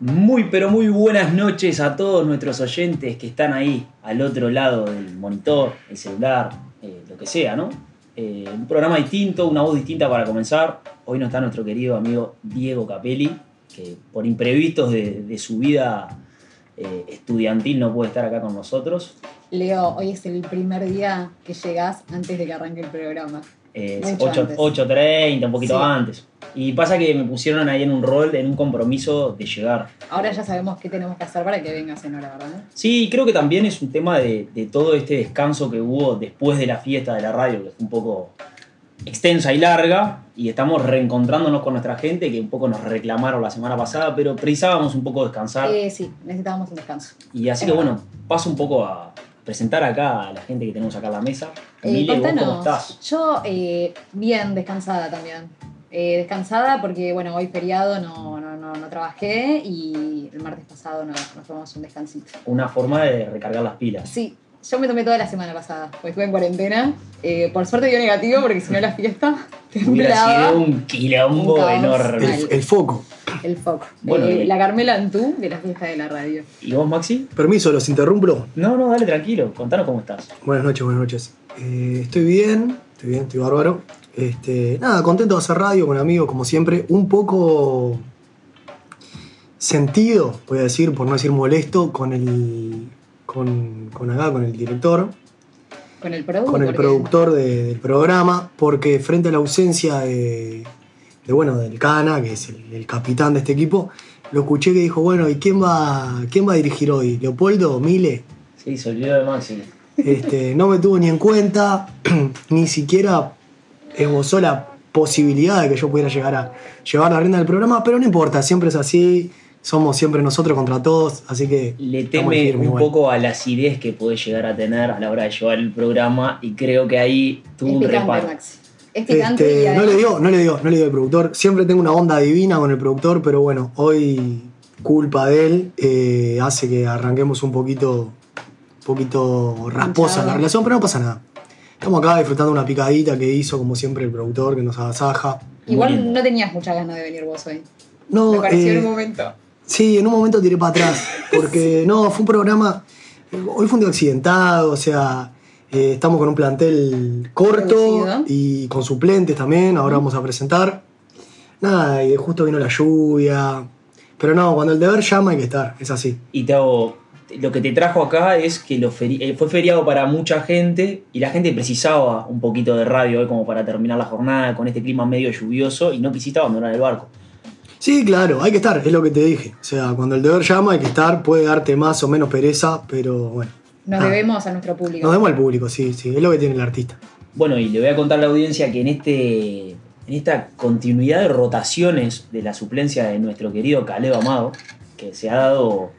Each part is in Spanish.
Muy, pero muy buenas noches a todos nuestros oyentes que están ahí al otro lado del monitor, el celular, eh, lo que sea, ¿no? Eh, un programa distinto, una voz distinta para comenzar. Hoy no está nuestro querido amigo Diego Capelli, que por imprevistos de, de su vida eh, estudiantil no puede estar acá con nosotros. Leo, hoy es el primer día que llegás antes de que arranque el programa. Es Mucho Eh, ocho- antes. 8.30, un poquito Sí. antes. Y pasa que me pusieron ahí en un rol, en un compromiso de llegar. Ahora ya sabemos qué tenemos que hacer para que vengas en hora, ¿verdad? Sí, creo que también es un tema de, de todo este descanso que hubo después de la fiesta de la radio, que fue un poco extensa y larga, y estamos reencontrándonos con nuestra gente, que un poco nos reclamaron la semana pasada, pero precisábamos un poco descansar. Eh, sí, necesitábamos un descanso. y así que bueno, paso un poco a presentar acá a la gente que tenemos acá en la mesa. Eh, Mile, ¿vos contanos. cómo estás? Yo eh, bien descansada también. Eh, descansada porque, bueno, hoy feriado no, no, no, no trabajé y el martes pasado no- nos tomamos un descansito. Una forma de recargar las pilas. Sí, yo me tomé toda la semana pasada, pues estuve en cuarentena. Eh, por suerte dio negativo porque si no la fiesta Hubiera sido temblaba un quilombo Un caos. enorme. Mal. El, el foco. el foco. Bueno, Eh, y- la Carmela Antú de la fiesta de la radio. ¿Y vos, Maxi? Permiso, los interrumpo. No, no, dale tranquilo, contanos cómo estás. Buenas noches, buenas noches. Eh, estoy bien, estoy bien, estoy bárbaro. Este, nada, contento de hacer radio con amigos, como siempre. Un poco sentido, voy a decir, por no decir molesto, con el. con, con acá, con el director, Con el producto. con el porque- productor de- del programa, porque frente a la ausencia de, de, bueno, del Cana, que es el, el capitán de este equipo, lo escuché que dijo, bueno, ¿y quién va, quién va a dirigir hoy? ¿Leopoldo? ¿Mile? Sí, se olvidó de Maxi. Este, no me tuvo ni en cuenta, ni siquiera esbozó la posibilidad de que yo pudiera llegar a llevar la rienda del programa, pero no importa, siempre es así, somos siempre nosotros contra todos, así que le estamos teme firmes un igual. poco a la acidez que puede llegar a tener a la hora de llevar el programa y creo que ahí tuvo Es un picante, reparo. Maxi. Es picante y Este, no además- le digo, no le digo, no le digo al productor, siempre tengo una onda divina con el productor, pero bueno, hoy culpa de él eh, hace que arranquemos un poquito, poquito rasposa Hinchado. la relación, pero no pasa nada. Estamos acá disfrutando una picadita que hizo, como siempre, el productor que nos Muy agasaja. lindo. Igual no tenías muchas ganas de venir vos hoy. No, Me pareció eh, en un momento. sí, en un momento tiré para atrás, porque no, fue un programa, hoy fue un día accidentado, o sea, eh, estamos con un plantel corto Reducido. y con suplentes también, ahora vamos a presentar. Nada, y justo vino la lluvia, pero no, cuando el deber llama hay que estar, es así. Y te hago- lo que te trajo acá es que lo feri- eh, fue feriado para mucha gente y la gente precisaba un poquito de radio hoy como para terminar la jornada con este clima medio lluvioso y no quisiste abandonar el barco. Sí, claro, hay que estar, es lo que te dije. O sea, cuando el deber llama hay que estar, puede darte más o menos pereza, pero bueno. Nos Ah, debemos a nuestro público. Nos demos al público, sí, sí, es lo que tiene el artista. Bueno, y le voy a contar a la audiencia que en este en esta continuidad de rotaciones de la suplencia de nuestro querido Caleb Amado, que se ha dado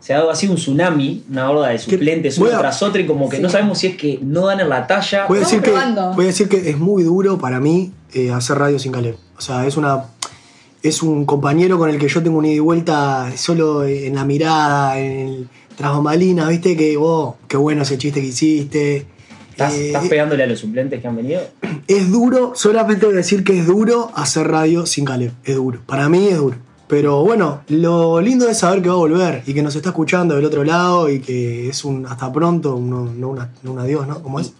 se ha dado así un tsunami, una horda de suplentes voy una a- tras otra y como que Sí. no sabemos si es que no dan en la talla. Voy Estamos a, decir que, probando. voy a decir que es muy duro para mí eh, hacer radio sin Caleb. O sea, es una. Es un compañero con el que yo tengo un ida y vuelta solo en la mirada, en el, tras bambalinas, ¿viste? Que vos, qué bueno ese chiste que hiciste. ¿Estás, Eh, estás pegándole a los suplentes que han venido? es duro, solamente voy a decir que es duro hacer radio sin Caleb. Es duro. Para mí es duro. Pero bueno, lo lindo es saber que va a volver y que nos está escuchando del otro lado y que es un hasta pronto, un- no, no una- no un adiós, ¿no? ¿Cómo es?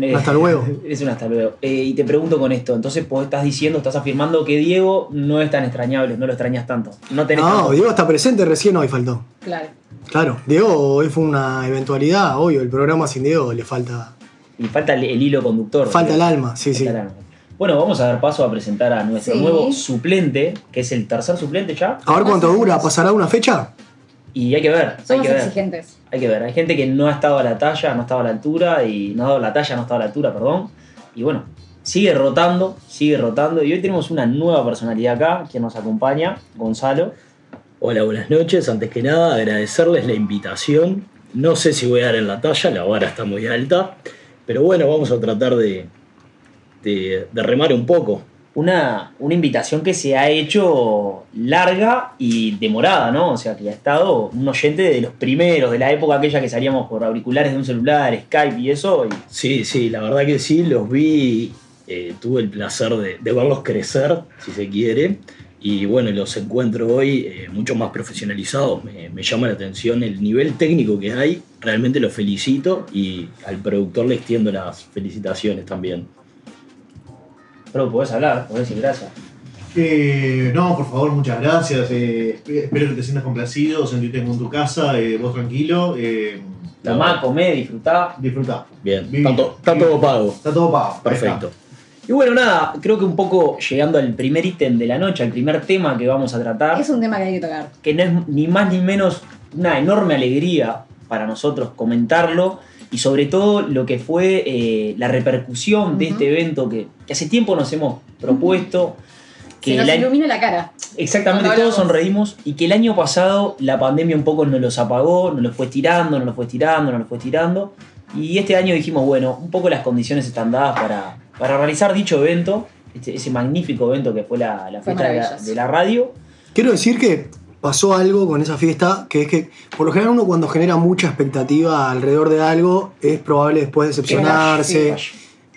Eh, hasta luego. Es un hasta luego. Eh, y te pregunto con esto, entonces vos estás diciendo, estás afirmando que Diego no es tan extrañable, no lo extrañas tanto. No tenés No, tanto- Diego está presente, recién hoy faltó. Claro. Claro, Diego hoy fue una eventualidad, obvio, el programa sin Diego le falta, Y falta el, el hilo conductor. falta Diego. el alma, sí, sí. Está la- Bueno, vamos a dar paso a presentar a nuestro Sí. nuevo suplente, que es el tercer suplente ya. A ver cuánto Más o dura, menos. ¿pasará una fecha? Y hay que ver, hay Somos que ver. exigentes. Hay que ver. Hay gente que no ha estado a la talla, no ha estado a la altura, y no ha dado la talla, no ha estado a la altura, perdón. Y bueno, sigue rotando, sigue rotando. Y hoy tenemos una nueva personalidad acá, quien nos acompaña, Gonzalo. Hola, buenas noches. Antes que nada, agradecerles la invitación. No sé si voy a dar en la talla, la vara está muy alta, pero bueno, vamos a tratar de, de- de remar un poco. Una, una invitación que se ha hecho larga y demorada, ¿no? O sea, que ha estado un oyente de los primeros, de la época aquella que salíamos por auriculares de un celular, Skype y eso, y Sí, sí, la verdad que sí, los vi, eh, tuve el placer de, de verlos crecer, si se quiere, Y bueno, los encuentro hoy eh, mucho más profesionalizados. Me, me llama la atención el nivel técnico que hay. Realmente los felicito y al productor le extiendo las felicitaciones también. Pero podés hablar, podés decir gracias. Eh, no, por favor, muchas gracias. Eh, esp- espero que te sientas complacido, sentirte como en tu casa, eh, vos tranquilo. eh, La Tomá, comé, disfrutá. disfrutá. Bien, Bien. tanto, tanto pago. Está todo pago. Ahí Perfecto. Y bueno, nada, creo que un poco llegando al primer ítem de la noche, al primer tema que vamos a tratar, Es un tema que hay que tocar. que no es ni más ni menos una enorme alegría para nosotros comentarlo y sobre todo lo que fue eh, la repercusión de Ujú. este evento que, que hace tiempo nos hemos propuesto. Se nos la- ilumina la cara. Exactamente, Cuando todos hablamos. sonreímos y que el año pasado la pandemia un poco nos los apagó, nos los fue tirando, nos los fue tirando, nos los fue tirando. Y este año dijimos, bueno, un poco las condiciones están dadas para, para realizar dicho evento, este- ese magnífico evento que fue la, la fiesta Fue de la, maravilloso. de la radio. Quiero decir que pasó algo con esa fiesta, que es que por lo general uno cuando genera mucha expectativa alrededor de algo, es probable después decepcionarse,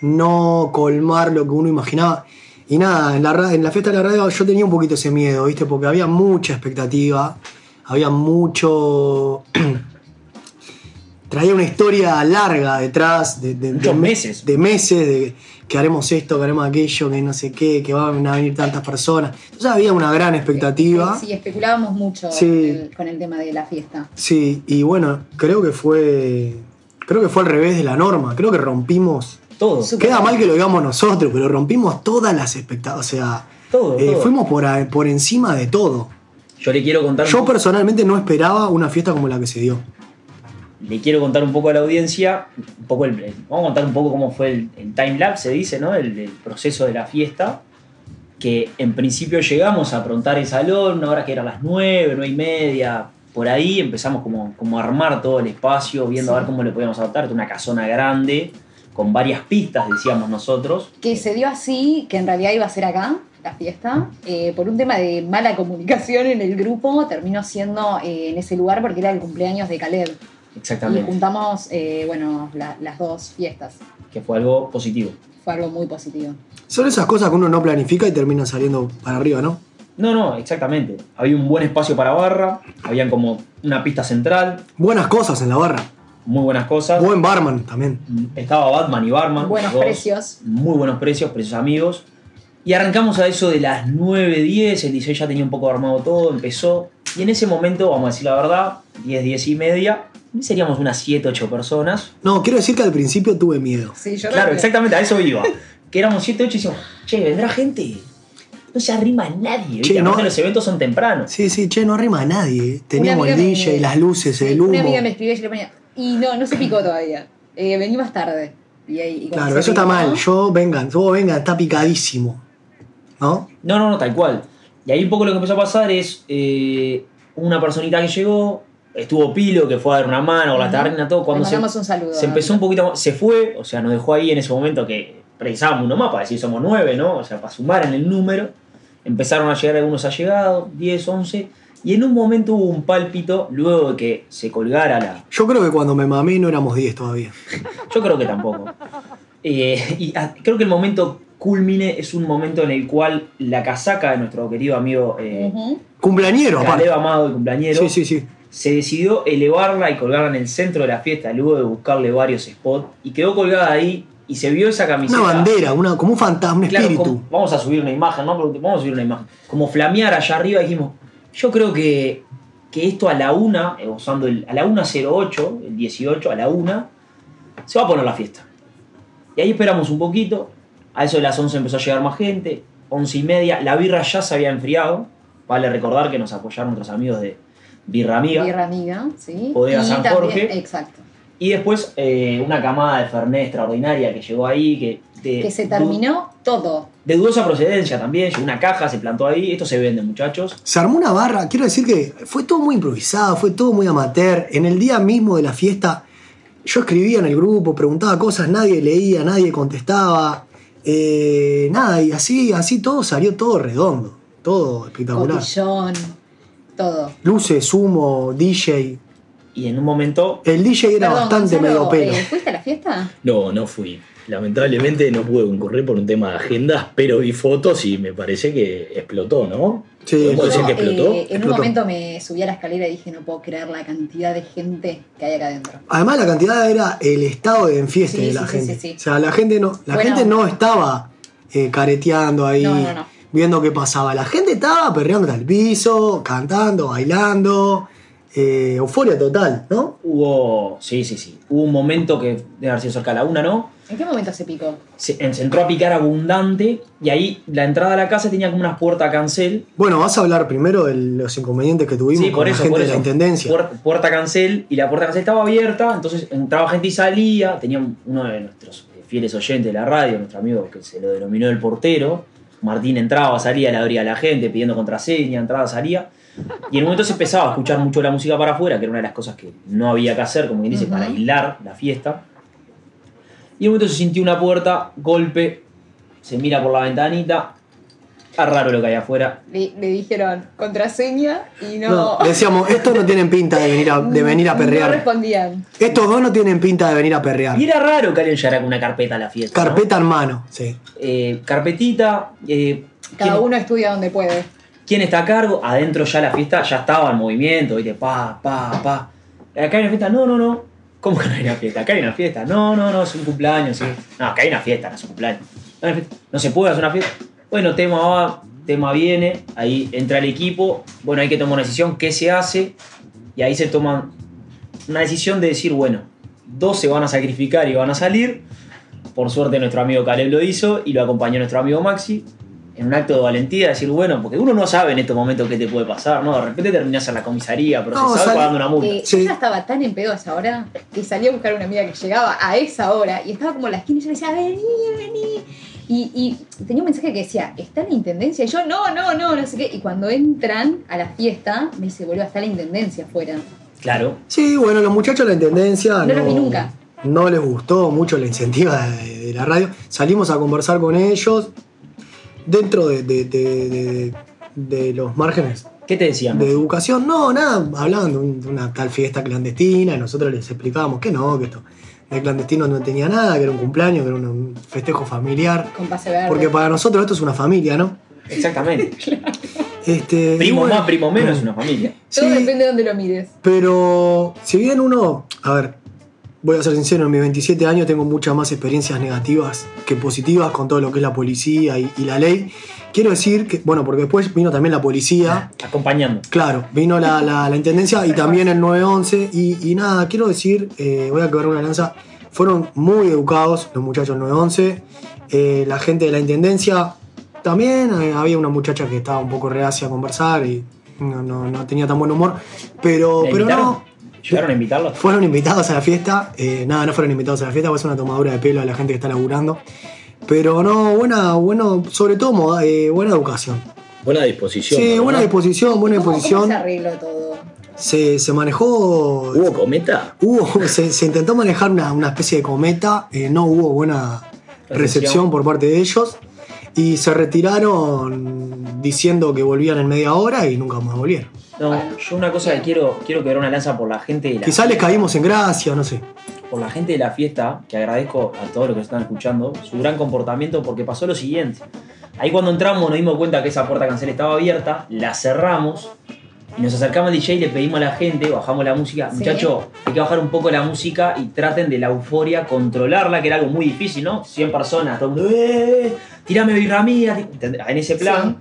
no colmar lo que uno imaginaba. Y nada, en la, ra- en la fiesta de la radio yo tenía un poquito ese miedo, ¿viste? Porque había mucha expectativa, había mucho... Traía una historia larga detrás de, de- Muchos de- meses. De meses, de que haremos esto, que haremos aquello, que no sé qué, que van a venir tantas personas. Entonces había una gran expectativa. Eh, Este, Sí, especulábamos mucho Sí. con, el, con el tema de la fiesta. Sí, y bueno, creo que fue. Creo que fue al revés de la norma. Creo que rompimos. Todo, Su- Queda mal que lo digamos nosotros, pero rompimos todas las expectativas. O sea, todo, eh, todo. fuimos por, a- por encima de todo. Yo le quiero contar un Yo poco- personalmente no esperaba una fiesta como la que se dio. le quiero contar un poco a la audiencia, un poco el- el- vamos a contar un poco cómo fue el, el time lapse, se dice, ¿no? El, el proceso de la fiesta, que en principio llegamos a aprontar el salón, una hora que eran las nueve, nueve y media, por ahí empezamos como, como a armar todo el espacio, viendo a Sí. ver cómo lo podíamos adaptar, una casona grande, con varias pistas, decíamos nosotros. Que se dio así, que en realidad iba a ser acá, la fiesta, eh, por un tema de mala comunicación en el grupo, terminó siendo eh, en ese lugar porque era el cumpleaños de Caleb. Y Exactamente, juntamos, eh, bueno, la- las dos fiestas. que fue algo positivo. Fue algo muy positivo. Son esas cosas que uno no planifica y terminan saliendo para arriba, ¿no? No, no, exactamente. Había un buen espacio para barra, habían como una pista central, Buenas cosas en la barra. muy buenas cosas. Buen barman también. Estaba Batman y Barman. Buenos dos precios. Muy buenos precios, precios amigos. Y arrancamos a eso de las 9, 10. El DJ ya tenía un poco armado todo, empezó. Y en ese momento, vamos a decir la verdad, 10, 10 y media, seríamos unas 7, 8 personas. No, quiero decir que al principio tuve miedo. Sí, yo Claro, creo que- exactamente, a eso iba. Que éramos 7, 8 y decíamos, che, ¿vendrá gente? No se arrima nadie. Che, ¿viste? no. Aparte los eventos son tempranos. Sí, sí, che, no arrima a nadie. eh. Teníamos Una el amiga DJ, me- las luces, el humo. Una amiga me escribió y yo le ponía, y no, no se picó todavía. Eh, vení más tarde. Y ahí, y cuando Claro, se eso está picó, mal. Yo, vengan, vos vengan, está picadísimo. ¿No? No, no, no, tal cual. Y ahí un poco lo que empezó a pasar es eh, una personita que llegó, estuvo Pilo, que fue a dar una mano, la Ujú. taberna, todo. Cuando le se, mandamos un saludo. se empezó un poquito más, se fue, o sea, nos dejó ahí en ese momento que precisábamos uno más para decir somos nueve, ¿no? O sea, para sumar en el número. Empezaron a llegar algunos allegados, 10, 11, y en un momento hubo un pálpito luego de que se colgara la, Yo creo que cuando me mamé no éramos 10 todavía. yo creo que tampoco. Eh, y ah, creo que el momento culmine es un momento en el cual la casaca de nuestro querido amigo eh, Ujú. Cumpleañero, Caleb aparte. Amado, el cumpleañero, Sí, sí, sí. se decidió elevarla y colgarla en el centro de la fiesta luego de buscarle varios spots y quedó colgada ahí y se vio esa Una camiseta. bandera, una, como un fantasma, un Claro, espíritu. como- vamos a subir una imagen, ¿no? Porque Vamos a subir una imagen. Como flamear allá arriba, dijimos, yo creo que, que esto a la una, eh, usando el, a la 1.08, el 18, a la una, se va a poner la fiesta. Y ahí esperamos un poquito, a eso de las 11 empezó a llegar más gente, 11 y media, la birra ya se había enfriado, vale recordar que nos apoyaron nuestros amigos de Birra Amiga. Birra amiga, sí. Bodega Y San también- Jorge. Exacto. Y después eh, una camada de Fernet extraordinaria que llegó ahí, que... Eh, de- Que se terminó todo. de dudosa procedencia también, llegó una caja, se plantó ahí, esto se vende muchachos. Se armó una barra, quiero decir que fue todo muy improvisado, fue todo muy amateur. En el día mismo de la fiesta, yo escribía en el grupo, preguntaba cosas, nadie leía, nadie contestaba. Eh, nada, y así, así todo salió todo redondo, todo espectacular. Cotillón, todo. Luces, humo, DJ. Y en un momento, El DJ era Perdón, bastante Gonzalo, medio pelo. eh, ¿Fuiste a la fiesta? No, no fui. Lamentablemente no pude concurrir por un tema de agendas, pero vi fotos y me parece que explotó, ¿no? Sí, explotó. ¿Podemos decir que explotó? eh, en un Explotó. momento me subí a la escalera y dije, no puedo creer la cantidad de gente que hay acá adentro. Además, la cantidad era el estado de enfieste Sí, de sí, la sí, gente. sí, sí. O sea, la gente no, la Buena gente no onda. estaba eh, careteando ahí, No, no, no. viendo qué pasaba. La gente estaba perreando al piso, cantando, bailando. eh, euforia total, ¿no? Hubo. Sí, sí, sí. Hubo un momento que debe haber sido cerca de la una, ¿no? ¿En qué momento se picó? Se, en- se entró a picar abundante y ahí la entrada a la casa tenía como unas puertas cancel. Bueno, vas a hablar primero de los inconvenientes que tuvimos Sí, con por la eso, gente por de la eso. intendencia. Puer- puerta cancel y la puerta cancel estaba abierta, entonces entraba gente y salía. Tenía un- uno de nuestros eh, fieles oyentes de la radio, nuestro amigo que se lo denominó el portero. Martín entraba, salía, le abría a la gente pidiendo contraseña, entraba, salía. Y en un momento se empezaba a escuchar mucho la música para afuera, que era una de las cosas que no había que hacer, como quien dice, Ujú. para hilar la fiesta. Y en un momento se sintió una puerta, golpe, se mira por la ventanita. Está raro lo que hay afuera. Le, le dijeron contraseña y no. No, decíamos, estos no tienen pinta de venir a, de venir a No perrear. respondían. Estos dos no tienen pinta de venir a perrear. Y era raro que alguien llegara con una carpeta a la fiesta. ¿no? Carpeta en mano, sí. Eh, carpetita. eh, Cada ¿quién, uno estudia donde puede. quién está a cargo? Adentro ya la fiesta ya estaba en movimiento, ¿viste? Pa, pa, pa. Acá hay una fiesta, no, no, no. ¿Cómo que no hay una fiesta? Acá hay una fiesta. No, no, no, es un cumpleaños. sí. No, acá hay una fiesta, no es un cumpleaños. No, hay fiesta. No se puede hacer una fiesta. Bueno, tema va, tema viene. Ahí entra el equipo. Bueno, hay que tomar una decisión. ¿Qué se hace? Y ahí se toman una decisión de decir, bueno, dos se van a sacrificar y van a salir. Por suerte nuestro amigo Caleb lo hizo y lo acompañó nuestro amigo Maxi. En un acto de valentía, decir, bueno, porque uno no sabe en estos momentos qué te puede pasar, ¿no? De repente terminás en la comisaría, procesado sale- y pagando una multa. Eh, Sí. Yo ya estaba tan en pedo a esa hora que salí a buscar a una amiga que llegaba a esa hora y estaba como en la esquina y yo le decía, vení, vení. Y, y tenía un mensaje que decía, ¿está en la intendencia? Y yo, no, no, no, no sé qué. Y cuando entran a la fiesta, me dice, boludo, está la intendencia afuera. Claro. Sí, bueno, los muchachos de la intendencia. No los vi nunca. No les gustó mucho la incentiva de, de la radio. Salimos a conversar con ellos dentro de, de- de- de- de los márgenes ¿Qué te decían? de educación. No, nada, hablaban de, un- de una tal fiesta clandestina y nosotros les explicábamos que no, que esto de clandestino no tenía nada, que era un cumpleaños, que era un- un festejo familiar. Con pase verde. Porque para nosotros esto es una familia, ¿no? Exactamente. Este, y primo bueno, más, primo menos, una familia. Todo sí. depende de dónde lo mires. Pero si bien uno, a ver, voy a ser sincero, en mis 27 años tengo muchas más experiencias negativas que positivas con todo lo que es la policía y, y la ley. Quiero decir que, bueno, porque después vino también la policía, Acompañando. claro, vino la, la- la intendencia y también el 911 y, y nada, quiero decir, eh, voy a quebrar una lanza, fueron muy educados los muchachos del 911, eh, la gente de la intendencia también, eh, había una muchacha que estaba un poco reacia a conversar y no, no- no tenía tan buen humor, pero, ¿La pero invitaron? no. ¿Llegaron a invitarlos? Fueron invitados a la fiesta. eh, nada, no fueron invitados a la fiesta, pues es una tomadura de pelo a la gente que está laburando. Pero no, buena, bueno, sobre todo moda- eh, buena educación. Buena disposición. Sí, ¿no? buena disposición, buena ¿Cómo- ¿Cómo disposición. se arregló todo? Se, se manejó. ¿Hubo cometa? hubo- se, se intentó manejar una, una especie de cometa. eh, no hubo buena Recepción. recepción por parte de ellos. Y se retiraron diciendo que volvían en media hora y nunca más volvieron. No, yo una cosa que quiero, quiero quebrar una lanza por la gente de la Quizás les caímos en gracia, no sé. por la gente de la fiesta, que agradezco a todos los que nos están escuchando, su gran comportamiento porque pasó lo siguiente. Ahí cuando entramos nos dimos cuenta que esa puerta cancel estaba abierta, la cerramos y nos acercamos al DJ y le pedimos a la gente, bajamos la música, Sí. muchachos, hay que bajar un poco la música y traten de la euforia controlarla, que era algo muy difícil, ¿no? 100 personas, todo el mundo, "Eh, tirame birra mía", ¿entendés? en ese plan.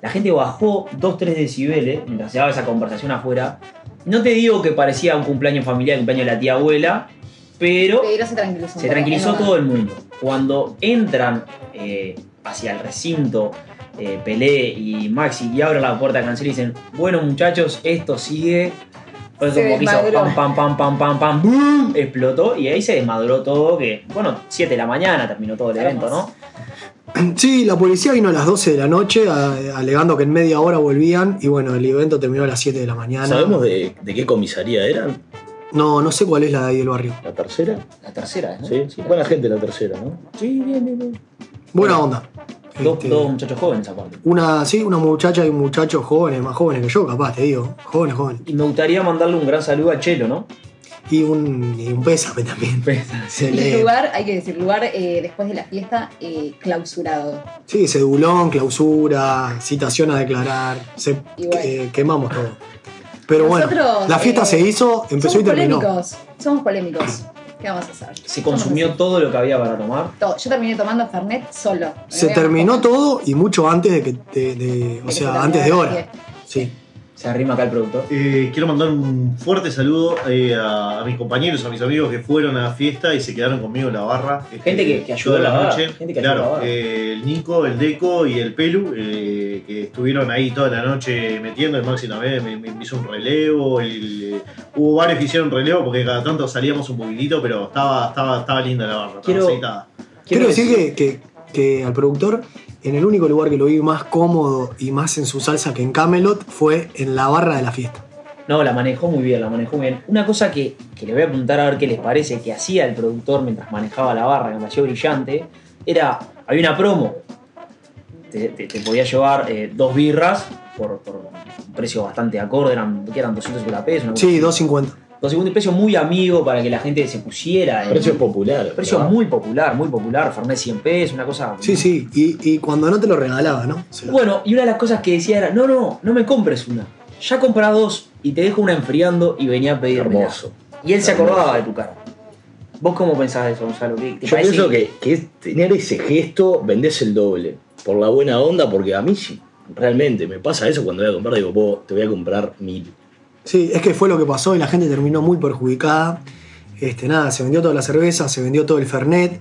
La gente bajó 2-3 decibeles mientras se daba esa conversación afuera. No te digo que parecía un cumpleaños familiar, un cumpleaños de la tía abuela, pero Pero se tranquilizó. un se poco, tranquilizó es verdad. todo el mundo. Cuando entran eh, hacia el recinto eh, Pelé y Maxi y abren la puerta de cancel y dicen, bueno muchachos, esto sigue. Fue Se como que hizo pam, desmadró. pam, pam, pam, pam, pam, boom, explotó y ahí se desmadró todo, que bueno, 7 de la mañana terminó todo el evento, ¿no? Sí, la policía vino a las 12 de la noche a- alegando que en media hora volvían y bueno, el evento terminó a las 7 de la mañana. ¿Sabemos de, de qué comisaría era? No, no sé cuál es la de ahí del barrio. ¿La tercera? La tercera, ¿no? Sí, sí. Buena gente la tercera, ¿no? Sí, bien, bien, bien. Buena onda. Dos, Este, dos muchachos jóvenes aparte. Una, sí, una muchacha y un muchacho jóvenes, más jóvenes que yo, capaz, te digo. Jóvenes, jóvenes. Y me gustaría mandarle un gran saludo a Chelo, ¿no? Pues, y un, y un pésame también. Y Excelente. lugar, hay que decir, lugar eh, después de la fiesta eh, clausurado. Sí, cedulón, clausura, citación a declarar, se, Y bueno. eh, quemamos todo. Pero bueno, Nosotros, la fiesta eh, se hizo, empezó somos y terminó. polémicos, somos polémicos. ¿Qué vamos a hacer? Se Somos consumió así. todo lo que había para tomar. todo. Yo terminé tomando Fernet solo. Se Me voy a terminó comer. todo y mucho antes de que, de- de- o eh, que se sea, terminara antes de la hora. fiesta. Sí. Se arrima acá el productor. Eh, quiero mandar un fuerte saludo eh, a, a mis compañeros, a mis amigos que fueron a la fiesta y se quedaron conmigo en la barra. este, Gente que- que ayudó toda a la la barra, noche. gente que ayudó a la claro, barra. eh, el Nico, el Deco y el Pelu, eh, que estuvieron ahí toda la noche metiendo. El Maxi también me, me- me hizo un relevo. el- eh, hubo varios que hicieron relevo porque cada tanto salíamos un poquitito, pero estaba, estaba, estaba linda la barra. estaba Quiero- aceitada. Quiero decir que, que- que al productor, en el único lugar que lo vi más cómodo y más en su salsa que en Camelot fue en la barra de la fiesta. No, la manejó muy bien, la manejó muy bien. Una cosa que, que le voy a preguntar a ver qué les parece que hacía el productor mientras manejaba la barra, que me pareció brillante, era, había una promo. Te, te- te podía llevar eh, dos birras por, por un precio bastante acorde, eran, ¿qué eran 250 pesos. una cosa Sí, así. 2.50. 250, un precio muy amigo para que la gente se pusiera. eh. Precios populares. Precio ¿verdad? muy popular, muy popular. Fernet 100 pesos, una cosa... Sí, sí. Y, y cuando no te lo regalaba, ¿no? Se lo- Bueno, y una de las cosas que decía era, no, no, no me compres una. Ya compra dos y te dejo una enfriando y venía a pedirme. hermoso. Y él se Hermoso. acordaba de tu cara. ¿Vos cómo pensás de eso, Gonzalo? ¿Qué- te Yo parece pienso que, que es- tener ese gesto vendés el doble. Por la buena onda, porque a mí sí, realmente me pasa eso cuando voy a comprar. Digo, vos te voy a comprar mil. Sí, es que fue lo que pasó y la gente terminó muy perjudicada. Este, nada, se vendió toda la cerveza, se vendió todo el Fernet.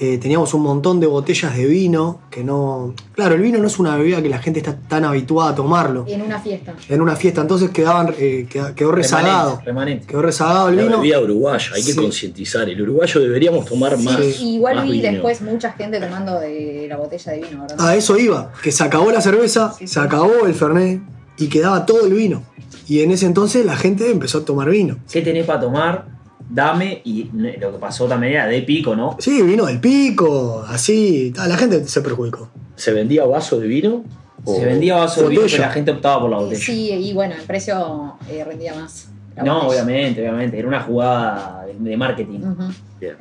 Eh, teníamos un montón de botellas de vino que no. Claro, el vino no es una bebida que la gente está tan habituada a tomarlo En una fiesta. en una fiesta, entonces quedaban, eh, queda- quedó remanente, rezagado. remanente. Quedó rezagado el La vino. bebida uruguaya, hay que Sí. concientizar. El uruguayo deberíamos tomar más. Sí, Y igual más vi vino. después mucha gente tomando de la botella de vino, Ah, ¿verdad? A eso iba, que se acabó la cerveza, Sí, sí. se acabó el Fernet y quedaba todo el vino. Y en ese entonces la gente empezó a tomar vino. ¿Qué tenés para tomar? Dame. Y n- lo que pasó también era de pico, ¿no? Sí, vino del pico, así, tal, la gente se perjudicó. ¿Se vendía vaso de vino? O- Se vendía vaso de vino, Botella. pero la gente optaba por la botella. Sí, y bueno, el precio eh, rendía más. la no, botella. obviamente, obviamente. Era una jugada de, de marketing. Ujú. Bien.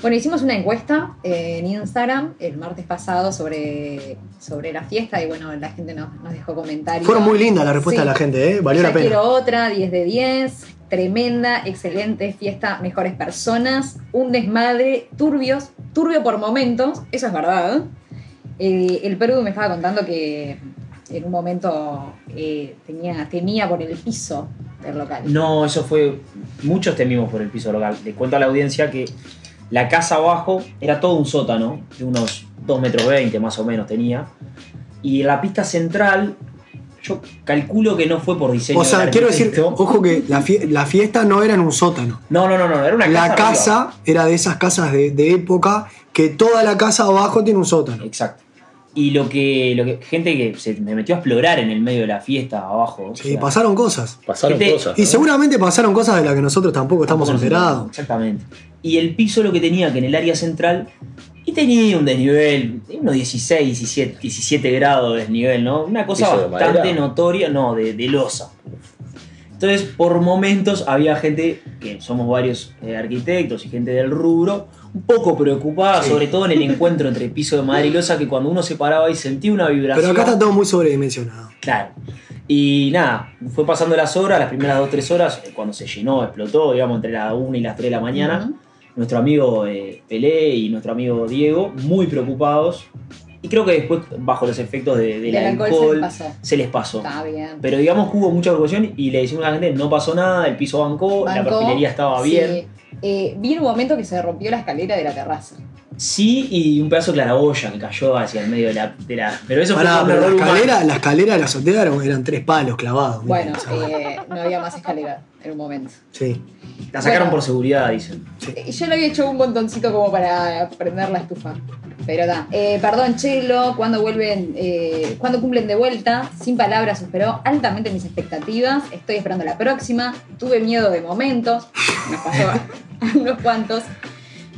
Bueno, hicimos una encuesta eh, en Instagram el martes pasado sobre, sobre la fiesta y bueno, la gente nos, nos dejó comentarios. Fueron muy lindas las respuestas Sí. de la gente, ¿eh? valió Ya la pena. quiero otra, 10 de 10. Tremenda, excelente fiesta, mejores personas, un desmadre, turbios, turbio por momentos, eso es verdad. Eh, el Perú me estaba contando que en un momento eh, tenía, temía por el piso del local. No, eso fue. Muchos temimos por el piso local. Le cuento a la audiencia que la casa abajo era todo un sótano, de unos 2 metros 20 más o menos tenía. Y la pista central, yo calculo que no fue por diseño. O sea, del quiero decir, arquitecto. ojo que la, fie- la fiesta no era en un sótano. No, no, no, no, era una casa. la arriba. casa era de esas casas de, de época que toda la casa abajo tiene un sótano. Exacto. Y lo que, lo que. Gente que se me metió a explorar en el medio de la fiesta abajo. o Sí, sea, pasaron cosas. Pasaron Gente- cosas. Y ¿no? seguramente pasaron cosas de las que nosotros tampoco estamos Tampoco nos enterados. Exactamente. Y el piso lo que tenía que en el área central. Y tenía un desnivel, de unos 16, 17, 17 grados de desnivel, ¿no? Una cosa ¿Piso de bastante madera? notoria, no, de, de losa. Entonces, por momentos había gente, que somos varios eh, arquitectos y gente del rubro, un poco preocupada, sobre todo en el encuentro entre piso de madera y losa, que cuando uno se paraba y sentía una vibración. Pero acá está todo muy sobredimensionado. Claro. Y nada, fue pasando las horas, las primeras 2 3 horas, eh, cuando se llenó, explotó, digamos, entre las 1 y las 3 de la mañana. Ujú. Nuestro amigo eh, Pelé y nuestro amigo Diego, muy preocupados. Y creo que después, bajo los efectos de- del Del alcohol alcohol, se les pasó. se les pasó. Está bien. Pero digamos que hubo mucha preocupación y le decimos a la gente, no pasó nada, el piso bancó, la Bancó, perfilería estaba sí. bien. Eh, vi en un momento que se rompió la escalera de la terraza. Sí, y un pedazo de claraboya que cayó hacia el medio de la... de la- pero eso Pará, fue un pero la error humano. escalera, la escalera de la azotea eran, eran tres palos clavados. mirá, Bueno, o sea, eh, no había más escalera en un momento. sí. La sacaron bueno. por seguridad, dicen. Eh, Yo le había hecho un montoncito como para prender la estufa. Pero está. Eh, perdón, Chelo, cuando vuelven, eh, cuando cumplen de vuelta, sin palabras superó altamente mis expectativas. Estoy esperando la próxima. Tuve miedo de momentos. Nos pasó a unos cuantos.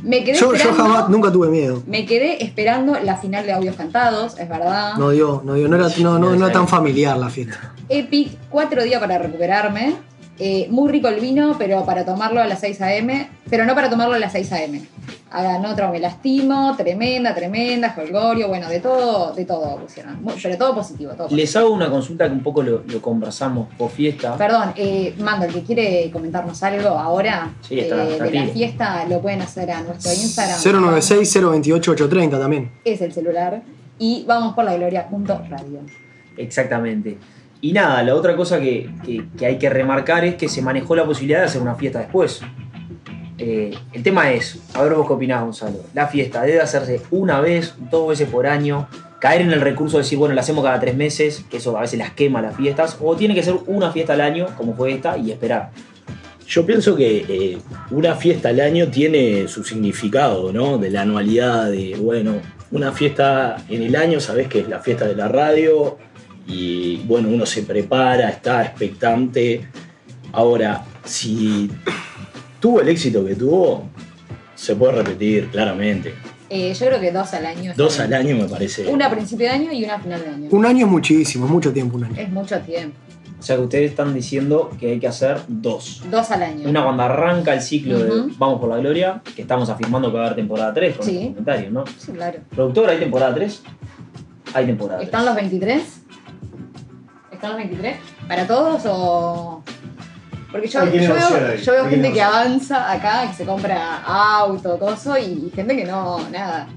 Me quedé Yo, yo esperando. jamás, nunca tuve miedo. Me quedé esperando la final de audios cantados, es verdad. Ah. No dio, no dio, no era, no, no, no era Sí. tan familiar la fiesta. Epic, cuatro días para recuperarme. Eh, muy rico el vino, pero para tomarlo a las 6 a.m., pero no para tomarlo a las 6 a.m. Hagan otro, me lastimo, tremenda, tremenda, jolgorio, bueno, de todo, de todo pusieron. Muy- Pero todo positivo, todo positivo. Les hago una consulta que un poco lo, lo conversamos por fiesta. Perdón, eh, Mando, el que quiere comentarnos algo ahora Sí, está- eh, está de la activo. fiesta, lo pueden hacer a nuestro Instagram. 096-028-830 también. Es el celular. Y vamos por la gloria.radio. Exactamente. Y nada, la otra cosa que, que- que hay que remarcar es que se manejó la posibilidad de hacer una fiesta después. Eh, el tema es, a ver vos qué opinás, Gonzalo. La fiesta debe hacerse una vez, dos veces por año, caer en el recurso de decir, bueno, la hacemos cada tres meses, que eso a veces las quema las fiestas, o tiene que ser una fiesta al año, como fue esta, y esperar. Yo pienso que eh, una fiesta al año tiene su significado, ¿no? De la anualidad, de, bueno, una fiesta en el año, sabés que es la fiesta de la radio, y bueno, uno se prepara, está expectante. Ahora, si tuvo el éxito que tuvo, se puede repetir, claramente. Eh, yo creo que dos al año. está Dos bien. al año me parece. Una a principio de año y una a final de año. Un año es muchísimo, es mucho tiempo un año. Es mucho tiempo. O sea que ustedes están diciendo que hay que hacer dos. Dos al año. Una cuando arranca el ciclo Ujú. de Vamos por la Gloria, que estamos afirmando que va a haber temporada 3 con Sí. los comentarios, ¿no? Sí, claro. Productor, ¿hay temporada 3? Hay temporada 3. ¿Están los 23? ¿Están los 23? ¿Para todos o.? Porque yo, Ahí tiene yo opción veo, ahí, yo veo ahí gente tiene que opción. avanza acá, que se compra auto, coso, y, y gente que no, nada.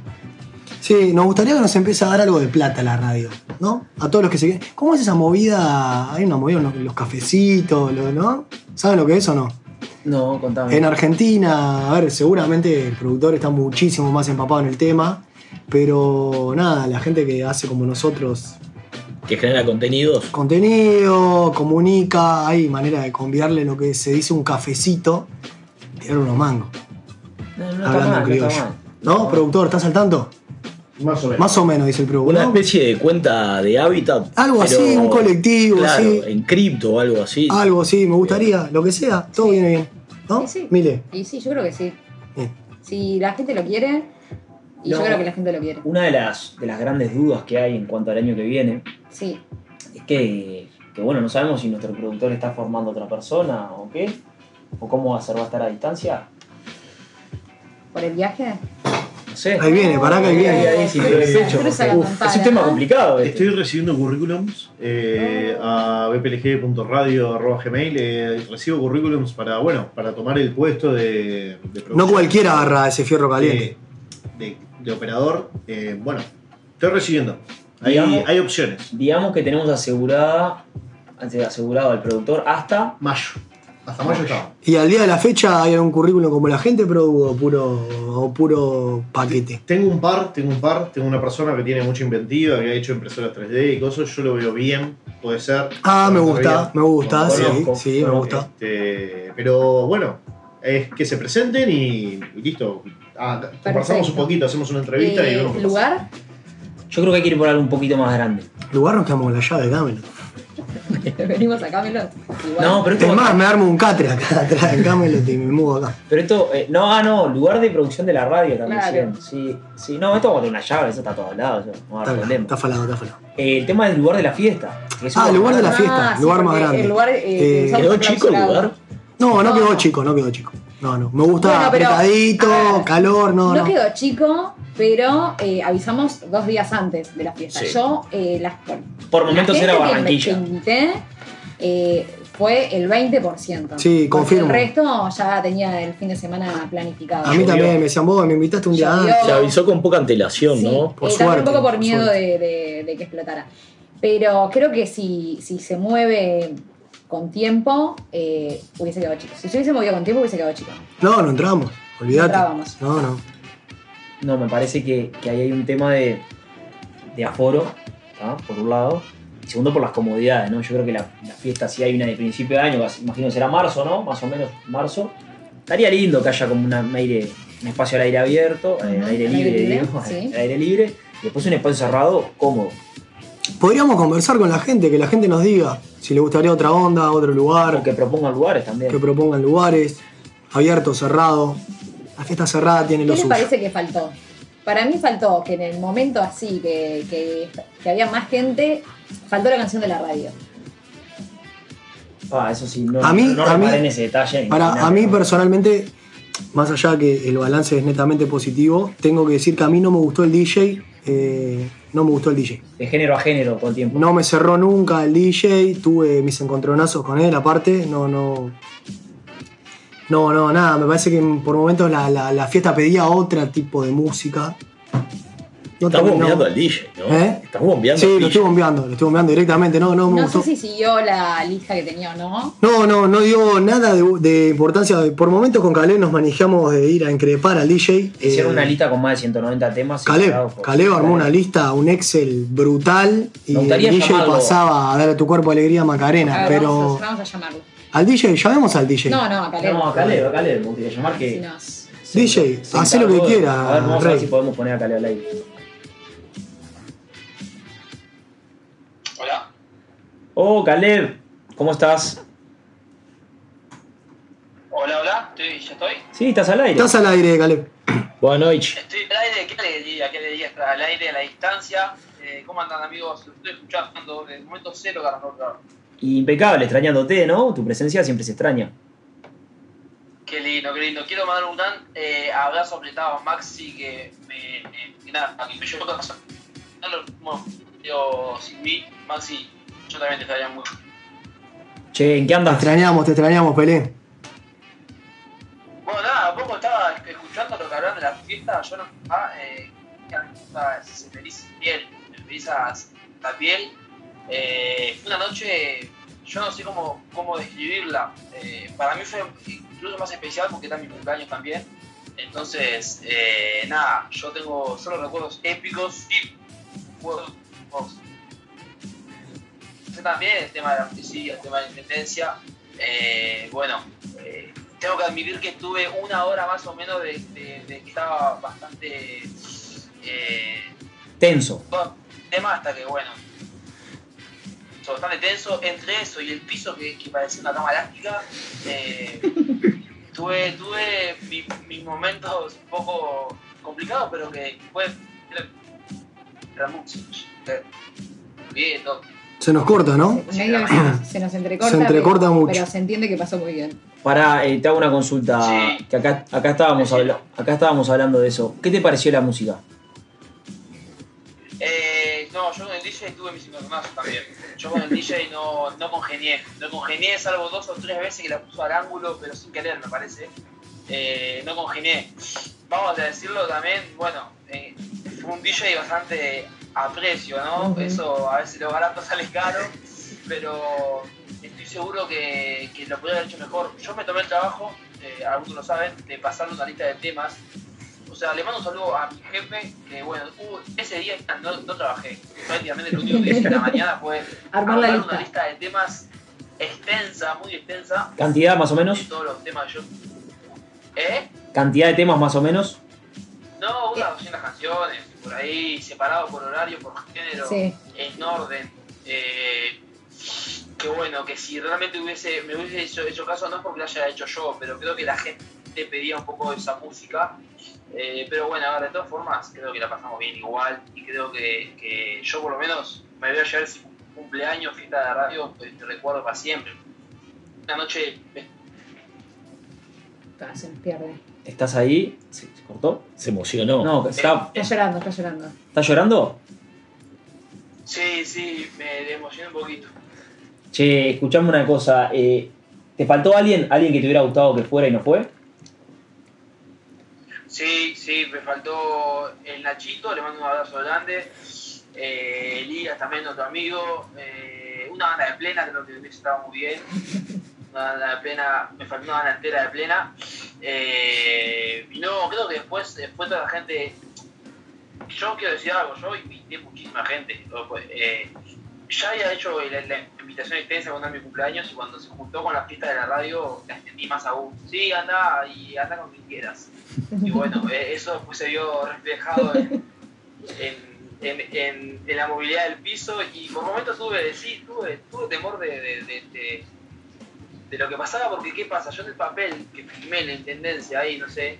Sí, nos gustaría que nos empiece a dar algo de plata la radio, ¿no? A todos los que se queden. ¿Cómo es esa movida? Hay una movida, ¿no? los cafecitos, lo- ¿no? ¿Saben lo que es o no? No, contame. En Argentina, a ver, seguramente el productor está muchísimo más empapado en el tema, pero nada, la gente que hace como nosotros Que genera contenidos. contenido, comunica, hay manera de conviarle lo que se dice un cafecito, tirar unos mangos, no, no está hablando mal, no criollo. está mal. ¿No, productor? ¿Estás al tanto? Más o menos. Más o menos, dice el Una productor. ¿no? especie de cuenta de hábitat. Algo pero- así, un colectivo, claro, así. en cripto o algo así. Algo, sí, me gustaría, lo que sea, todo viene bien. ¿No? Sí, sí. Mire. Y sí, yo creo que sí. Bien. Si la gente lo quiere, y No. yo creo que la gente lo quiere. Una de las, de las grandes dudas que hay en cuanto al año que viene Sí. es que, que, bueno, no sabemos si nuestro productor está formando otra persona o qué, o cómo va a ser, va a estar a distancia. ¿Por el viaje? Eh, No sé. Ahí viene, pará que ahí Ahí, viene. ahí, sí, Ahí lo he viene. hecho, Cruza porque, la uf, es un campana. tema complicado. este. Estoy recibiendo currículums eh, a bplg.radio.gmail. eh, recibo currículums para, bueno, para tomar el puesto de, de No producción, cualquiera agarra ese fierro de, caliente. de- de operador. Eh, bueno, estoy recibiendo. Hay, Digamos- hay opciones. Digamos que tenemos asegurada, asegurado al productor hasta Mayo. Hasta mayo estaba. Y al día de la fecha hay algún currículum como la gente, pero o puro, o puro paquete. Tengo un par, tengo un par, tengo una persona que tiene mucha inventiva, que ha hecho impresoras 3D y cosas, yo lo veo bien, puede ser. Ah, me Está gusta, bien. me gusta, Lo sí, conozco, sí, lo me conozco. gusta. Este, pero bueno, es que se presenten y, y listo. Ah, conversamos Perfecto. un poquito, hacemos una entrevista y Eh, vemos. qué pasa. ¿Lugar? Yo creo que hay que ir por algo un poquito más grande. Lugar nos quedamos con la llave, dámelo. Venimos acá, Melo. Igual. No, pero esto, Es más, me armo un catre acá atrás en Camelot y me mudo acá. pero esto eh, no, ah, no, lugar de producción de la radio también. Claro. Sí, sí, no, esto vamos a tener una llave, eso está a todos lados, eso, no va a haber Está, acá, problema. está falado, está falado. Eh, el tema del lugar de la fiesta. que es Ah, un- el lugar de la Ah, fiesta, sí, lugar más porque grande. El lugar, eh, que Eh, usamos ¿Quedó es chico el clausurado. lugar? No, no No. quedó chico, no quedó chico. No, no. Me gusta Bueno, pero- apretadito, a ver. calor, no, No, no. quedó chico, pero eh, avisamos dos días antes de la fiesta. Sí. Yo, eh, las, por, Por la momentos gente era que me- Barranquilla. que invité eh, fue el 20%. Sí, Porque confirmo. El resto ya tenía el fin de semana planificado. A Ah, mí Llovió. también me decían, vos me invitaste un día Llovió. antes. Se avisó con poca antelación, Sí, ¿no? Por eh, también suerte, un poco por por miedo suerte. de, de- de que explotara. Pero creo que si, si se mueve con tiempo, eh, hubiese quedado chico. Si se hubiese movido con tiempo, hubiese quedado chico. No, no entramos, No olvídate. entrábamos. No, no. No, me parece que, que ahí hay un tema de, de aforo, ¿tá? por un lado. Y segundo, por las comodidades, ¿no? Yo creo que la, la fiesta, si hay una de principio de año, que imagino que será marzo, ¿no? Más o menos marzo. Estaría lindo que haya como una- un, aire, un espacio al aire abierto, eh, Ujú, aire al libre, aire libre, digo, sí. al aire libre. Y después un espacio cerrado, cómodo. Podríamos conversar con la gente, que la gente nos diga si le gustaría otra onda, otro lugar, O que propongan lugares también. que propongan lugares, abierto, cerrado. La fiesta cerrada tiene ¿Qué lo les suyo. parece que faltó? Para mí faltó que en el momento así, que, que- que había más gente, faltó la canción de la radio. Ah, eso sí, no, A mí- no a mí- reparé en ese detalle. ni Para, nada. a mí personalmente, más allá que el balance es netamente positivo, tengo que decir que a mí no me gustó el DJ. eh, no me gustó el DJ. De género a género todo el tiempo. No me cerró nunca el DJ, tuve mis encontronazos con él, aparte, no, no. No, no, nada, me parece que por momentos la, la- la fiesta pedía otro tipo de música. No Estás terminó. bombeando al DJ, ¿no? ¿Eh? Estás bombeando Sí, al lo DJ. estoy bombeando, lo estoy bombeando directamente, no, no me No gustó. sé si siguió la lista que tenía o no. No, no, no dio nada de, de importancia. Por momentos con Caleb nos manejamos de ir a increpar al DJ. Hicieron Eh, una lista con más de 190 temas. separados Caleb, por- Caleb armó una lista, un Excel brutal y Me el gustaría DJ llamarlo. pasaba a dar a tu cuerpo alegría A Macarena, ver, Ah, pero vamos, a, vamos a llamarlo. al DJ, llamemos al DJ. No, no, a Caleb. No, a Caleb, a Caleb. Me gustaría llamar que. Si nos- se- DJ, se hacé lo encargó que de- quiera, A ver, vamos a ver Rey. si podemos poner a Caleb al aire. Hola, Oh, Caleb, ¿cómo estás? hola, hola, ¿Estoy, ¿ya estoy? Sí, estás al aire. Estás al aire, Caleb. Buenas noches. Estoy al aire, ¿qué alegría? ¿Qué alegría estar al aire, a la distancia? Eh, ¿Cómo andan amigos? Los estoy escuchando desde el momento cero de Arnold Impecable, extrañándote, ¿no? Tu presencia siempre se extraña. Qué lindo, qué lindo. Quiero mandar un gran eh, abrazo apretado a Maxi que me, eh, que nada, que me llevó a casa. No lo mismo, digo, sin mí, Maxi, yo también te estaría mucho. Che, ¿en qué Te andas? extrañamos, te extrañamos, Pelé. Bueno, nada, poco estaba este, escuchando lo que hablaban de la fiesta, yo no ah, eh, ah, se me eriza la piel, se me eriza la piel. Eh, fue una noche, yo no sé cómo, cómo describirla. Eh, para mí fue incluso más especial porque era mi cumpleaños también. Entonces, eh, nada, yo tengo solo recuerdos épicos y recuerdos. Yo también el tema de la justicia, el tema de la independencia. Eh, bueno, eh, tengo que admitir que tuve una hora más o menos de, de- de que estaba bastante eh, Tenso. todo el tema hasta que bueno so, bastante tenso entre eso y el piso que, que parecía una cama elástica eh, tuve tuve mi- mis momentos un poco complicados pero que después era mucho eh, bien todo Se nos corta, ¿no? medio que se nos, se nos entrecorta. Se entrecorta pero- mucho. Pero se entiende que pasó muy bien. Pará, eh, te hago una consulta. Sí. Que acá, acá, estábamos habla- acá estábamos hablando de eso. ¿Qué te pareció la música? Eh, no, yo con el DJ tuve mis encontronazos también. Yo con el DJ no, no congenié. No congenié, salvo dos o tres veces que la puso al ángulo, pero sin querer, me parece. Eh, no congenié. Vamos a decirlo también, bueno, eh, fue un DJ bastante a precio, ¿no? Ujú. Eso a veces lo barato sale caro, pero estoy seguro que, que lo podría haber hecho mejor. Yo me tomé el trabajo, eh, algunos lo saben, de pasarle una lista de temas o sea, le mando un saludo a mi jefe, que bueno, hubo- ese día no, no trabajé. Prácticamente lo único que hice en la mañana fue Armar la una lista. lista de temas extensa, muy extensa, ¿Cantidad más o de menos? todos los temas que yo. ¿Eh? ¿Cantidad de temas más o menos? No, Eh. unas 200 canciones, por ahí, separado por horario, por género, Sí. en orden. Eh, que bueno, que si realmente hubiese, me hubiese hecho, hecho caso, no es porque lo haya hecho yo, pero creo que la gente pedía un poco de esa música. Eh, pero bueno, ahora de todas formas, creo que la pasamos bien igual y creo que, que yo por lo menos me voy a llevar ese cumpleaños, fiesta de radio, pues, te recuerdo para siempre. Una noche Ah, Se nos pierde. ¿Estás ahí? ¿Se se cortó? Se emocionó. No, está, Está llorando, está llorando. ¿está llorando? Sí, sí, me emocioné un poquito. Che, escuchame una cosa. eh, ¿Te faltó alguien? ¿Alguien que te hubiera gustado que fuera y no fue? Sí, sí, me faltó el Nachito, le mando un abrazo grande. Eh, Elías también, otro amigo. Eh, una banda de plena, creo que hubiese estado muy bien. Una banda de plena, me faltó una banda entera de plena. Eh, y no, creo que después, después toda la gente. Yo quiero decir algo, yo invité muchísima gente. loco, eh, ya había hecho la, la invitación extensa cuando era mi cumpleaños y cuando se juntó con la fiesta de la radio la extendí más aún. Sí, anda y anda con quien quieras. Y bueno, eh, eso después se vio reflejado en, en- en- en- en la movilidad del piso y por momentos tuve, sí, tuve, tuve temor de, de- de- de- de lo que pasaba porque ¿qué pasa? Yo en el papel que firmé en la intendencia ahí, no sé,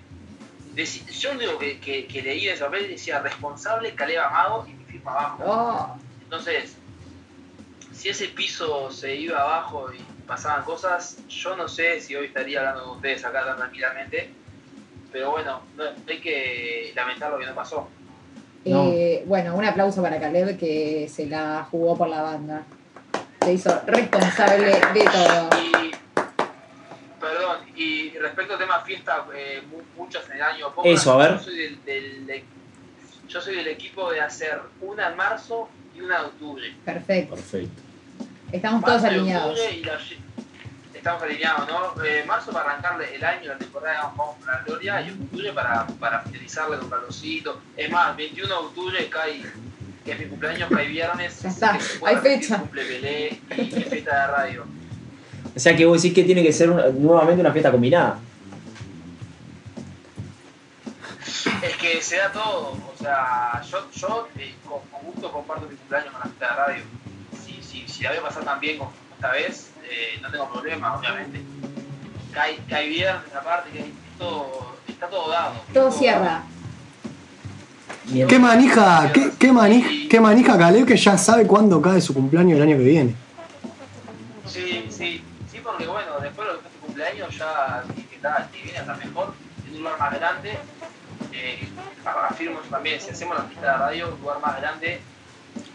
decí- yo lo único que, que, que leí de ese papel decía responsable Caleva Mago y mi firma abajo. Oh, Entonces, si ese piso se iba abajo y pasaban cosas. Yo no sé si hoy estaría hablando con ustedes acá tan tranquilamente, pero bueno, no, hay que lamentar lo que no pasó. No. Eh, bueno, un aplauso para Caleb que se la jugó por la banda. Se hizo responsable de todo. Y, perdón, y respecto al tema fiesta, eh, mu- muchas en el año poco. Eso, a ver. Yo soy del, del- de- yo soy del equipo de hacer una en marzo y una en octubre. Perfecto. Perfecto. Estamos todos Marzo y alineados. octubre y la ye- Estamos alineados, ¿no? Eh, marzo para arrancarle el año, la temporada vamos para la gloria y octubre para, para finalizarle con Carlosito. Es más, 21 de octubre cae, que es mi cumpleaños, cae viernes. Ya está, así que se puede hay repetir fecha. Cumple Pelé y, y fiesta de radio. O sea que vos decís que tiene que ser una- nuevamente una fiesta combinada. Es que se da todo, o sea, yo, yo eh, con, con gusto comparto mi cumpleaños con la fiesta de radio. Si, si, si la voy a pasar tan bien como esta vez, eh, no tengo problema, obviamente. Cae, cae viernes aparte, que es todo, está todo dado. Todo cierra. Bien. Qué manija, qué, qué manija, qué manija Caleb que ya sabe cuándo cae su cumpleaños el año que viene. Sí, sí, sí, porque bueno, después de los tu cumpleaños ya si que está, si viene hasta mejor, en un lugar más grande. Eh, afirmo yo también, si hacemos la fiesta de radio, un lugar más grande.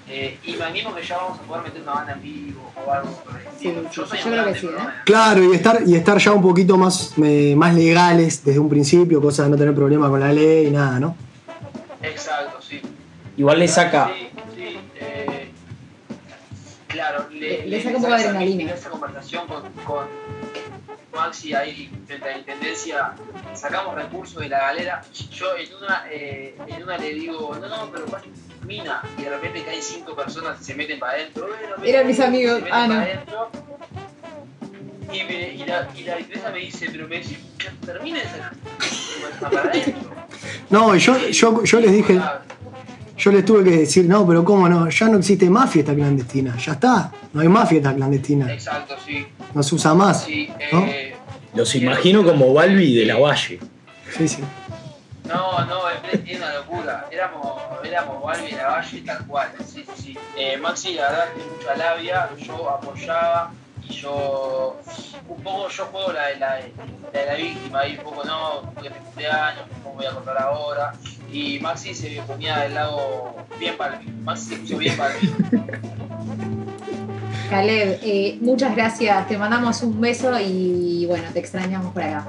Eh, y me animo que ya vamos a poder meter una banda en vivo o algo por el estilo. Sí, yo sí, soy yo un creo grande, que sí, pero ¿eh? bueno. Claro, y estar, y estar ya un poquito más, eh, más legales desde un principio, cosas de no tener problema con la ley y nada, ¿no? Exacto, sí. Igual le saca. Sí, sí, eh, claro, Le- le, le saca un poco de esa adrenalina. mística, Esa conversación con, con Maxi ahí frente a la intendencia, sacamos recursos de la galera. Yo en una, eh, en una le digo, no, no, pero Juan, mina, y de repente caen cinco personas y se meten para adentro. "Bueno, mira, Eran mis se amigos. meten Ah, para no. adentro". Y, me- y la, y la intendencia me dice, pero me dice, termina esa. Para adentro. No, y yo, yo, yo les dije, yo les tuve que decir, no, pero cómo no, ya no existe más fiesta clandestina, ya está, no hay más fiesta clandestina, Exacto, sí. no se usa más. Sí, ¿No? eh, Los imagino como Balbi de la Valle. Sí, sí. no, no, es es una locura. Éramos, éramos Balbi y la Valle tal cual. Sí, sí, sí. Eh, Maxi, la verdad, tiene mucha labia. Yo apoyaba y yo. Un poco yo juego la de la, la de la víctima ahí, un poco no, porque es mi cumpleaños, ¿cómo voy a cortar ahora? Y Maxi se ponía del lado bien Balbi. Maxi se puso bien Balbi. Caleb, eh, muchas gracias. Te mandamos un beso y bueno, te extrañamos por acá.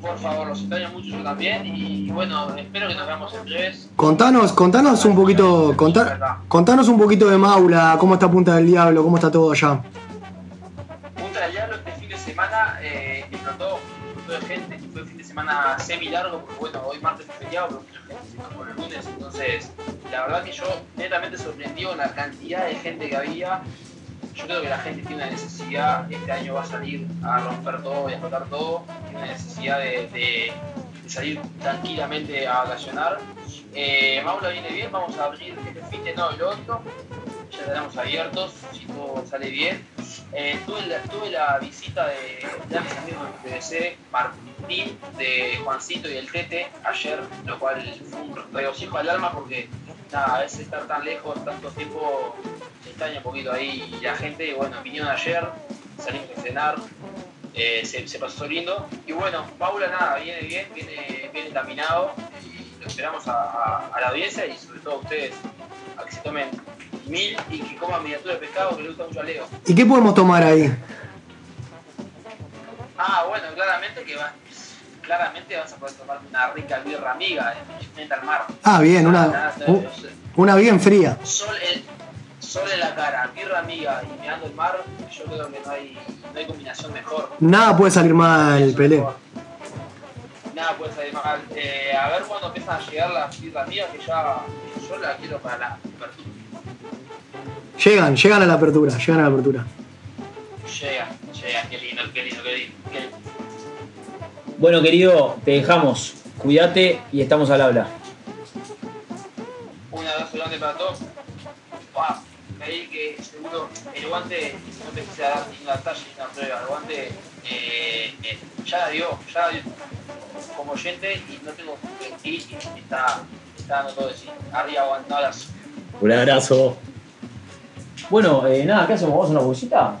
Por favor, los extraño mucho yo también. Y bueno, espero que nos veamos en breves. Contanos, contanos un poquito, conta- contanos un poquito de Maula, cómo está Punta del Diablo, cómo está todo allá. Punta del Diablo este fin de semana eh, explotó explotó de gente, fue un fin de semana semi largo, porque bueno, hoy martes es feriado, pero mucha gente se incorporó el lunes, entonces la verdad que yo netamente sorprendido con la cantidad de gente que había. Yo creo que la gente tiene una necesidad, este año va a salir a romper todo y a explotar todo, tiene una necesidad de, de- de salir tranquilamente a vacacionar. Eh, Maula viene bien, vamos a abrir este fin de no el otro, ya tenemos abiertos, si todo sale bien. Eh, tuve, la, tuve la visita de grandes amigos de PVC, Martín, de Juancito y el Tete, ayer, lo cual fue un regocijo al alma porque nada, a veces estar tan lejos, tanto tiempo, se extraña un poquito ahí. Y la gente, bueno, vinieron ayer, salimos a cenar, eh, se, se pasó lindo. Y bueno, Paula, nada, viene bien, viene, viene caminado. Y lo esperamos a, a- a la audiencia y sobre todo a ustedes, a que se tomen mil y que coman miniatura de pescado que le gusta mucho a Leo. ¿Y qué podemos tomar ahí? Ah, bueno, claramente que vas, claramente vas a poder tomar una rica birra amiga en el al mar. Ah, bien, Nada, una, nada, u- una bien fría. sol, el, sol en la cara, birra amiga y mirando el mar, yo creo que no hay, no hay combinación mejor. Nada puede salir mal, Pelé. Nada puede salir mal. Eh, a ver cuándo empiezan a llegar las birras amigas que ya yo la quiero para la apertura. Llegan, llegan a la apertura, llegan a la apertura. Llega, llega, qué lindo, qué lindo, qué lindo. Qué lindo. Bueno, querido, te dejamos. Cuídate y estamos al habla. Un abrazo grande para todos. Pa, Creí que seguro el guante no te quise dar ninguna talla ni una prueba. El guante eh, eh, ya la dio, ya la dio como oyente y no tengo que mentir y está, está dando todo de sí. Arriba aguantadas. Un abrazo. Bueno, eh, nada, ¿qué hacemos? ¿Vamos a una bolsita?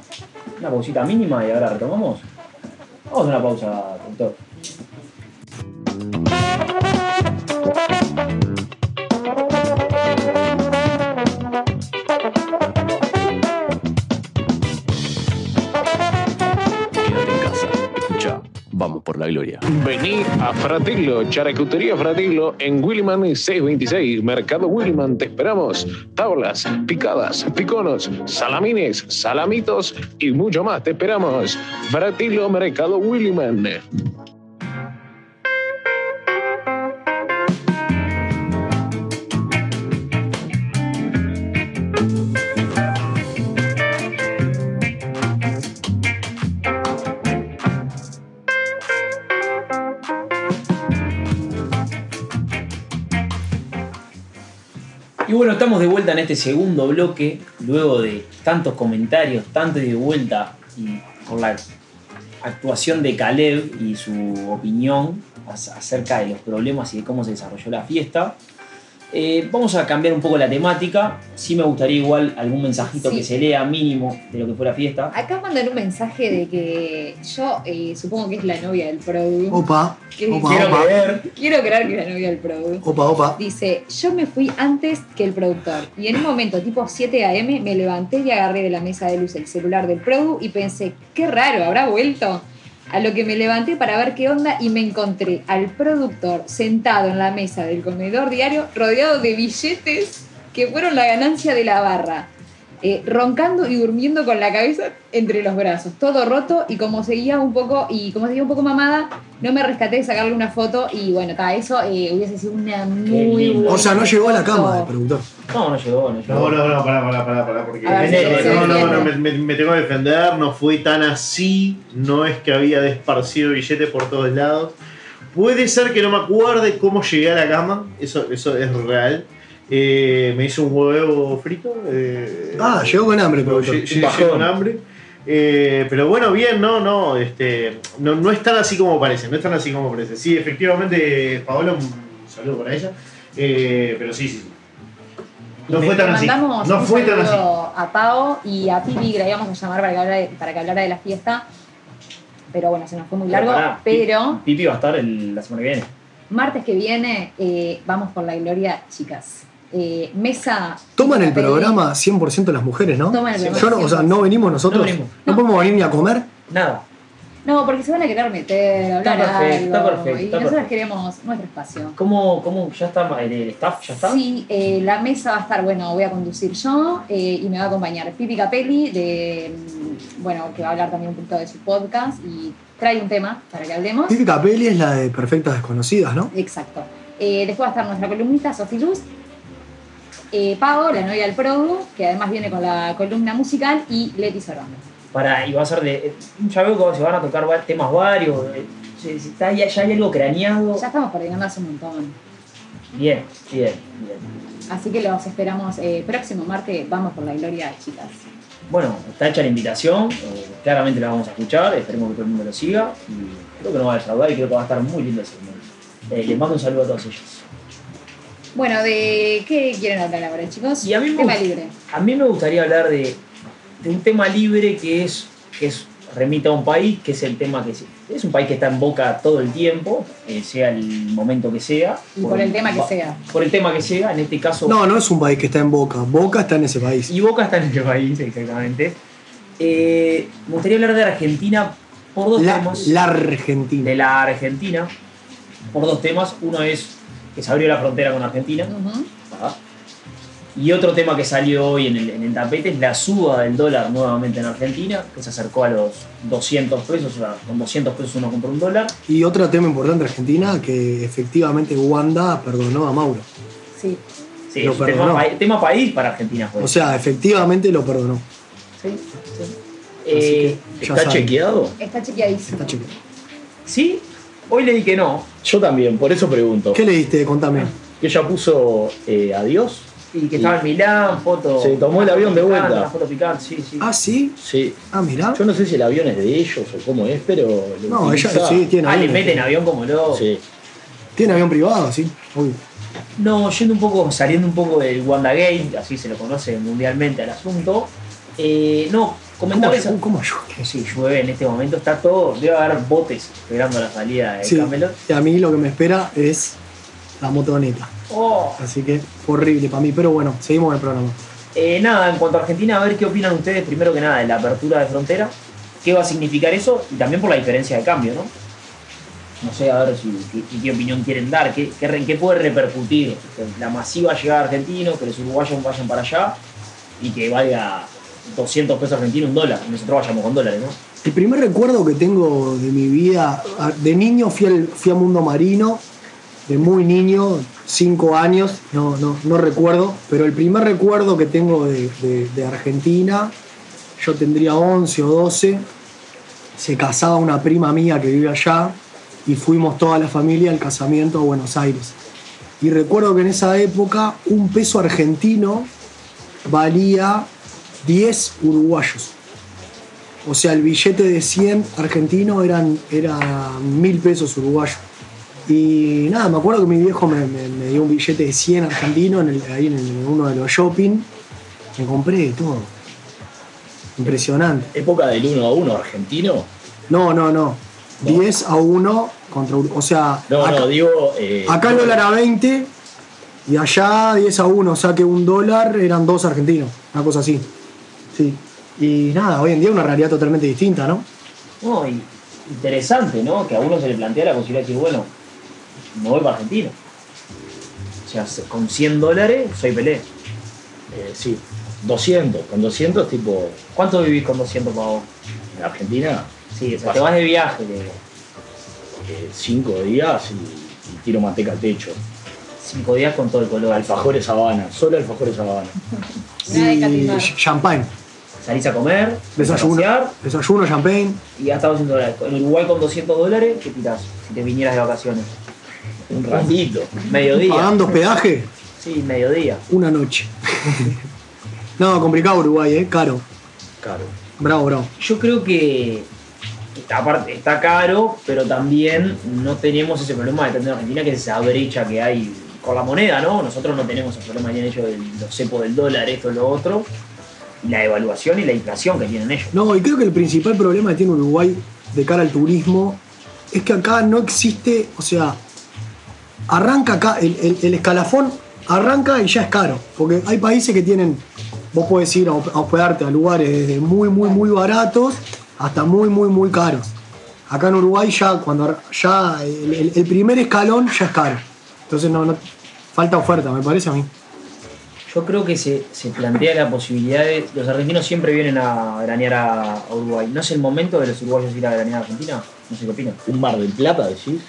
Una pausita mínima y ahora retomamos. Vamos a una pausa, doctor. Quédate en casa. Escucha, vamos por la gloria. Vení a Fratillo, Charcutería Fratillo en Williman 626, Mercado Williman. Te esperamos. Tablas, picadas, piconos, salamines, salamitos y mucho más. Te esperamos. Fratillo, Mercado Williman. Y bueno, estamos de vuelta en este segundo bloque, luego de tantos comentarios, tanto y de vuelta, y con la actuación de Caleb y su opinión ac- acerca de los problemas y de cómo se desarrolló la fiesta. Eh, vamos a cambiar un poco la temática. Sí me gustaría igual algún mensajito Sí. que se lea mínimo de lo que fue la fiesta. Acá mandan un mensaje de que yo eh, supongo que es la novia del Produ. Opa, Que- opa, Quiero opa, creer. Quiero creer que es la novia del Produ. opa, opa. Dice, yo me fui antes que el productor y en un momento tipo 7 a.m. me levanté y agarré de la mesa de luz el celular del produ y pensé, qué raro, ¿habrá vuelto? A lo que me levanté para ver qué onda y me encontré al productor sentado en la mesa del comedor diario rodeado de billetes que fueron la ganancia de la barra. eh, roncando y durmiendo con la cabeza entre los brazos, todo roto y como seguía un poco y como seguía un poco mamada, no me rescaté de sacarle una foto y bueno, ta, eso eh, hubiese sido una muy lindo. buena O sea, no llegó a la cama foto. el productor. No, no llegó, no llegó. No, no, no, pará, pará, pará, pará, porque. A ver, sí, sí, no, no, sí, no, sí. me, me- me tengo que defender, no fue tan así, no es que había desparcido billetes por todos lados. Puede ser que no me acuerde cómo llegué a la cama, eso, eso es real. Eh, me hizo un huevo frito. eh, Ah, llegó con hambre el pero productor. lle- un lle- bajón. llego con hambre. Eh, pero bueno, bien, no, no, este, no, no es tan así como parece, no es tan así como parece. Sí, efectivamente, Paola, un saludo para ella. Eh, pero sí, sí, sí. No fue tan Le así. mandamos No un fue tan así. saludo a Pao y a Pibi, que la íbamos a llamar para que hablara de, para que hablara de la fiesta. Pero bueno, se nos fue muy largo. pará, Pi- Pero Pipi va a estar el- la semana que viene. martes que viene eh, vamos por la gloria, chicas. Eh, mesa. Toman el Pibi, programa 100% las mujeres, ¿no? Toman el programa Yo no- o sea, no venimos nosotros. No No, venimos. podemos venir ni a comer. Nada. No, porque se van a querer meter, hablar Está perfecto, algo. está perfecto, y está nosotros perfecto. queremos nuestro espacio. ¿Cómo, cómo ya está el, el staff? ¿Ya está? Sí, eh, la mesa va a estar, bueno, voy a conducir yo eh, y me va a acompañar Pipi Capelli, de, mm, bueno, que va a hablar también un poquito de su podcast y trae un tema para que hablemos. Típica Capelli es la de Perfectas Desconocidas, ¿no? Exacto. Eh, después va a estar nuestra columnista, Sofi Luz, eh, Pau, la novia del Produ, que además viene con la columna musical, y Leti Sorón. Para, y va a ser de. eh, Ya veo que se van a tocar va- temas varios. eh, se- se está- ya, ya hay algo craneado. Ya estamos coordinando hace un montón. Bien, bien, bien. Así que los esperamos eh, próximo martes. Vamos por la gloria, chicas. Bueno, está hecha la invitación. eh, claramente la vamos a escuchar. Esperemos que todo el mundo lo siga. Y creo que nos va a defraudar y creo que va a estar muy lindo el segmento. Eh, les mando un saludo a todos ellos. Bueno, ¿de qué quieren hablar ahora, chicos? Y a mí me Tema gusta- libre. A mí me gustaría hablar de, de un tema libre que es, que es remita a un país, que es el tema que es, es un país que está en boca todo el tiempo, eh, sea el momento que sea. Y por el tema que sea. Por el tema que sea, en este caso. No, no es un país que está en Boca. Boca está en ese país. Y Boca está en este país, exactamente. Eh, me gustaría hablar de Argentina por dos La, temas. la Argentina. De la Argentina por dos temas. Uno es que se abrió la frontera con Argentina. Ujú. ¿verdad? Y otro tema que salió hoy en el, en el tapete es la suba del dólar nuevamente en Argentina, que se acercó a los 200 pesos. O sea, con 200 pesos uno compró un dólar. Y otro tema importante de Argentina, que efectivamente Wanda perdonó a Mauro. Sí. Sí, Lo es un tema, perdonó. pa- tema país para Argentina. fue. O sea, efectivamente lo perdonó. Sí, sí. que Eh, ya ¿Está saben. chequeado? Está chequeadísimo. Está chequeado. sí, hoy le di que no. Yo también, por eso pregunto. ¿Qué leíste? Contame. Que ella puso eh, adiós. Y que estaba en Milán, foto. Se tomó el avión de picante, vuelta. la foto picante, sí, sí. Ah, sí. Sí. Ah, mirá. Yo no sé si el avión es de ellos o cómo es, pero. lo No, ella utiliza. sí, tiene ah, le avión. meten avión como loco. Sí. Tiene avión privado, sí. Uy. No, yendo un poco, saliendo un poco del WandaGate, así se lo conoce mundialmente al asunto. eh, no, ¿Cómo, Comentarles. ayu- a- cómo ayuda? Sí, llueve en este momento, está todo. Debe haber botes esperando la salida de Sí, Camelot. y a mí lo que me espera es la motoneta. Oh. Así que horrible para mí. Pero bueno, seguimos con el programa. Eh, nada, en cuanto a Argentina, a ver qué opinan ustedes, primero que nada, de la apertura de frontera, qué va a significar eso y también por la diferencia de cambio, ¿no? No sé, a ver si, qué, qué opinión quieren dar, qué, qué re- en qué puede repercutir la masiva llegada de argentinos, que los uruguayos vayan para allá y que valga 200 pesos argentinos un dólar, y nosotros vayamos con dólares, ¿no? El primer recuerdo que tengo de mi vida, a- de niño fui, al, fui a Mundo Marino, de muy niño, cinco años, no, no, no recuerdo, pero el primer recuerdo que tengo de, de- de Argentina, yo tendría 11 o 12, se casaba una prima mía que vive allá y fuimos toda la familia al casamiento a Buenos Aires. Y recuerdo que en esa época un peso argentino valía 10 uruguayos. O sea, el billete de 100 argentino eran, eran mil pesos uruguayos. Y nada, me acuerdo que mi viejo me, me- me dio un billete de 100 argentino en el- ahí en, el- en uno de los shopping. Me compré de todo. Impresionante. Época del 1 a 1 argentino. No, no, no. 10 a 1 contra Uruguay. O sea, No, acá, no, digo. eh, acá el dólar a 20 y allá 10 a 1. O sea que un dólar eran dos argentinos. Una cosa así. Sí. Y nada, hoy en día una realidad totalmente distinta, ¿no? No, y interesante, ¿no? Que a uno se le plantea la posibilidad de decir, bueno, me voy para Argentina. O sea, con 100 dólares soy Pelé. eh, sí, 200. Con 200, tipo. ¿Cuánto vivís con 200 pavos? En Argentina, Sí, o sea, te vas de viaje, le digo. 5 eh, días y, y tiro manteca al techo. Cinco días con todo el color. Alfajores Habana, solo alfajores Habana. Nada de y catimar. champagne. Salís a comer, Desayuno. a pasear Desayuno, champagne. y gastás 200 dólares. En Uruguay con 200 dólares, ¿qué tirás? Si te vinieras de vacaciones. Un ratito. Mediodía. Pagando hospedaje, Sí, mediodía. una noche. no, complicado Uruguay, ¿eh? Caro. Caro. Bravo, bravo. Yo creo que está, aparte, está caro, pero también no tenemos ese problema de tener en Argentina, que es esa brecha que hay con la moneda, ¿no? Nosotros no tenemos el problema que tienen ellos de los cepos del dólar, esto, lo otro, y la evaluación y la inflación que tienen ellos. No, y creo que el principal problema que tiene Uruguay de cara al turismo es que acá no existe, o sea, arranca acá, el, el- el escalafón arranca y ya es caro. Porque hay países que tienen, vos podés ir a hosp- a hospedarte a lugares desde muy, muy, muy baratos hasta muy, muy, muy caros. Acá en Uruguay ya, cuando ar- ya el, el- el primer escalón ya es caro. Entonces no, no- falta oferta, me parece a mí. Yo creo que se, se plantea la posibilidad de. Los argentinos siempre vienen a granear a, a Uruguay. ¿No es el momento de los uruguayos ir a granear a Argentina? No sé qué opinan. Un Mar del Plata, decís.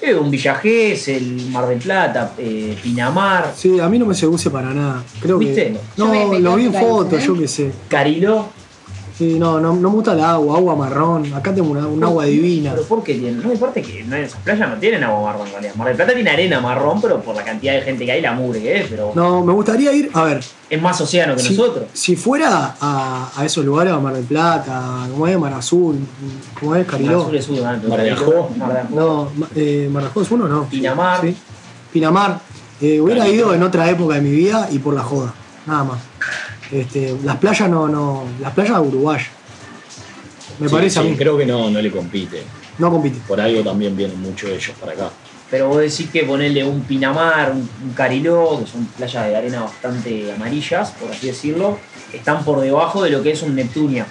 Eh, un Villajés, el Mar del Plata, eh, Pinamar, Sí, a mí no me seduce para nada. Creo ¿Viste? que. Yo me No, metí lo vi en en país, fotos, ¿eh? yo qué sé. Cariló. Sí, no, no, no me gusta el agua, agua marrón. Acá tengo una, un agua divina. ¿Pero por qué tienen? No, y aparte que no, esas playas no tienen agua marrón en realidad. Mar del Plata tiene arena marrón, pero por la cantidad de gente que hay, la mugre que es, pero No, me gustaría ir, a ver, es más océano que si, nosotros. si fuera a, a esos lugares, a Mar del Plata, como es Mar Azul, como es Mar Cariló. Sur es sur, ¿no? Mar de Ajó. Mar de Ajó. No, ma- eh, Mar Rajón es uno, no. Pinamar. Sí. Pinamar. Eh, hubiera ido en otra época de mi vida y por la joda, nada más. Este, las playas no, no, las playas uruguayas. Me Sí, parece a sí, mí, Creo que no, no le compite. no compite. Por algo también vienen muchos de ellos para acá. Pero vos decís que ponerle un Pinamar, un, un Cariló, que son playas de arena bastante amarillas, por así decirlo, están por debajo de lo que es un Neptunia.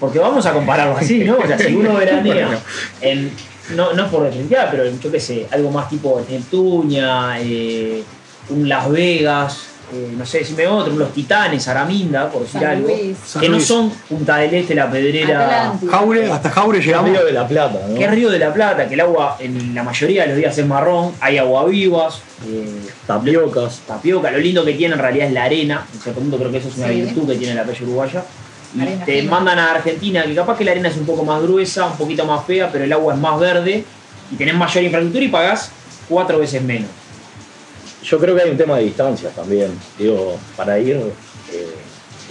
Porque vamos a compararlo así, ¿no? O sea, si uno veranea en. No, no es por referenciar, pero en, yo qué sé, algo más tipo Neptunia, eh, un Las Vegas, eh, no sé, decime otro, un Los Titanes, Araminda, por decir San algo. Luis. San Que no Luis. son Punta del Este, La Pedrera. Atlántida. Jaure, hasta Jaure llegamos. Río de la Plata, ¿no? Que es Río de la Plata, que el agua en la mayoría de los días es marrón, hay aguavivas, eh, Tapiocas. tapioca, lo lindo que tiene en realidad es la arena, en cierto punto creo que eso es una Sí. virtud que tiene la playa uruguaya. Y Arena te fina. mandan a Argentina, que capaz que la arena es un poco más gruesa, un poquito más fea, pero el agua es más verde y tenés mayor infraestructura y pagás cuatro veces menos. Yo creo que hay un tema de distancias también. Digo, para ir eh,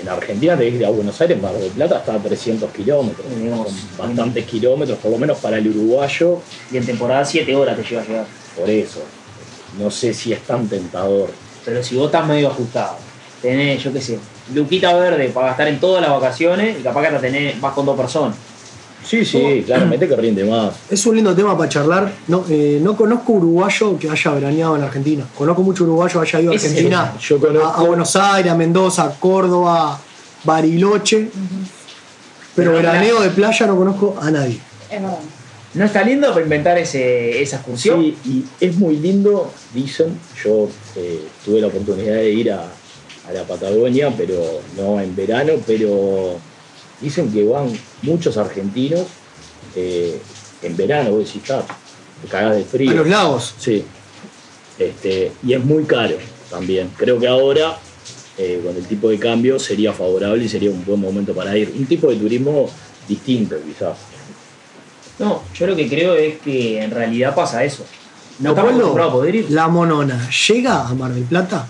en Argentina, tenés que ir a Buenos Aires, Mar del Plata está a 300 kilómetros. Mm. Eh, digamos, Son bastantes kilómetros, por lo menos para el uruguayo, Y en temporada siete horas te lleva a llegar. por eso. No sé si es tan tentador. Pero si vos estás medio ajustado, tenés, yo qué sé, Luquita verde para gastar en todas las vacaciones y capaz que hasta tenés, vas con dos personas. Sí, sí, claro, mete que rinde más. Es un lindo tema para charlar. No, eh, no conozco uruguayo que haya veraneado en Argentina. Conozco mucho uruguayo que haya ido a Ese es Argentina. Yo conozco- a, a Buenos Aires, a Mendoza, a Córdoba, Bariloche. Pero Pero veraneo de playa no conozco a nadie. Es verdad. ¿No está lindo para inventar ese, esa excursión? Sí, y es muy lindo, dicen. Yo eh, tuve la oportunidad de ir a, a la Patagonia, pero no en verano, pero dicen que van muchos argentinos eh, en verano, vos decís, "Ah, te cagás de frío. A los lagos. Sí. Este, y es muy caro también. Creo que ahora, eh, con el tipo de cambio, sería favorable y sería un buen momento para ir. Un tipo de turismo distinto, quizás. No, yo lo que creo es que en realidad pasa eso. No estamos Abuelo, acostumbrados a poder ir. La monona llega a Mar del Plata.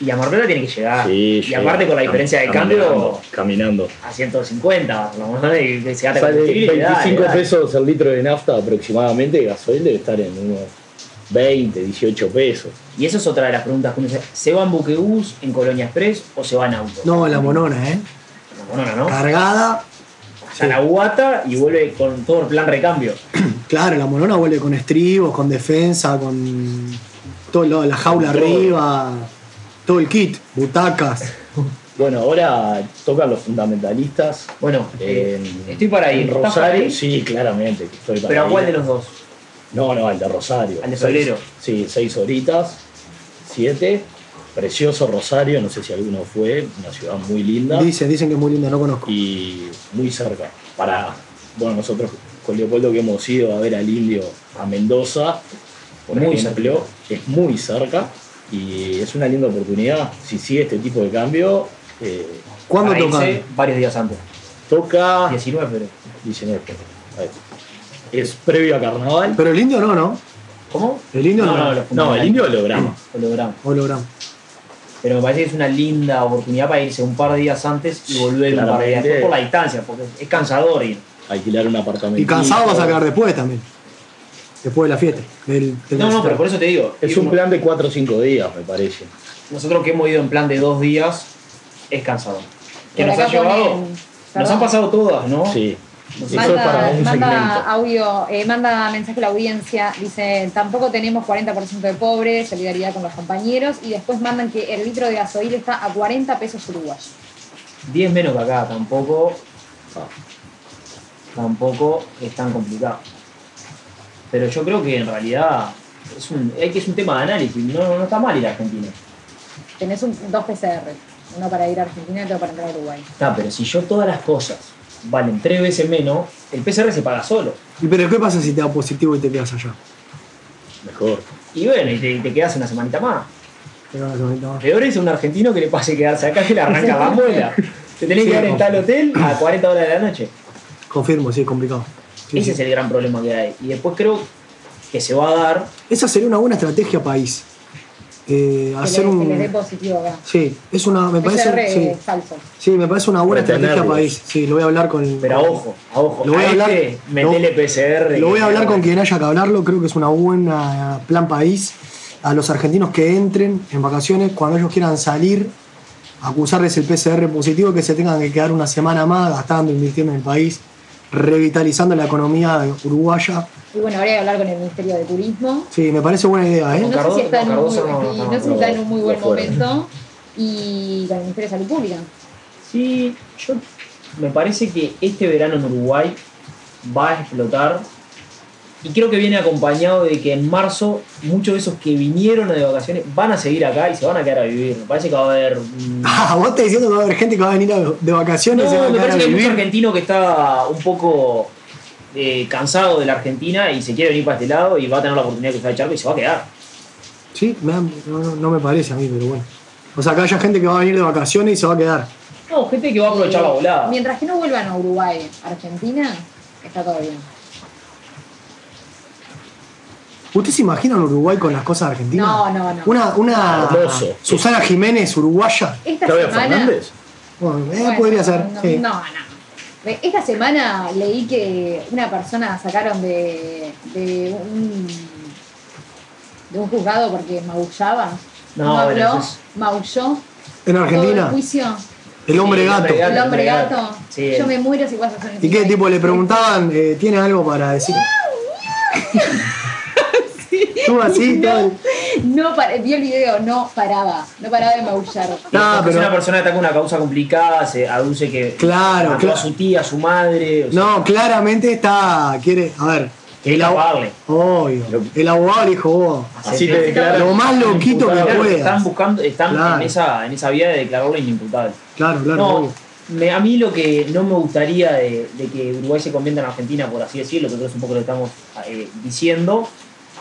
Y a Marbella tiene que llegar. Sí, Ah, y llega. aparte con la diferencia de Caminando, cambio Caminando. a 150, por lo menos, y que se gasta Sale combustible y le da, le 25 da. pesos el litro de nafta aproximadamente, de gasoil debe estar en unos 20, 18 pesos. Y eso es otra de las preguntas que uno se ¿Se va en buquebús, en Colonia Express o se va en auto? No, la monona, ¿eh? La monona, Ah, ¿no? Cargada. Hasta la guata y vuelve con todo el plan recambio. Claro, la monona vuelve con estribos, con defensa, con todo lo- la jaula Todo. arriba, todo el kit, butacas. Bueno, ahora tocan los fundamentalistas. Bueno, eh, En- estoy para ir. en ¿Estás Rosario, para ir? sí, claramente. que Estoy para pero ¿a ir. cuál de los dos? No, no, al de Rosario. Al de Seis- Solero. Sí, seis horitas, siete. Precioso Rosario, no sé si alguno fue, una ciudad muy linda Dicen, dicen que es muy linda, no conozco. y muy cerca. Para, bueno, nosotros con Leopoldo que hemos ido a ver al indio a Mendoza, por Muy ejemplo, es muy cerca y es una linda oportunidad. Si sigue este tipo de cambio, eh, ¿Cuándo Para irse tocan? Varios días antes. Ah, toca 19 de febrero. 19. Ahí. Es previo a carnaval. Pero el indio no, ¿no? ¿Cómo? El indio no. los No, el fundamentales. indio lo logramos. Lo logramos. O logramos. Pero me parece que es una linda oportunidad para irse un par de días antes y volver un par de días Claramente. después por la distancia, porque es cansador ir. Alquilar un apartamento. Y cansado vas a quedar después también. Después de la fiesta. del- del No, no, recital. pero por eso te digo. Es digo, un plan de 4 o 5 días, me parece. Nosotros que hemos ido en plan de dos días, es cansador. Que Por nos acá han llevado. ponen- Nos perdón. han pasado todas, ¿no? Sí. No sé. Eso es para Manda, un segmento. manda audio, eh, manda mensaje a la audiencia, dice, tampoco tenemos 40% de pobres, solidaridad con los compañeros, y después mandan que el litro de gasoil está a 40 pesos uruguayos. 10 menos que acá, tampoco. Ah. Tampoco es tan complicado. Pero yo creo que en realidad es un, es que es un tema de análisis. No, no está mal ir a Argentina. Tenés un, dos PCR, uno para ir a Argentina y otro para entrar a Uruguay. Está, pero si yo todas las cosas valen tres veces menos, el PCR se paga solo. ¿Y pero qué pasa si te da positivo y te quedas allá? Mejor. Y bueno, y te, y te quedas una semanita más. Te quedas una semanita más. Peor es a un argentino que le pase quedarse acá que le arranca la muela. Te tenés que Sí, quedar en no. tal hotel a 40 horas de la noche. Confirmo, sí, es complicado. Sí, Ese sí. es el gran problema que hay. Y después creo que se va a dar Esa sería una buena estrategia país. Eh, Que hacer le- que un. les dé positivo acá. Sí, es una. Me parece. PCR sí. falso. Sí, me parece una buena Retenerlos. estrategia país. Sí, lo voy a hablar con. Pero a ojo, a ojo. Lo voy a a hablar- este, lo- metele PCR. Lo voy a hablar con que quien haya que hablarlo. Creo que es una buena plan país. A los argentinos que entren en vacaciones, cuando ellos quieran salir, acusarles el PCR positivo, que se tengan que quedar una semana más gastando, invirtiendo en el país, revitalizando la economía uruguaya. Y bueno, habría que hablar con el Ministerio de Turismo. Sí, me parece buena idea, No ¿eh? Cardoso- sé si está en un muy, Cardoso no, sí, no, no sé si no, está en un muy buen no fuera. momento. Y con el Ministerio de Salud Pública. Sí, yo me parece que este verano en Uruguay va a explotar. Y creo que viene acompañado de que en marzo muchos de esos que vinieron de vacaciones van a seguir acá y se van a quedar a vivir. Me parece que va a haber. un- Ah, vos estás diciendo que va a haber gente que va a venir a- de vacaciones y se va No, a me quedar a parece que hay mucho vivir. argentino que está un poco eh, cansado de la Argentina y se quiere venir para este lado y va a tener la oportunidad que está de Charco y se va a quedar. Sí, me da- no, no- no me parece a mí, pero bueno. O sea, que haya gente que va a venir de vacaciones y se va a quedar. No, gente que va a aprovechar la volada. Eh, Mientras que no vuelvan a Uruguay, Argentina, está todo bien. ¿Ustedes se imaginan Uruguay con las cosas argentinas? No, no, no. Una, una Hermoso. Susana Jiménez, uruguaya. Esta ¿Claudia semana, Fernández? Bueno, eh, Bueno, podría ser. No, sí. no, no. Ve, Esta semana leí que una persona sacaron de, de un de un juzgado porque maullaba. No, habló, bueno, eso maulló. En Todo el Argentina. juicio. El hombre Sí, gato. el El hombre gato. Sí. Yo me muero si vas a hacer ¿Y qué tipo? Le preguntaban, eh, ¿tiene algo para decir? Tú así, No, tal. no para- vi el video, no paraba. No paraba de maullar. Y No, porque Ah, pero- Si una persona ataca una causa complicada, se aduce que Claro, mató claro. a su tía, a su madre. o sea, No, claramente está. Quiere. A ver. Quiere abo- taparle. Obvio. El abogado le dijo vos. Así te declara- Lo más loquito que claro, pueda. están buscando, están Claro. en, esa, en esa vía de declararlo inimputable. Claro, claro. No, obvio. me- a mí lo que no me gustaría de, de que Uruguay se convierta en Argentina, por así decirlo, que creo que es un poco lo que estamos eh, diciendo,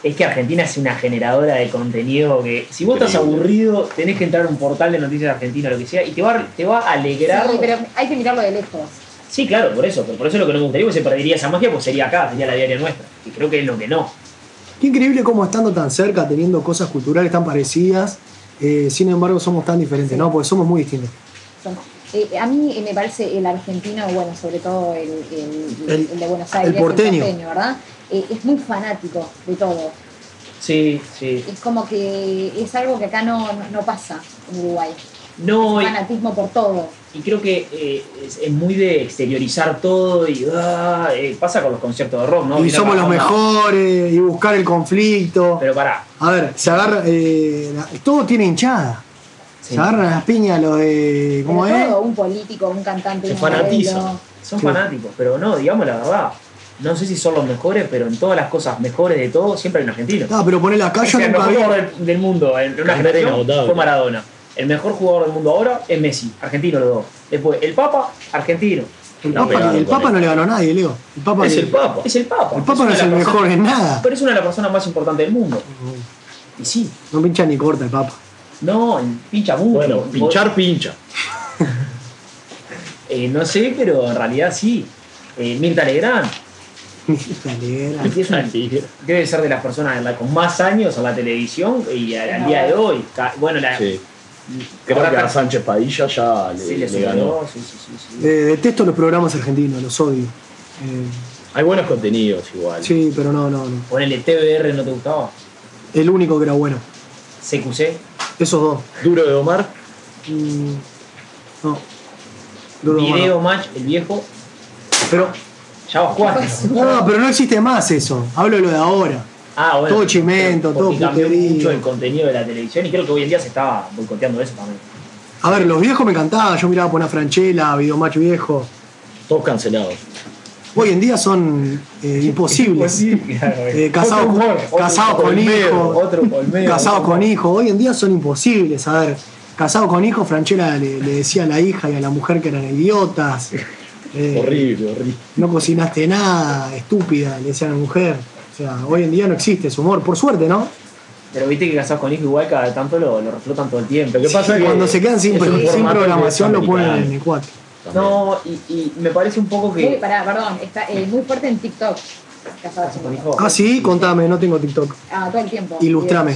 es que Argentina es una generadora de contenido que si vos estás Increíble. aburrido, tenés que entrar a un portal de noticias de Argentina, lo que sea, y te va, a- te va a alegrar. Sí, pero hay que mirarlo de lejos. Sí, claro, por eso. Pero por eso lo que no me gustaría es que se perdería esa magia, pues sería acá, sería la diaria nuestra. Y creo que es lo que no. Qué increíble cómo estando tan cerca, teniendo cosas culturales tan parecidas, eh, sin embargo somos tan diferentes, ¿no? Porque somos muy distintos. Son- eh, a mí eh, me parece el argentino, bueno, sobre todo el, el- El- el de Buenos Aires, el porteño. ¿verdad? Eh, es muy fanático de todo. Sí, sí. Es como que es algo que acá no, no, no pasa en Uruguay. No, y- Fanatismo por todo. Y creo que eh, es, es muy de exteriorizar todo y ah, eh, pasa con los conciertos de rock, ¿no? y Viene somos la los onda, mejores, y buscar el conflicto. Pero pará. A ver, se agarra. eh, la- todo tiene hinchada. sí. Se agarran las piñas, los de. ¿Cómo Pero es? todo, un político, un cantante, Se un modelo. fanatiza. Son fanáticos, pero no, digamos la verdad. No sé si son los mejores, pero en todas las cosas mejores de todo siempre hay un argentino. Ah, pero poner la O calle sea, el nunca mejor vi. jugador del, del mundo en una Cantera generación inagotable. fue Maradona. El mejor jugador del mundo ahora es Messi, argentino los dos. Después, el Papa, argentino. El No, Papa, pegado el con Papa él. no le ganó a nadie, Leo. El Papa, Es le- el Papa. Es el Papa. el Papa no una es de el las mejor personas- en nada. Pero es una de las personas más importantes del mundo. Y sí, No pincha ni corta el Papa. no, pincha mucho. Bueno, Vos- pinchar, pincha. Eh, no sé, pero en realidad sí. Eh, Mirta Legrand La negra. es un- debe ser de las personas en la- con más años en la televisión y al, al día de hoy. Ca- Bueno, la, Sí. Creo ahora que a Car- Sánchez Padilla ya le, sí, le le superó, ganó. sí, sí, sí, sí. Eh, detesto los programas argentinos, los odio. Eh, Hay buenos contenidos igual. sí, pero no, no, no. Ponele TBR, ¿no te gustaba? El único que era bueno. CQC. Esos dos. Duro de Omar. Mm, no. Duro de Video Match, el viejo. mano. Pero, Ya vos jugaste. no, pero no existe más eso. Hablo de lo de ahora. Ah, bueno. Todo chimento, porque todo cambió puterío. mucho el contenido de la televisión y creo que hoy en día se está boicoteando eso también. A ver, los viejos me encantaban. Yo miraba por una franchela, videomacho viejo. Todos cancelados. Hoy en día son eh, imposibles. Eh, casados Otro con, humor, otro casados con Olmedo, hijos. otro Olmedo, Casados otro con hijos. Hoy en día son imposibles. A ver, casados con hijos, Franchella le, le decía a la hija y a la mujer que eran idiotas. Eh, Horrible, horrible. No cocinaste nada, estúpida, le decían a la mujer. O sea, hoy en día no existe ese humor. Por suerte, ¿no? Pero viste que casados con hijo igual cada tanto lo, lo reflotan todo el tiempo. Lo que pasa es que Cuando se quedan sin, es un sin formato programación lo ponen norteamericano en el 4. también. No, y, y me parece un poco Eh, que. pará, perdón, está eh, muy fuerte en TikTok. Casado con con hijos. hijo. Ah, sí, contame, no tengo TikTok. Ah, todo el tiempo. Ilustrame.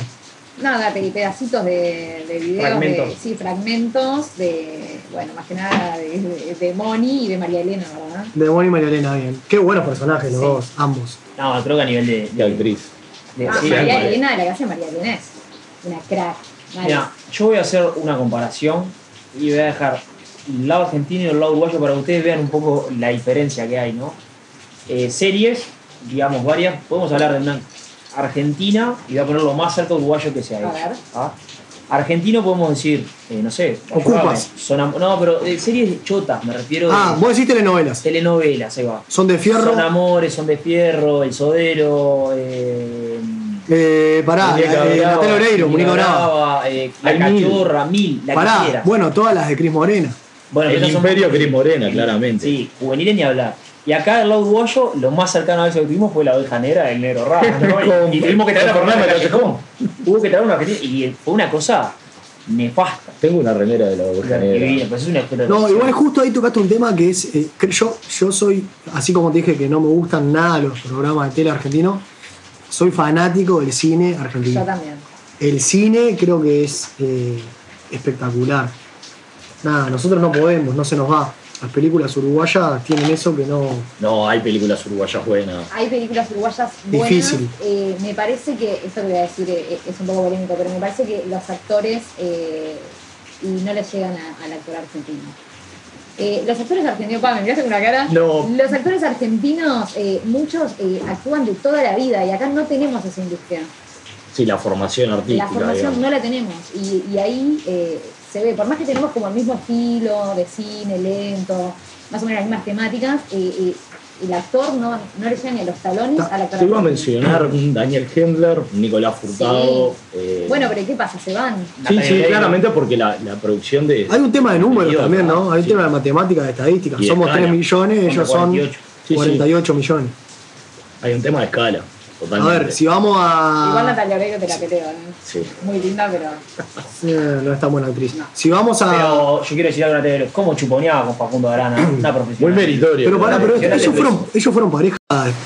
Nada, pe- pedacitos de, de videos. Fragmentos. De, sí, fragmentos de, bueno, más que nada de, de, de Moni y de María Elena, ¿verdad? De Bonnie y María Elena, bien. Qué buenos personajes los Sí. dos, ambos. No, creo que a nivel de. Ah, Y actriz. de- Ah, sí, María de- Elena, la que hace María Elena es una crack. mal. Mira, yo voy a hacer una comparación y voy a dejar el lado argentino y el lado uruguayo para que ustedes vean un poco la diferencia que hay, ¿no? Eh, series, digamos varias, podemos hablar de una Argentina y voy a poner lo más cerca uruguayo que sea. ¿ah? A ver. Argentino podemos decir, eh, no sé, Ocupas. Sonam- no, pero eh, series chotas, me refiero Ah, a vos decís telenovelas. telenovelas, ahí va. Son de fierro. Son amores, son de fierro, el sodero, eh, Eh, pará, Muñeca eh, Brava, Natalia Oreiro, Muñeca Brava. Brava, eh, la Hay mil. cachorra, mil, la que Pará, quieras. bueno, todas las de Cris Morena. Bueno, El esas son- imperio Cris Morena, claramente. Sí, juveniles ni hablar. Y acá del lado uruguayo, lo más cercano a eso que tuvimos fue la oveja negra del negro raro. ¿no? Con- y, y tuvimos que traer con una Fernanda persona Callejón. Hubo que traer una argentina y fue una cosa nefasta. Tengo una remera de la Boca Y bien, Negra. pero pues es una- pero- No, igual justo ahí tocaste un tema que es. eh, cre- yo, yo soy, así como te dije que no me gustan nada los programas de tele argentino, soy fanático del cine Yo argentino. también. El cine creo que es eh, espectacular. Nada, nosotros no podemos, no se nos va. Las películas uruguayas tienen eso que no. No, hay películas uruguayas buenas. Hay películas uruguayas buenas. Difícil. Eh, me parece que, esto que voy a decir eh, es un poco polémico, pero me parece que los actores eh, y no le llegan a- al actor argentino. Eh, los actores argentinos, pa, me miraste con una cara. No. Los actores argentinos, eh, muchos eh, actúan de toda la vida y acá no tenemos esa industria. Sí, la formación artística. la formación digamos. no la tenemos. Y, y ahí eh, se ve, por más que tenemos como el mismo estilo de cine, lento, más o menos las mismas temáticas, eh, eh, el actor no, no le llega ni a los talones al actor. Te iba argentino. a mencionar un Daniel Hendler, un Nicolás Furtado. eh, Bueno, pero ¿qué pasa? Se van. sí, sí, Natalia claramente porque la, la producción de. Hay un tema de números Idiota, también, ¿no? Hay un sí. tema de matemáticas, de estadísticas. Y de Somos escala. 3 millones, Contra ellos son 48. Sí, sí. 48 millones. Hay un tema de escala. A Totalmente. ver, si vamos Ah. Igual a. Natalia Oreiro te la peleo, ¿no? Sí. Muy linda, pero. Eh, no es tan buena actriz. No. Si vamos a. Pero, Pero yo quiero decir algo a Natalia Oreiro. ¿Cómo chuponeaba con Facundo Arana? Una Muy profesional. meritorio. pará, pero Nacional ellos de fueron, ellos fueron pareja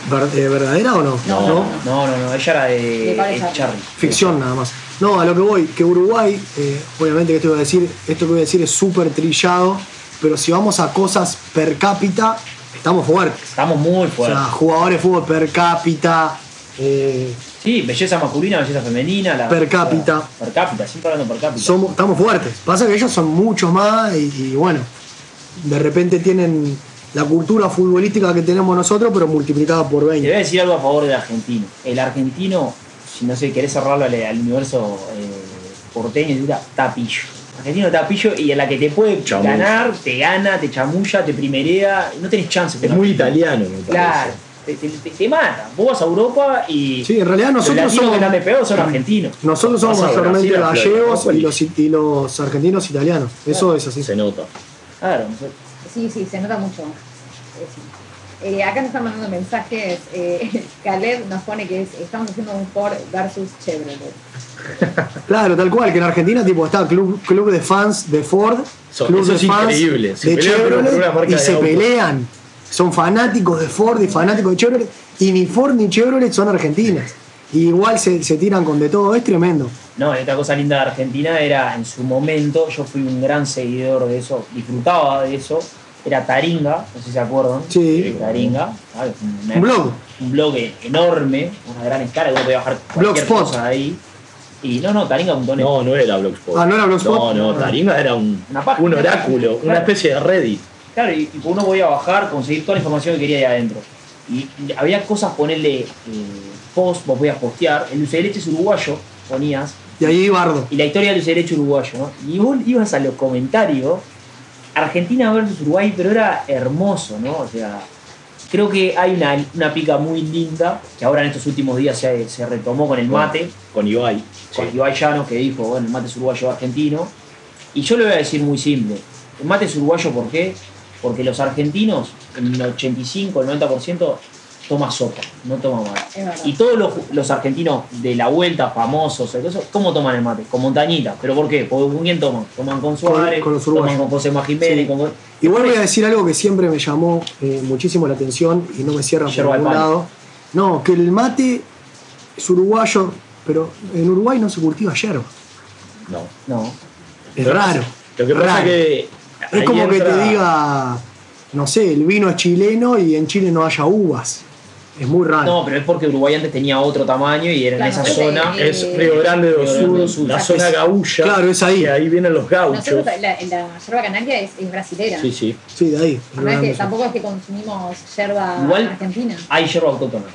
ver- eh, verdadera o no? No, no, no, no, no, ella era de, De Paris de Charlie. Ficción nada más. No, a lo que voy, que Uruguay, eh, obviamente que esto, iba a decir, esto que voy a decir es súper trillado, pero si vamos a cosas per cápita, estamos fuertes. Estamos muy O fuertes. sea, jugadores de fútbol per cápita, eh, sí, belleza masculina, belleza femenina. La, Per cápita. per cápita, siempre hablando per cápita. somos, estamos fuertes. Pasa que ellos son muchos más y, y bueno, de repente tienen la cultura futbolística que tenemos nosotros, pero multiplicada por Y le voy 20. a decir algo a favor del argentino. El argentino, si no sé, querés cerrarlo al, al universo eh, porteño, dura tapillo. Argentino tapillo y a la que te puede Chamuyo. ganar, te gana, te chamulla, te primerea. No tenés chance. con Es muy Argentina. italiano, me parece. Claro. Te, te- te- te mata. Vos vas a Europa y Sí, en realidad los nosotros latinos somos, que están de peor son argentinos. nosotros somos Vas a mayormente Brasil, a Florida, gallegos Nápoles. y los, y los argentinos italianos. Eso es así. Se nota. Claro, nosotros- Sí, sí, se nota mucho. Eso. Eh, acá nos están mandando mensajes. Eh, Caleb nos pone que es, estamos haciendo un Ford versus Chevrolet. Claro, tal cual, que en Argentina tipo está club, club de fans de Ford, Eso- club eso de es increíble. Se de pelean, pero por una Chevrolet marca y de se auto. pelean. Son fanáticos de Ford y fanáticos de Chevrolet y ni Ford ni Chevrolet son argentinas. Y igual se, se tiran con de todo, es tremendo. No, y otra cosa linda de Argentina era en su momento, yo fui un gran seguidor de eso, disfrutaba de eso, era Taringa, no sé si se acuerdan. Sí. Taringa, ¿sabes? Una- Un blog. Un blog enorme, una gran escala, que uno podía bajar cualquier Blogspot. cosa de ahí. Y no, no, Taringa.net. No, no era Blogspot. Ah, ¿no era Blogspot? No, no, Taringa era un, Una página. un oráculo, una especie de Reddit. Claro, y, y uno podía bajar, conseguir toda la información que quería de adentro. Y, y había cosas, ponerle eh, post, vos podías postear, el dulce de leche es uruguayo, ponías, Y ahí Bardo. y la historia del derecho uruguayo. ¿no? Y vos ibas a los comentarios, Argentina versus Uruguay, pero era hermoso, ¿no? O sea, creo que hay una, una pica muy linda, que ahora en estos últimos días se, se retomó con el mate, Con Ibai. con Ibai Llanos, que dijo, bueno, el mate es uruguayo argentino. Y yo lo voy a decir muy simple, el mate es uruguayo, ¿por qué? Porque los argentinos, en el 85, el 90%, toma sopa, no toma mate. Es verdad. Y todos los, los argentinos de la vuelta, famosos, y todo eso, ¿cómo toman el mate? Con montañita. ¿Pero por qué? Porque ¿Con quién toman? Toman con Suárez, con los toman uruguayos. con José Más Jiménez, Sí. con- Igual voy a decir algo que siempre me llamó eh, muchísimo la atención y no me cierra por Yerba al ningún palo. lado. No, que el mate es uruguayo, pero en Uruguay no se cultiva yerba. No. No. Es raro. Lo que pasa raro. que. Es ahí como que entra- te diga, no sé, el vino es chileno y en Chile no haya uvas. Es No, muy raro. pero es porque Uruguay antes tenía otro tamaño y era en Claro, esa ese- zona. Es eh, Río Grande Río Grande do do Sur, Sul. la zona gaulla. Claro, es ahí. que ahí vienen los gauchos. Nosotros, la, la yerba canaria es, es brasilera. Sí, sí. Sí, de ahí. No es que tampoco es que consumimos yerba Igual- argentina. Hay yerba autóctona.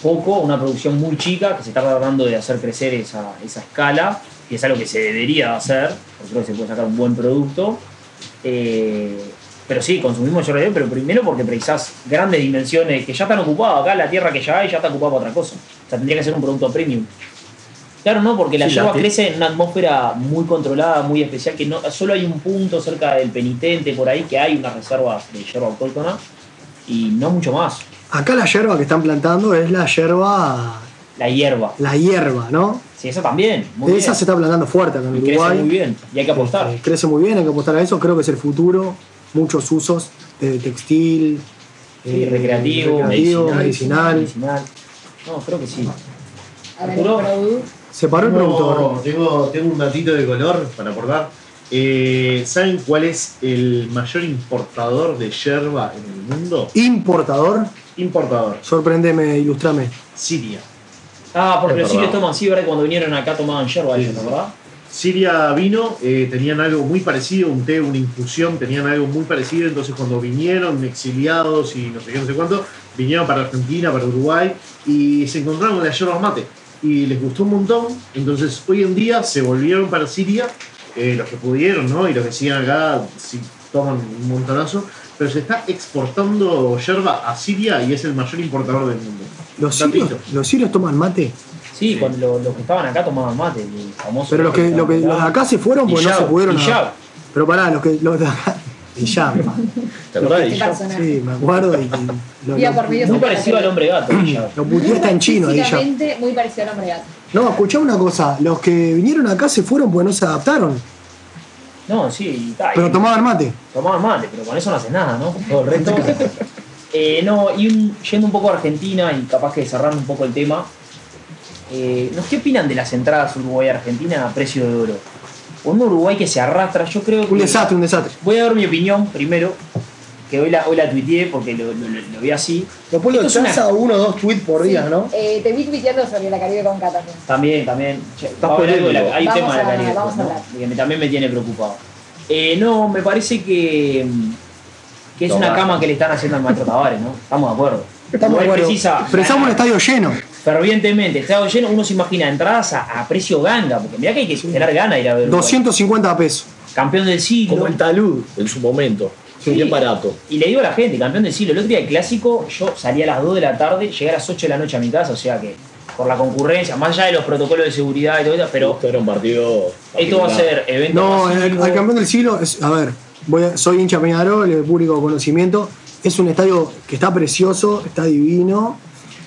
Poco, una producción muy chica que se está tratando de hacer crecer esa, esa escala, que es algo que se debería hacer, porque creo que se puede sacar un buen producto. Eh, pero sí, consumimos yerba, pero primero porque precisás grandes dimensiones que ya están ocupadas acá, la tierra que ya hay ya está ocupada por otra cosa. O sea, tendría que ser un producto premium. Claro, no, porque la Sí, la yerba ti- crece en una atmósfera muy controlada, muy especial, que no, solo hay un punto cerca del penitente por ahí que hay unas reservas de yerba autóctona y no mucho más. Acá la yerba que están plantando es la yerba, La hierba. la hierba, ¿no? Sí, esa también. Muy de bien. esa se está plantando fuerte acá en Y Uruguay. crece muy bien. Y hay que apostar. Eh, crece muy bien, hay que apostar a eso. Creo que es el futuro. Muchos usos de textil, Sí, eh, recreativo, recreativo, medicinal. Medicinal. No, creo que sí. A ver, el Arturo. produ- Se paró el productor. Tengo, tengo un datito de color para acordar. Eh, ¿Saben cuál es el mayor importador de yerba en el mundo? Importador, Importador, sorprendeme, ilustrame. Siria. Ah, porque Es los sirios verdad. toman sí, ¿verdad? Cuando vinieron acá tomaban yerba ellos, ¿no? ¿verdad? Siria vino, eh, tenían algo muy parecido, un té, una infusión, tenían algo muy parecido, entonces cuando vinieron exiliados y no sé qué, no sé cuánto, vinieron para Argentina, para Uruguay, y se encontraron con las yerba mate, y les gustó un montón, entonces hoy en día se volvieron para Siria, eh, los que pudieron, ¿no? Y los que siguen acá, sí, toman un montonazo, pero se está exportando yerba a Siria y es el mayor importador del mundo. Los Ratito. sirios, los sirios toman mate, Sí, cuando lo- los que estaban acá tomaban mate, el famoso. pero los que, lo que- los de acá se fueron porque no se pudieron. Y adaptar. Pero pará, los que los de acá. Y ya, pa. ¿Te acordás? Este Y yo- personaje. sí, me acuerdo y. y lo, Día lo- por medio Muy se parecido al trata hombre gato, Villab. lo puteó hasta en chino, y ya. Físicamente, muy parecido al hombre gato. No, escuchá una cosa, los que vinieron acá se fueron porque no se adaptaron, No, sí, y tal. pero tomaban mate. Tomabas mate, pero con eso no haces nada, ¿no? Todo el resto. Eh, no, y un- yendo un poco a Argentina y capaz que cerrando un poco el tema, eh, ¿no? ¿qué opinan de las entradas Uruguay-Argentina a precio de oro? Un Uruguay que se arrastra, yo creo que. Un desastre, un desastre. Voy a dar mi opinión primero, que hoy la, hoy la tuiteé porque lo, lo- lo- lo vi así. Lo puedo Esto es una- a uno o dos tweets por día, Sí. ¿no? Eh, te vi tuiteando sobre la Caribe con Cata. pues. también. También, también. che, va a haber algo de la- hay un Vamos tema de la a- Caribe, vamos a ¿no? hablar. que me- también me tiene preocupado. Eh, no, me parece que, mm, que es una Tomá. cama que le están haciendo al maestro Tavares, ¿no? Estamos de acuerdo. Estamos de Uruguay acuerdo. precisa- ah, Pensamos un estadio lleno. Fervientemente, estado lleno, uno se imagina entradas a, a precio ganga, porque mirá que hay que generar gana ir a ver. Uruguay. 250 pesos. Campeón del Como siglo. el talud en su momento. Sí. Bien barato. Y le digo a la gente, campeón del siglo. El otro día el clásico, yo salí a las 2 de la tarde, llegué a las 8 de la noche a mi casa, o sea que por la concurrencia, más allá de los protocolos de seguridad y todo eso, pero Esto era un partido. esto va a particular. ser evento. No, el- masivo. al campeón del siglo, es- a ver, voy a- soy hincha Peñarol, el público conocimiento. Es un estadio que está precioso, está divino,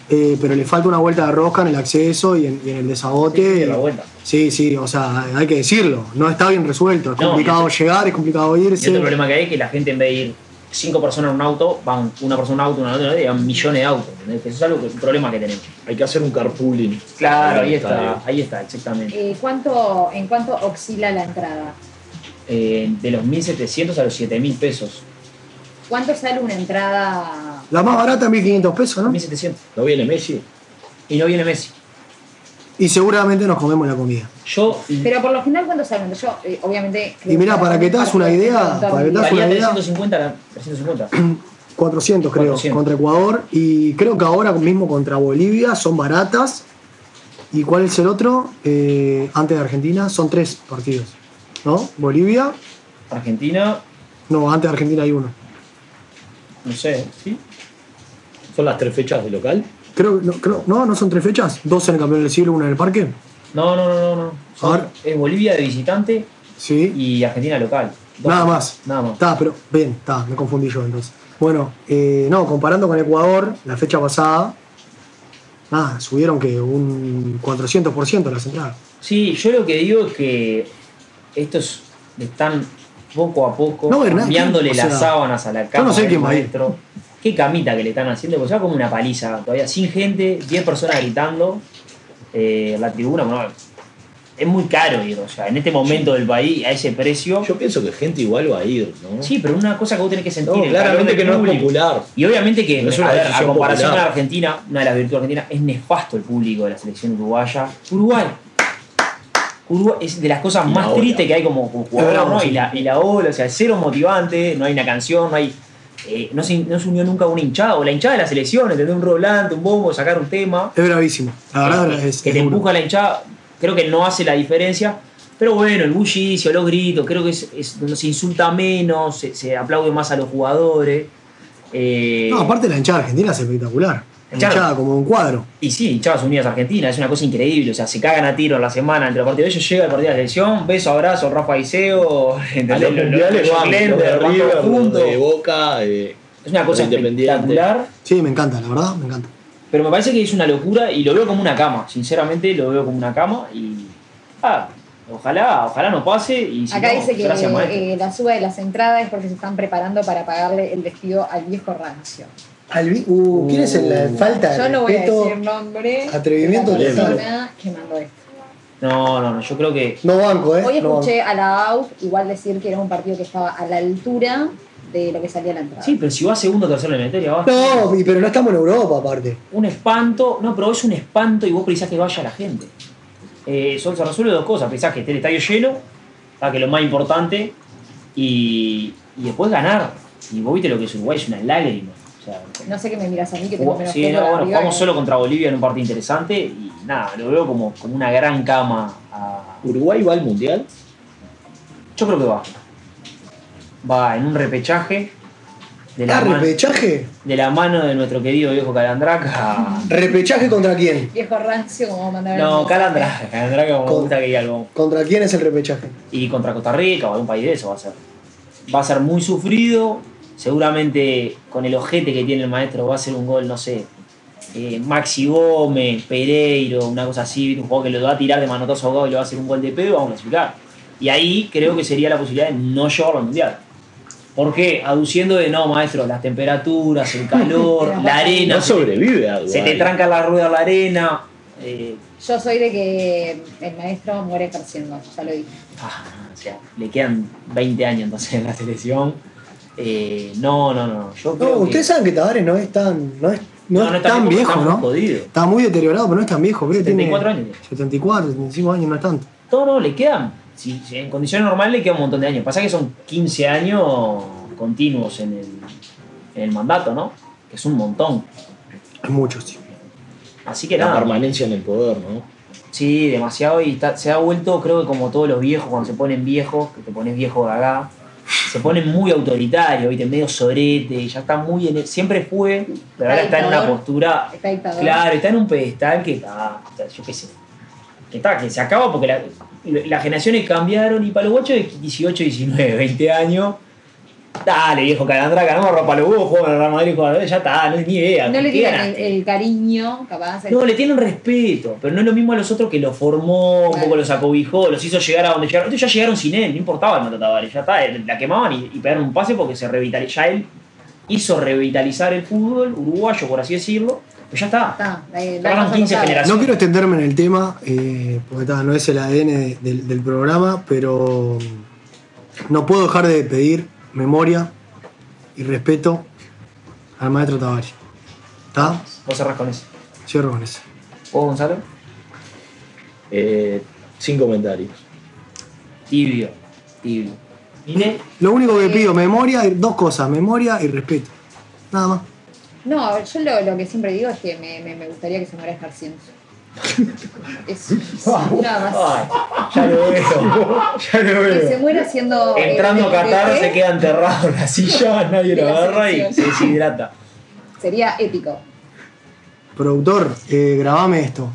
eh, pero le falta una vuelta de rosca en el acceso y en, y en el Sí, desagote. sí, la vuelta. Sí, sí, o sea, hay que decirlo. No está bien resuelto. Es No, complicado y llegar, es complicado Y irse. otro problema que hay es que la gente en vez de ir cinco personas en un auto, van una persona en un auto, una en otro, y van millones de autos. ¿entendés? Que Eso es algo que, un problema que tenemos. Hay que hacer un carpooling. Claro, ahí Ahí está, está. ahí está, exactamente. Eh, ¿cuánto, ¿En cuánto oscila la entrada? Eh, de los 1.700 a los 7.000 pesos. ¿Cuánto sale una entrada? La más barata, 1.500 pesos, ¿no? 1.700. ¿No viene Messi? Y no viene Messi. Y seguramente nos comemos la comida. Yo Pero por lo general, ¿cuánto sale? Yo, eh, obviamente. Y mirá, para que te hagas una idea, para que te hagas- valía una idea. 350 la- 350. 400 creo, 400. contra Ecuador. Y creo que ahora mismo contra Bolivia son baratas. ¿Y cuál es el otro? Eh, antes de Argentina son tres partidos. ¿No? Bolivia. Argentina, No, antes de Argentina hay uno. no sé, ¿sí? Son las tres fechas de local. Creo, no, creo, no, no son tres fechas. Dos en el campeón del siglo, una en el parque. No, no, no, no. no. Son- Ahora- es Bolivia de visitante Sí. y Argentina local. Dos. Nada más. Nada más. Está, pero bien, está, me confundí yo entonces. Bueno, eh, no, comparando con Ecuador, la fecha pasada, nada, subieron que un 400% las entradas. Sí, yo lo que digo es que estos están poco a poco No, Hernán, cambiándole o las sea, sábanas a la cama no sé del quién va a ir. maestro. Qué camita que le están haciendo, porque ya como una paliza todavía, sin gente, 10 personas gritando, eh, la tribuna, bueno, es muy caro ir, o sea, en este momento del país, a ese precio. Yo pienso que gente igual va a ir, ¿no? Sí, pero una cosa que vos tenés que sentir. No, el claramente calor del que no es público. popular. Y obviamente que, No es a, una ver, a decisión comparación popular. a Argentina, una de las virtudes argentinas, es nefasto el público de la selección uruguaya. Uruguay. Uruguay es de las cosas Y la más ola. tristes que hay como como La jugador, ola, ¿no? sí. Y la, y la ola, o sea, cero motivante, no hay una canción, no hay. eh, no, se, no se unió nunca una hinchada, o la hinchada de la selección, entender un rolante, un bombo, sacar un tema. Es bravísimo. La verdad que, es. que es te duro. empuja la hinchada, creo que no hace la diferencia. Pero bueno, el bullicio, los gritos, creo que es, es donde se insulta menos, se, se aplaude más a los jugadores. eh, No, aparte la hinchada argentina es espectacular. La Claro. hinchada como un cuadro. Y sí, hinchadas unidas Argentina, es una cosa increíble. O sea, se cagan a tiro en la semana entre los partidos. Ellos llega el partido de la selección, beso, abrazo, Rafa Iseo, A los mundiales van, los de River, los de Boca, eh, Es una cosa los de Independiente. espectacular, Sí, me encanta, la verdad, me encanta. pero me parece que es una locura y lo veo como una cama. Sinceramente, lo veo como una cama y. Ah, ojalá, ojalá no pase. Y si Acá no, dice que gracias, maestro. eh, la suba de las entradas es porque se están preparando para pagarle el vestido al viejo rancio. Albi- uh, ¿Quién es el, la falta de Yo no voy a respeto? decir nombre. atrevimiento de la total. persona que mandó esto. No, no, no, yo creo que. No banco, ¿eh? No Hoy banco. escuché a la AUF igual decir que era un partido que estaba a la altura de lo que salía a la entrada. Sí, pero si va segundo o tercero en la materia, va. No, y- pero no estamos en Europa, aparte. Un espanto. No, pero es un espanto y vos precisás que vaya la gente. eh, son- se resuelve dos cosas. Pensás que esté el estadio lleno, ah, que es lo más importante, y, y después ganar. Y vos viste lo que es Uruguay, es una lágrima. O sea, No sé qué me miras a mí, que tengo jugó- menos sí, pelo no, que bueno, River. jugamos solo contra Bolivia en un partido interesante y nada, lo veo como, como una gran cama. a- ¿Uruguay va al mundial? Yo creo que va. Va en un repechaje de la, Ah, man- repechaje. de la mano de nuestro querido viejo Calandraca. ¿Repechaje contra quién? Viejo rancio, como mandar No, Calandraca, Calandraca como me Con- gusta que diga algo. ¿Contra quién es el repechaje? y contra Costa Rica o algún país de eso va a ser. Va a ser muy sufrido, seguramente con el ojete que tiene el maestro va a ser un gol, no sé, eh, Maxi Gómez, Pereiro, una cosa así, ¿viste? un juego que lo va a tirar de manotazo ahogado y le va a hacer un gol de pedo y vamos a clasificar. Y ahí creo que sería la posibilidad de no llevarlo al mundial. ¿Por qué? Aduciendo de no, maestro, las temperaturas, el calor, la arena, No sobrevive a Uruguay. se te tranca la rueda en la arena. eh, Yo soy de que el maestro muere ejerciendo, ya lo dije. Ah, o sea, le quedan 20 años entonces en la selección. Eh, no, no, no. Yo No, creo que- ustedes saben que Tavares no es tan, no es, no es tan tampoco viejo, está muy ¿no? jodido. Está muy deteriorado, pero no es tan viejo. creo que tiene 74 años tiene. 74, 75 años, no es tanto. No, no, le quedan. Si, si en condiciones normales le quedan un montón de años. Pasa que son 15 años continuos en el, en el mandato, ¿no? Que es un montón. Es mucho, sí. Así que La nada. permanencia en el poder, ¿no? Sí, demasiado. Y está- se ha vuelto, creo que como todos los viejos, cuando se ponen viejos, que te pones viejo de acá, se ponen muy autoritario, ¿viste? medio sorete, ya está muy en el- Siempre fue, pero ahora está en una Dictador. postura. Está dictador. Claro, está en un pedestal que está, está- yo qué sé, que está, que se acaba porque la- las generaciones cambiaron y para los guachos de 18, 19, 20 años. Dale, viejo calandraca, no ropa los huevos, juega en el Real Madrid, juega en el- ya está, no es ni idea. No ¿con le qué tienen el, ganaste? el cariño, capaz. el- No, le tienen respeto, pero no es lo mismo a los otros que los formó, un Claro. poco los acobijó, los hizo llegar a donde llegaron. Estos ya llegaron sin él, no importaba el Mato Tavares, ya está, él- la quemaban y, y pegaron un pase porque se revitalizó. Ya él hizo revitalizar el fútbol uruguayo, por así decirlo, pero ya está. Está, la- la Tardaron cosa 15 no sabe. generaciones. No quiero extenderme en el tema, eh, porque ta, no es el ADN de- del, del programa, pero mm, no puedo dejar de pedir memoria y respeto al maestro Tavares. ¿Está? Vos cerrás con eso. Cierro con eso. ¿Vos, Gonzalo? Eh, sin comentarios. Tibio, tibio. ¿Ine? Lo único que pido, memoria, y- dos cosas, memoria y respeto. Nada más. No, yo lo, lo que siempre digo es que me, me, me gustaría que se muera Escarciendo. es es nada más. Ay, ya lo veo, ya lo Que se veo. muera siendo. eh, Entrando de- Qatar de- se queda enterrado en la silla, nadie De lo la agarra y se selección. deshidrata. Sería épico. Productor, eh, grabame esto.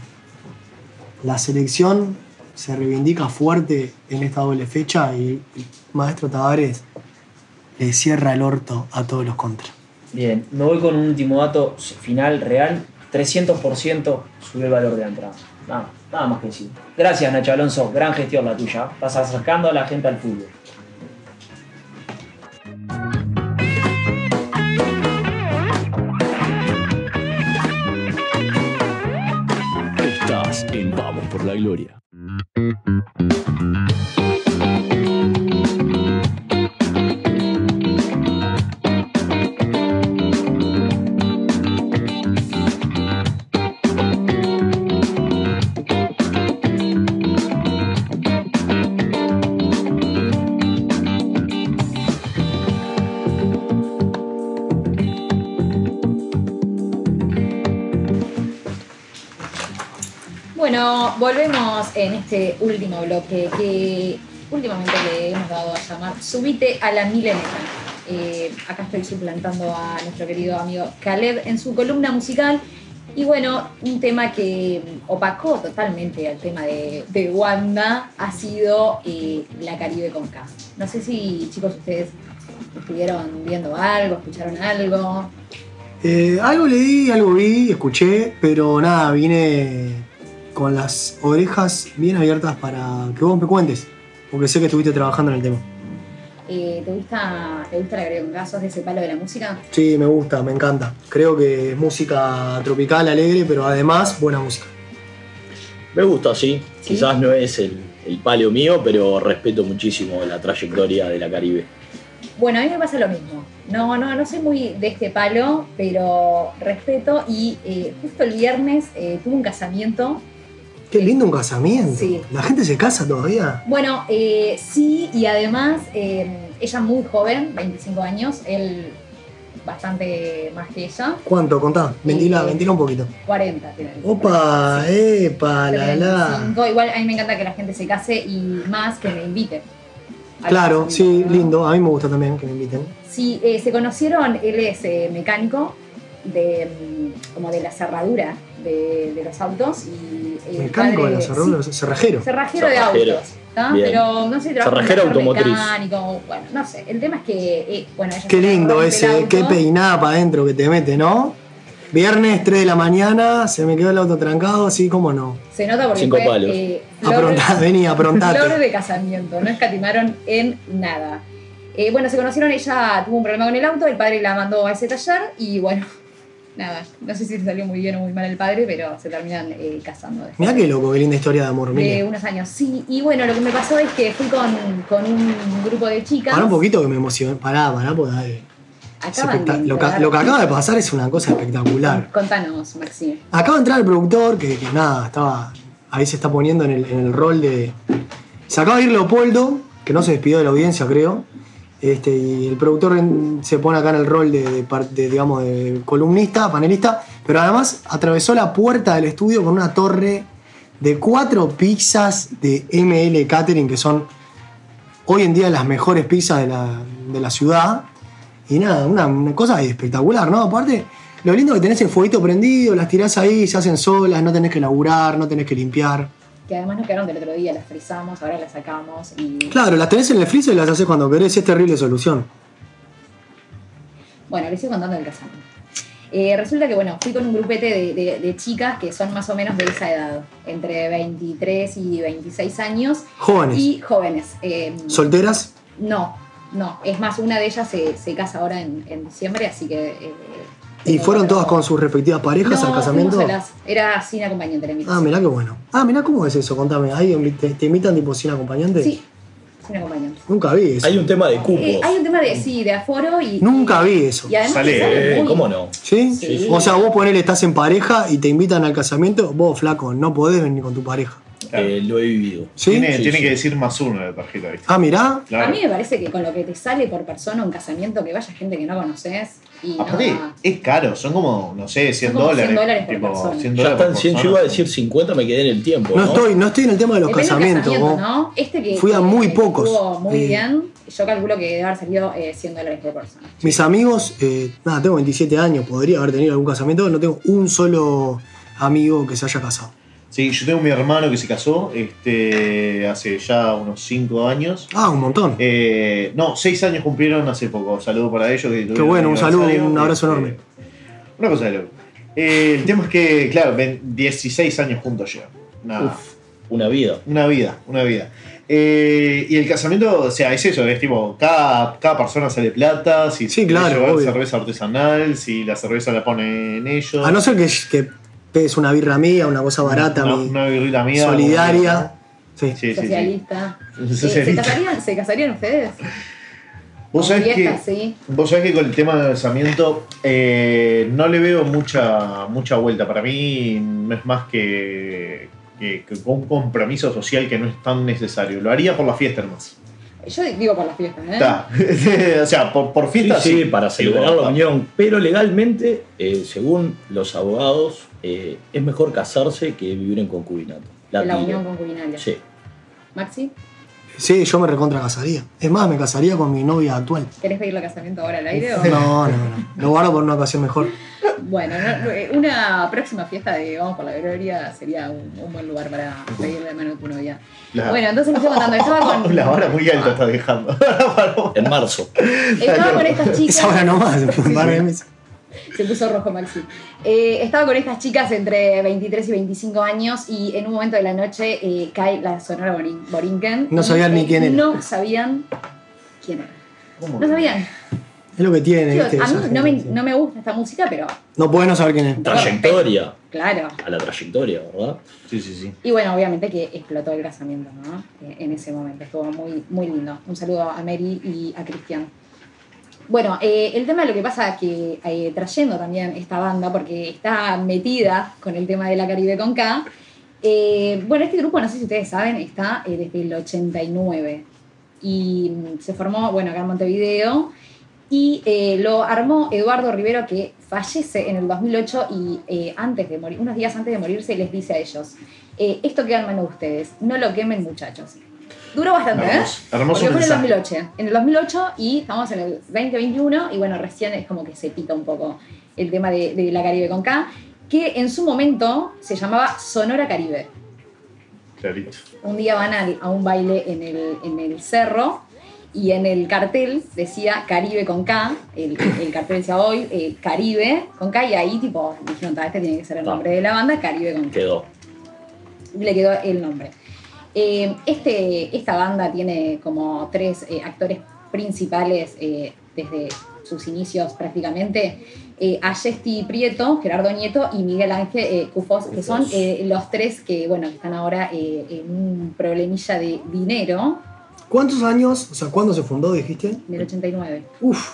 La selección se reivindica fuerte en esta doble fecha y, y Maestro Tavares le cierra el orto a todos los contras. Bien, me voy con un último dato final real. 300% sube el valor de la entrada. Nada, nada más que decir. Gracias, Nacho Alonso. Gran gestión la tuya. Estás acercando a la gente al fútbol. Estás en Vamos por la Gloria. Bueno, volvemos en este último bloque que últimamente le hemos dado a llamar Subite a la Mileneta. Eh, acá estoy suplantando a nuestro querido amigo Caleb en su columna musical. Y bueno, un tema que opacó totalmente al tema de, de Wanda ha sido eh, la Caribe con K. No sé si, chicos, ustedes estuvieron viendo algo, escucharon algo. Eh, algo leí, algo vi, escuché, pero nada, vine con las orejas bien abiertas para que vos me cuentes, porque sé que estuviste trabajando en el tema. Eh, ¿te, gusta, ¿Te gusta la Caribe con K? ¿Sos de ese palo de la música? Sí, me gusta, me encanta. Creo que es música tropical, alegre, pero además buena música. Me gusta, sí. Sí. Quizás no es el, el palio mío, pero respeto muchísimo la trayectoria de la Caribe. Bueno, a mí me pasa lo mismo. No, no, no soy muy de este palo, pero respeto. Y eh, justo el viernes eh, tuve un casamiento Qué lindo un casamiento. Sí. La gente se casa todavía. Bueno, eh, sí, y además eh, ella muy joven, 25 años, él bastante más que ella, ¿Cuánto? Contá. Ventila, Sí. ventila un poquito. 40 tiene. Opa, epa, la la. 35. Igual a mí me encanta que la gente se case y más que me invite. A Claro, los- sí, ¿no? lindo. A mí me gusta también que me inviten. Sí, eh, se conocieron, él es eh, mecánico de mm, como de la cerradura de, de los autos y el Mecánico de padre- la cerradura, cerrajero. sí, cerrajero de Cerrajero. autos. ¿tá? Bien. Pero no sé, trabaja Cerrajero como automotriz. mecánico, bueno, no sé. El tema es que eh, bueno, ella Qué se lindo rompe el ese, auto. qué peinada para adentro que te mete, ¿no? Viernes 3 de la mañana, se me quedó el auto trancado, sí, cómo no. Se nota porque Cinco fue, palos. eh, flor- Aprontá, vení, Flor aprontate. de casamiento, no escatimaron en nada. Eh, bueno, se conocieron, ella tuvo un problema con el auto, el padre la mandó a ese taller y bueno, nada, no sé si le salió muy bien o muy mal el padre, pero se terminan eh, casando. después. Mirá qué loco, qué linda historia de amor, De mire. unos años, sí. Y bueno, lo que me pasó es que fui con, con un grupo de chicas. Pará un poquito que me emocioné. Pará, pará, porque dale. Es Acaban de espectac- lo, que, entrar. lo que acaba de pasar es una cosa espectacular. Contanos, Maxi. Acaba de entrar el productor, que, que nada, estaba. Ahí se está poniendo en el, en el rol de. Se acaba de ir Leopoldo, que no se despidió de la audiencia, creo. Este, y el productor en- se pone acá en el rol de, de par- de, digamos, de columnista, panelista, pero además atravesó la puerta del estudio con una torre de cuatro pizzas de ML Catering, que son hoy en día las mejores pizzas de la, de la ciudad. Y nada, una, una cosa espectacular, ¿no? Aparte, lo lindo que tenés el fueguito prendido, las tirás ahí, se hacen solas, no tenés que laburar, no tenés que limpiar. Que además nos quedaron del otro día, las frizamos, ahora las sacamos y. Claro, las tenés en el freezer y las haces cuando querés, es terrible solución. Bueno, les sigo contando del casamiento. Eh, resulta que, bueno, fui con un grupete de, de- de chicas que son más o menos de esa edad, entre 23 y 26 años, Jóvenes. y jóvenes. Eh, ¿Solteras? no, no. Es más, una de ellas se, se casa ahora en, en diciembre, así que... eh, ¿Y tengo fueron otro- todas con sus respectivas parejas al No, casamiento? fuimos solas. Era sin acompañante la Ah, invitación. mirá qué bueno. Ah, mirá cómo es eso, contame. Ahí invi- te, te invitan tipo sin acompañante? Sí, sin acompañante. Nunca vi eso. Hay un tema de Eh, cupos. hay un tema de, sí, de aforo y... Nunca vi eso. Y además Sale, que sale Eh, muy- ¿Cómo no? ¿Sí? Sí. O sea, vos ponele, estás en pareja y te invitan al casamiento, vos flaco, no podés venir con tu pareja. Claro. Eh, lo he vivido. ¿Sí? tiene Sí, tiene sí. que decir más uno la tarjeta, ¿viste? Ah, mirá. Claro. A mí me parece que con lo que te sale por persona un casamiento, que vaya gente que no conoces y no- Aparte, es caro, son como, no sé, 100 como 100 dólares. dólares por tipo, persona. 100 Ya dólares están por 100, yo persona. iba a decir 50, me quedé en el tiempo. No No, estoy, no estoy en el tema de los Depende del casamientos. casamiento, vos. ¿no? Este que Fui a que- muy que pocos. estuvo muy Eh. bien. Yo calculo que debe haber salido eh, 100 dólares por persona. Mis amigos, eh, nada, tengo 27 años, podría haber tenido algún casamiento, no tengo un solo amigo que se haya casado. Sí, yo tengo mi hermano que se casó este, hace ya unos 5 años. Ah, un montón. Eh, no, 6 años cumplieron hace poco. Saludo para ellos. Que Qué tuvieron bueno, el un saludo, un aniversario. abrazo Este, enorme. Una cosa de loco. Eh, el tema es que, claro, ven- 16 años juntos llevan. Nada. Una vida. Una vida, una vida. Eh, y el casamiento, o sea, es eso, es tipo, cada, cada persona sale plata, si Sí, se claro, llevan obvio. cerveza artesanal, si la cerveza la ponen ellos. A no ser que, que pegues una birra mía, una cosa barata, una, mi- una birrita mía. solidaria. Sí. Sí, sí, sí. Socialista. Eh, ¿se, Socialista. casarían, ¿Se casarían ustedes? Vos Con sabés que. fiestas, sí. Vos sabés que con el tema del lanzamiento eh, no le veo mucha, mucha vuelta. Para mí no es más que, que- que un compromiso social que no es tan necesario. Lo haría por la fiesta, hermano. ¿Eh? Yo digo por las fiestas, ¿eh? Está. o sea, por, por Sí, fiesta sí, para celebrar bueno, la está. unión. Pero legalmente, eh, según los abogados, eh, es mejor casarse que vivir en concubinato. La, La tiro. unión concubinaria. Sí. Maxi, Sí, yo me recontra casaría. Es más, me casaría con mi novia actual. ¿querés pedirle casamiento ahora al aire? o- No, no, no. Lo guardo por una ocasión mejor. Bueno, no- no, eh, una próxima fiesta de Vamos por la Gloria sería un, un buen lugar para pedirle la mano a tu novia. La- Bueno, Ah. entonces me estoy contando, estaba con, La vara muy alta está dejando. En marzo. estaba con estas chicas. Es ahora nomás. un par de meses. Se puso rojo Maxi. Eh, estaba con estas chicas entre 23 y 25 años y en un momento de la noche eh, cae la Sonora Borin- Borinquen. No Y, sabían ni eh, quién era. No sabían quién era. ¿Cómo? No sabían. Es lo que tiene. Digo, ¿viste? a Esa mí no me, gente, sí. no me gusta esta música, pero No podés no saber quién es. Trayectoria. claro. A la trayectoria, ¿verdad? Sí, sí, sí. Y bueno, obviamente que explotó el casamiento, ¿no? Eh, En ese momento, estuvo muy, muy lindo. Un saludo a Mary y a Cristian. Bueno, eh, el tema de lo que pasa es que eh, trayendo también esta banda, porque está metida con el tema de la Caribe con K, Eh, bueno, este grupo, no sé si ustedes saben, está eh, desde el 89 y mm, se formó, bueno, acá en Montevideo y eh, lo armó Eduardo Rivero que fallece en el 2008 y eh, antes de morir, unos días antes de morirse les dice a ellos, eh, esto queda en manos de ustedes, no lo quemen muchachos. Duró bastante, ¿eh? Hermoso, hermoso Porque fue en el mensaje. 2008. En el 2008 y estamos en el 2021 y bueno, recién es como que se pita un poco el tema de, de la Caribe con K, que en su momento se llamaba Sonora Caribe. Clarito. Un día van al- a un baile en el, en el cerro y en el cartel decía Caribe con K, el, el cartel decía hoy eh, Caribe con K y ahí tipo dijeron, "Ta, este tiene que ser el Ta. nombre de la banda, Caribe con K Quedó. le quedó el nombre. Eh, este, esta banda tiene como tres eh, actores principales eh, desde sus inicios prácticamente. Eh, Ayesti Prieto, Gerardo Nieto y Miguel Ángel eh, Cufós, que son Cufós. eh, los tres que bueno que están ahora eh, en un problemilla de dinero ¿Cuántos años? O sea, ¿cuándo se fundó, dijiste? del 89. Uf.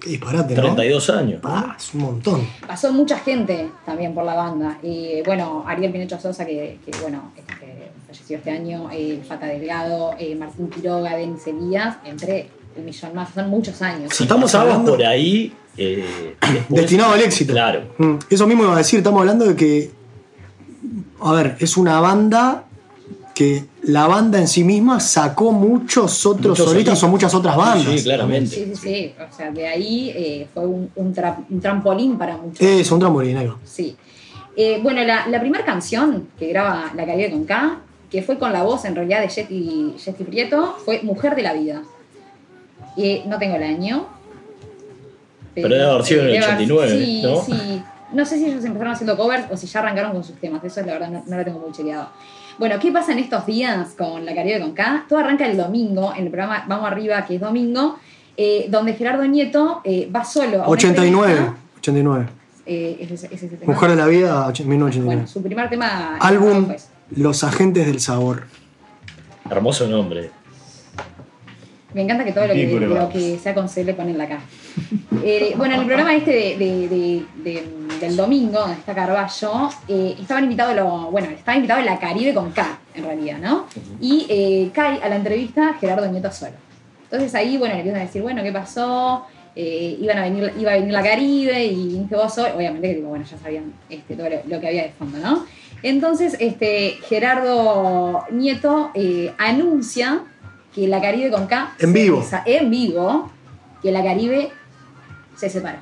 Qué disparate, ¿no? 32 años. Pa, es un montón. pasó mucha gente también por la banda. Y bueno, Ariel Pinocho Sosa, que, que, bueno, este, falleció este año, eh, Fata Delgado, eh, Martín Quiroga, Denis Elías, entre un millón más, son muchos años. Si estamos Estamos hablando hablando- por ahí. eh, después- Destinado al éxito. Claro. Mm, Eso mismo iba a decir, estamos hablando de que. A ver, es una banda que la banda en sí misma sacó muchos otros Muchos solistas solistas. o muchas otras bandas. Sí, claramente. Sí, sí, sí. O sea, de ahí eh, fue un, un tra- un trampolín para muchos. Es un trampolín, ahí va. Sí. Eh, bueno, la, la primera canción que graba La Caribe con K, que fue con la voz en realidad de Jetty, Jetty Prieto, fue Mujer de la Vida. Eh, no tengo el año. Pero debe haber sido en el debe haber- 89, sí, ¿no? Sí, no sé si ellos empezaron haciendo covers o si ya arrancaron con sus temas. Eso la verdad no, no lo tengo muy chequeado. Bueno, ¿qué pasa en estos días con La Caribe con K? Todo arranca el domingo, en el programa Vamos Arriba, que es domingo, eh, donde Gerardo Nieto eh, va solo. a una 89. entrevista. 89. Eh, ese- ese- ese tema. Mujer de la Vida, och- 1989. Bueno, su primer tema. Mm. Álbum pues, Los Agentes del Sabor. Hermoso nombre. me encanta que todo lo que, Ridículo, lo vamos. que sea con C le ponen la K. Eh, bueno, en el programa este de, de- de- de- del domingo, donde está Carballo, eh, estaban invitados, lo, bueno, estaba invitado la Caribe con K, en realidad, ¿no? Y eh, cae a la entrevista Gerardo Nieto solo. Entonces ahí, bueno, le empiezan a decir, bueno, ¿qué pasó? Eh, iban a venir, iba a venir la Caribe y viniste vos solo. Obviamente que, tipo, bueno, ya sabían este, todo lo, lo que había de fondo, ¿no? Entonces, este, Gerardo Nieto eh, anuncia que la Caribe con K... En se- vivo. sa- En vivo, que la Caribe se separa.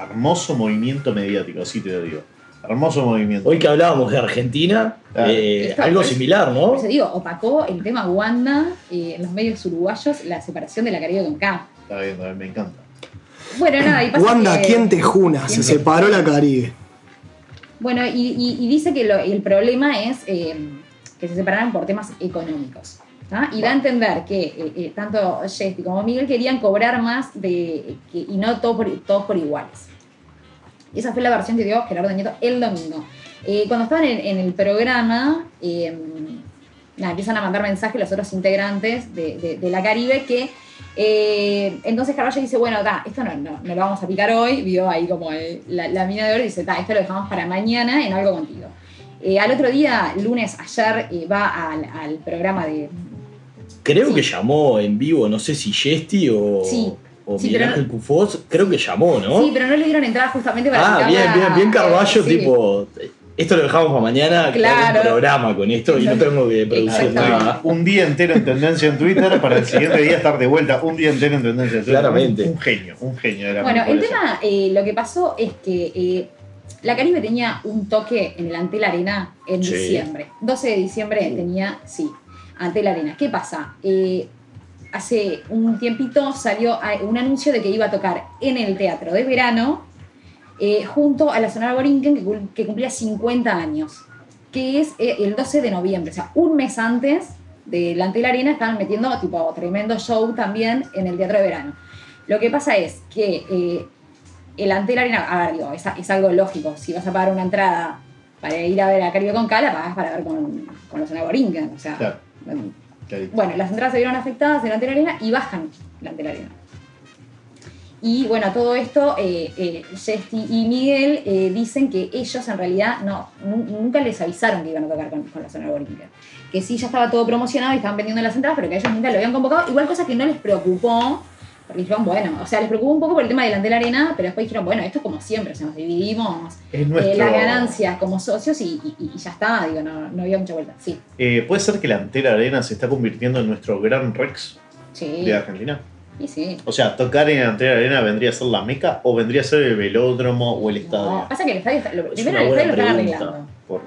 Hermoso movimiento mediático, así te lo digo. Hermoso movimiento. Hoy que hablábamos de Argentina, Claro. eh, Está, algo pues. similar, Por ¿no? eso digo, opacó el tema Wanda eh, en los medios uruguayos, la separación de la Caribe con K. Está bien, está bien, me encanta. Bueno, nada, y pasa Wanda, que- ¿quién te juna? Se ¿Quién te- separó la Caribe. Bueno, y, y- y dice que lo- el problema es eh, que se separaron por temas económicos. ¿tá? Y da a entender que eh, eh, tanto Jesse como Miguel querían cobrar más de, que- y no todo por- todos por iguales. Esa fue la versión que dio Gerardo Nieto el domingo. Eh, cuando estaban en, en el programa, eh, nada, empiezan a mandar mensajes los otros integrantes de, de- de la Caribe que eh, entonces Carvalho dice, bueno, ta, esto no, no, no lo vamos a picar hoy, vio ahí como el- la, la mina de oro y dice, ta, esto lo dejamos para mañana en algo contigo. Eh, al otro día, lunes, ayer, eh, va al, al programa de... Creo Sí. que llamó en vivo, no sé si Yesti o, Sí. o Sí, Miguel pero- Ángel Cufós, creo que llamó, ¿no? Sí, pero no le dieron entrada justamente para ah, picarla. bien, bien, bien Carballo, Sí. tipo, esto lo dejamos para mañana, que hago Claro. un programa con esto y no tengo que producir Exactamente. nada. Un día entero en tendencia en Twitter para el siguiente día estar de vuelta. Un día entero en tendencia en Twitter. Claramente. Un genio, un genio de la Bueno, el manipulación. tema, eh, lo que pasó es que eh, la Caribe tenía un toque en el Ante la Arena en Sí. diciembre. 12 de diciembre tenía, sí, Ante la Arena. ¿Qué pasa? Eh, hace un tiempito salió a- un anuncio de que iba a tocar en el teatro de verano eh, junto a la Sonora Borinquen que, cul- que cumplía 50 años, que es eh, el 12 de noviembre, o sea, un mes antes del Ante la Arena estaban metiendo tipo tremendo show también en el teatro de verano. Lo que pasa es que eh, el ante la arena, a ver, digo, es, es algo lógico. Si vas a pagar una entrada para ir a ver a Caribe con Cala, pagás para ver con, con los Anaborincan. O sea, Claro, mm, clarito. bueno, las entradas se vieron afectadas delante de la arena y bajan delante de la arena. Y bueno, a todo esto, eh, eh, Jesti y Miguel eh, dicen que ellos en realidad no, nu- nunca les avisaron que iban a tocar con, con la zona Borinquen. Que sí, ya estaba todo promocionado y estaban vendiendo las entradas, pero que a ellos nunca lo habían convocado. Igual cosa que no les preocupó, porque dijeron, bueno, o sea, les preocupó un poco por el tema delante de la arena, pero después dijeron, bueno, esto es como siempre, o sea, nos dividimos Es eh, nuestro. las ganancias como socios y, y- y ya está, digo, no, no había mucha vuelta. Sí, Eh, ¿Puede ser que la entera arena se está convirtiendo en nuestro gran Rex sí, de Argentina? y sí. O sea, tocar en la entera arena vendría a ser la meca o vendría a ser el velódromo o el No, estadio. pasa que el estadio, está- lo, Es primero una el buena estadio lo están pregunta, arreglando. por-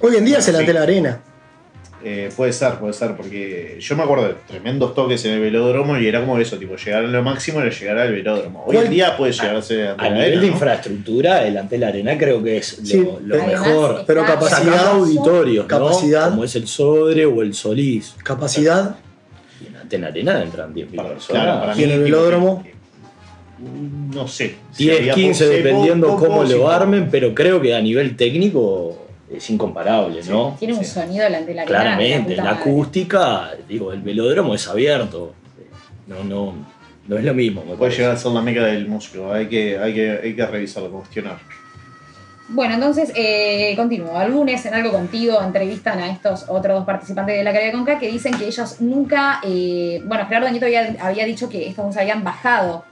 Hoy en día se la Sí. tela arena. Eh, puede ser, puede ser, porque yo me acuerdo de tremendos toques en el velódromo y era como eso, tipo, llegar a lo máximo era llegar al velódromo. Hoy ¿Cuál- en día puede llegar a ser A Antel nivel de Arena, ¿no? infraestructura, el Antel Arena creo que es lo, Ah, Sí, lo además, mejor. Pero Está capacidad, Sacando hermoso. auditorios, ¿no? capacidad. Como es el Sodre o el Solís. Capacidad, Y en Antel Arena entran 10.000 Para- personas. claro, para ¿Y mí, en el tipo, velódromo? que- que- no sé. si 10, había 15, po- si dependiendo po- cómo pocos, si lo po- armen, pero creo que a nivel técnico es incomparable, ¿no? Tiene un Sí. sonido delante de la arena. Claramente, de la puta madre. acústica, digo, el velódromo es abierto. No, no, no es lo mismo. me Puede parece. llegar a ser la meca del músico, hay que, hay que, hay que revisarlo, cuestionar. Bueno, entonces, eh, continúo. Al lunes, en Algo Contigo, entrevistan a estos otros dos participantes de la carrera de Conca que dicen que ellos nunca... eh, bueno, Gerardo Nieto había, había dicho que estos dos habían bajado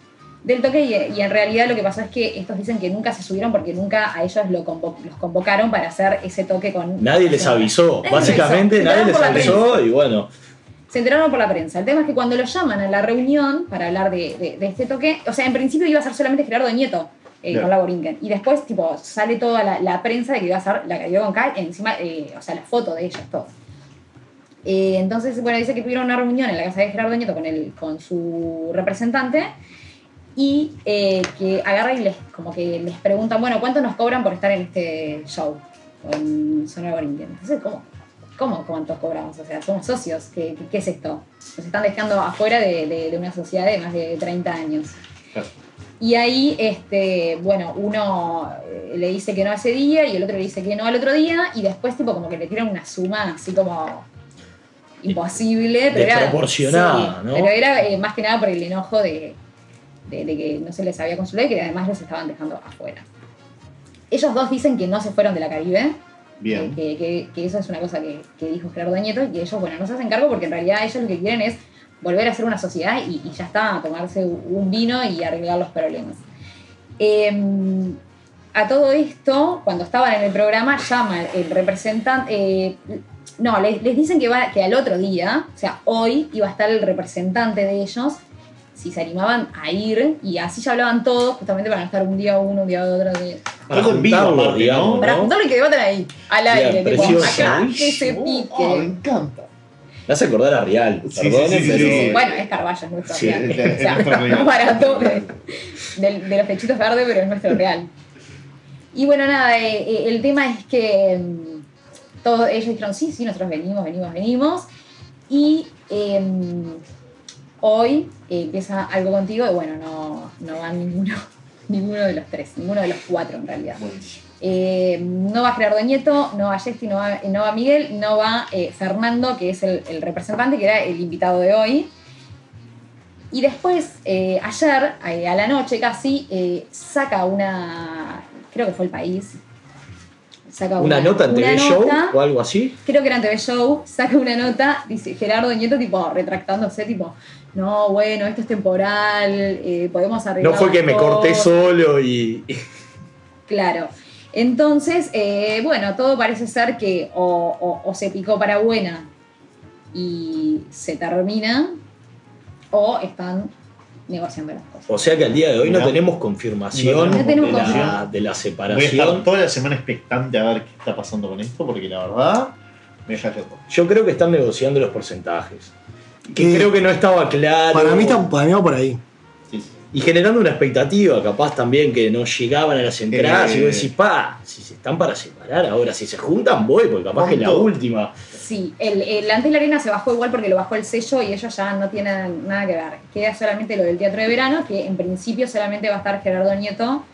del toque y, y en realidad lo que pasó es que estos dicen que nunca se subieron porque nunca a ellos lo convo- los convocaron para hacer ese toque con... Nadie les avisó, Nadie les básicamente avisó. nadie les Entraron por la avisó y bueno, Se enteraron por la prensa. El tema es que cuando lo llaman a la reunión para hablar de, de- de este toque, o sea, en principio iba a ser solamente Gerardo Nieto eh, Claro. con la Borinquen. Y después, tipo, sale toda la, la prensa de que iba a ser la que dio con Kai, encima, eh, o sea, la foto de ellos, todo. Eh, entonces, bueno, dice que tuvieron una reunión en la casa de Gerardo Nieto con, el, con su representante y eh, que agarra y les, como que les preguntan, bueno, ¿cuánto nos cobran por estar en este show? O en Sonora Borinquen. Entonces, ¿cómo? ¿Cómo cuántos cobramos? O sea, somos socios. ¿Qué, qué- qué es esto? Nos están dejando afuera de, de- de una sociedad de más de 30 años. Claro. Y ahí, este, bueno, uno eh, le dice que no ese día y el otro le dice que no al otro día y después tipo como que le tiran una suma así como imposible, pero era Desproporcionada, sí, ¿no? Pero era eh, más que nada por el enojo de, de- de que no se les había consultado y que además los estaban dejando afuera. Ellos dos dicen que no se fueron de la Caribe, Bien. que, que- que eso es una cosa que, que dijo Gerardo Nieto y que ellos, bueno, no se hacen cargo porque en realidad ellos lo que quieren es volver a ser una sociedad y, y ya está, tomarse un vino y arreglar los problemas. Eh, a todo esto, cuando estaban en el programa, llama el representante, eh, no, les, les dicen que, va, que al otro día, o sea, hoy iba a estar el representante de ellos, si se animaban a ir, y así ya hablaban todos, justamente para no estar un día uno, un día otro, otro día. Algo en vivo, juntarlo, aparte, digamos, ¿no? Para ¿no? juntarlo y que debatan ahí, al Bien, aire, tipo, precioso. acá, Uy, que se oh, pique. oh, me encanta. me hace acordar a Real, Sí, perdone, sí, sí, sí, pero sí, sí. Bueno, es Carballo, es nuestro Sí, real. es- es O sea, nuestro real. no para todo, de, de los techitos verdes, pero es nuestro real. Y bueno, nada, eh, eh, el tema es que mm, todos ellos dijeron, sí, sí, nosotros venimos, venimos, venimos. Y em, hoy eh, empieza algo contigo y bueno, no, no va ninguno, ninguno de los tres, ninguno de los cuatro en realidad. Buenísimo. Eh, no va Gerardo Nieto, no va Jesti, no va, no va Miguel, no va eh, Fernando, que es el, el representante, que era el invitado de hoy. Y después, eh, ayer, eh, a la noche casi, eh, saca una, creo que fue el país, saca una nota en una TV Show nota, o algo así. creo que era en TV Show, saca una nota, dice Gerardo Nieto, tipo, retractándose, tipo, no, bueno, esto es temporal, eh, podemos arreglar. No fue que las me corté cosas". solo y, y Claro. Entonces, eh, bueno, todo parece ser que o, o- o se picó para buena y se termina, o están negociando las cosas. O sea que al día de hoy no Mirá. tenemos confirmación No tenemos de, la, confirmación. de la Voy a estar separación. toda la semana expectante a ver qué está pasando con esto, porque la verdad me deja loco. Yo creo que están negociando los porcentajes. Que Que- creo que no estaba claro. Para mí, está, para mí va por ahí. Sí, sí. Y generando una expectativa, capaz también que no llegaban a las entradas. Eh. y vos decís, pa, si se están para separar ahora, si se juntan, voy, porque capaz que es la ¿Cuánto? última. Sí, el, el Ante la Arena se bajó igual porque lo bajó el sello y ellos ya no tienen nada que ver. Queda solamente lo del teatro de verano, que en principio solamente va a estar Gerardo Nieto,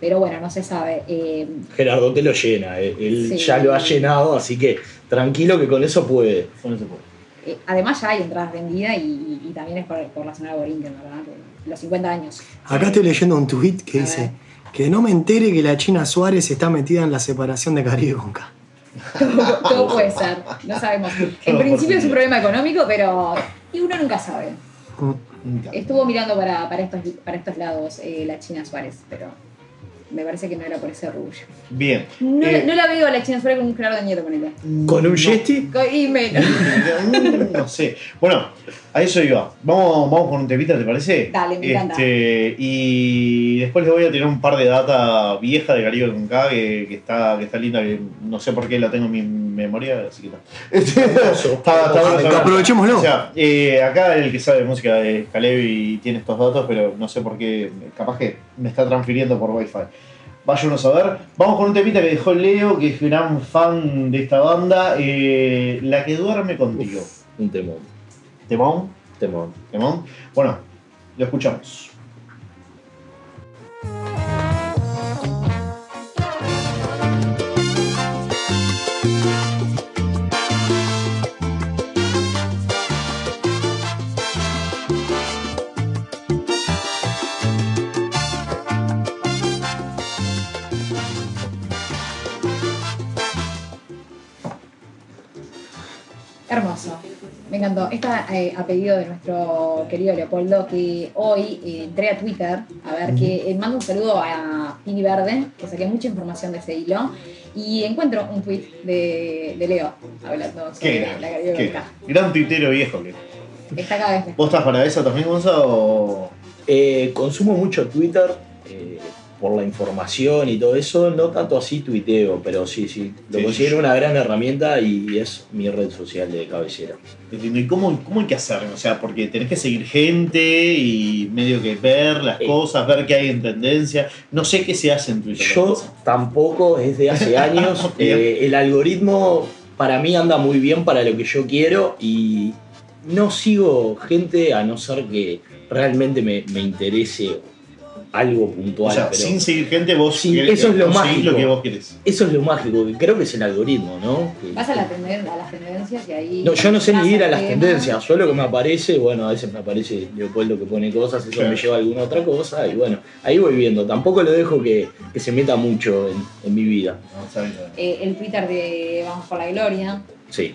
pero bueno, no se sabe. Eh, Gerardo te lo llena, eh, él Sí. ya lo ha llenado, así que tranquilo que con eso puede. Bueno, se puede. eh, además ya hay entradas vendidas y, y- y también es por, por la señora Borinquen, ¿verdad? De Los 50 años. Acá estoy leyendo un tweet que A dice ver. que no me entere que la China Suárez está metida en la separación de Caribe con K. Todo, todo puede ser, no sabemos. En Todo principio es posible. un problema económico, pero y uno nunca sabe. Mm. Estuvo mirando para, para, estos, para estos lados eh, la China Suárez, pero me parece que no era por ese rubio. Bien. No, Eh, no la veo a la China Suárez con un Gerardo Nieto, ponele. Con un no. Yesti, Co- Y menos. Mm, no sé. Bueno, a eso iba. Vamos, vamos con un temita, ¿te parece? Dale, me encanta. Este, y después les voy a tirar un par de data vieja de Garibaldi con K que, que está, que está linda, que no sé por qué la tengo en mi memoria, así que no. Este, está. está bueno Ah, saberlo. Aprovechémoslo. O sea, eh, acá el que sabe de música es Caleb y tiene estos datos, pero no sé por qué, capaz que me está transfiriendo por Wi-Fi. Vaya uno a saber. Vamos con un temita que dejó Leo, que es gran fan de esta banda, eh, La que duerme contigo. un temón, Temón, temón. temón. Bueno, lo escuchamos. Hermoso. Me encantó. Está eh, a pedido de nuestro querido Leopoldo, que hoy eh, entré a Twitter a ver que eh, mando un saludo a Pini Verde, que saqué mucha información de ese hilo, y encuentro un tweet de, de Leo hablando Qué sobre gran, la Caribe qué Blanca. gran. Gran tuitero viejo que. Está cada vez mejor. ¿Vos estás para esa también, Gonzalo? o- Eh, consumo mucho Twitter eh, por la información y todo eso, no tanto así tuiteo, pero sí, sí, lo Sí, considero sí. una gran herramienta y es mi red social de cabecera. Entiendo, ¿Y cómo, cómo hay que hacer? O sea, porque tenés que seguir gente y medio que ver las Eh. cosas, ver qué hay en tendencia. No sé qué se hace en Twitter. Yo tampoco desde hace años, eh, el algoritmo para mí anda muy bien para lo que yo quiero y no sigo gente a no ser que realmente me, me interese algo O puntual. sea, pero- sin seguir gente, vos Sí, eso es lo conseguís mágico. lo que vos querés. Eso es lo mágico, que creo que es el algoritmo, ¿no? Que- Vas a, la tenden- a las tendencias y ahí. No, yo no sé vas ni ir a al las tema. tendencias, solo que me aparece, bueno, a veces me aparece Leopoldo que pone cosas, eso Claro. me lleva a alguna otra cosa, y bueno, ahí voy viendo, tampoco lo dejo que, que se meta mucho en, en mi vida, No, sabés nada. Eh, el Twitter de Vamos por la Gloria, sí.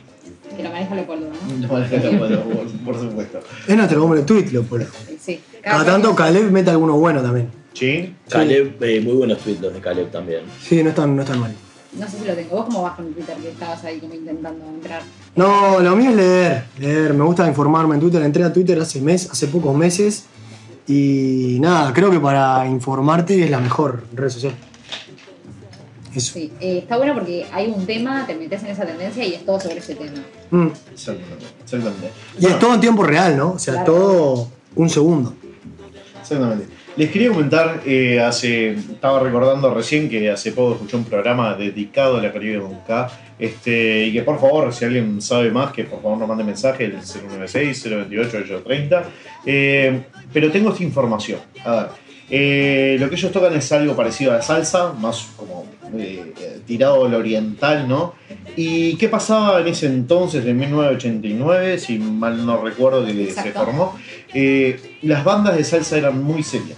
que lo maneja Leopoldo, Mm. ¿no? No, no, no, no, por, por supuesto. Es nuestro hombre de tweet, lo pone. Sí. Cada tanto Caleb mete alguno bueno también. ¿Sí? Caleb, eh, muy buenos tweets los de Caleb también. Sí, no es tan, no es tan mal. No sé si lo tengo. ¿Vos cómo vas con el Twitter que estabas ahí como intentando entrar? No, lo mío es leer, leer, me gusta informarme en Twitter, entré a Twitter hace mes, hace pocos meses y nada, creo que para informarte es la mejor red social. Eso. Sí, eh, está bueno porque hay un tema, te metes en esa tendencia y es todo sobre ese tema. Mm. Exactamente. Exactamente. Y es todo en tiempo real, ¿no? O sea, Claro. todo un segundo. Exactamente. Les quería comentar, eh, hace, estaba recordando recién que hace poco escuché un programa dedicado a la Caribe con K, este, y que por favor, si alguien sabe más, que por favor nos mande mensaje, el 096-028-830. Eh, pero tengo esta información. A ver, eh, lo que ellos tocan es algo parecido a la salsa, más como eh, eh, tirado al oriental, ¿no? ¿Y qué pasaba en ese entonces, en 1989, si mal no recuerdo que se Exacto. formó? eh, las bandas de salsa eran muy serias.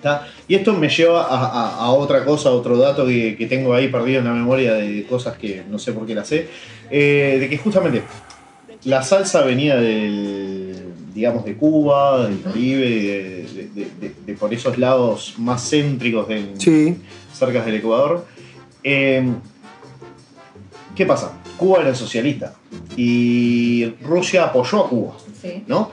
¿tá? Y esto me lleva a, a- a otra cosa, a otro dato que, que tengo ahí perdido en la memoria de cosas que no sé por qué las sé. eh, de que justamente la salsa venía del, digamos, de Cuba, del Caribe, de, de- de- de- de por esos lados más céntricos del, Sí. cerca del Ecuador. Eh, ¿Qué pasa? Cuba era socialista y Rusia apoyó a Cuba. Sí. ¿no?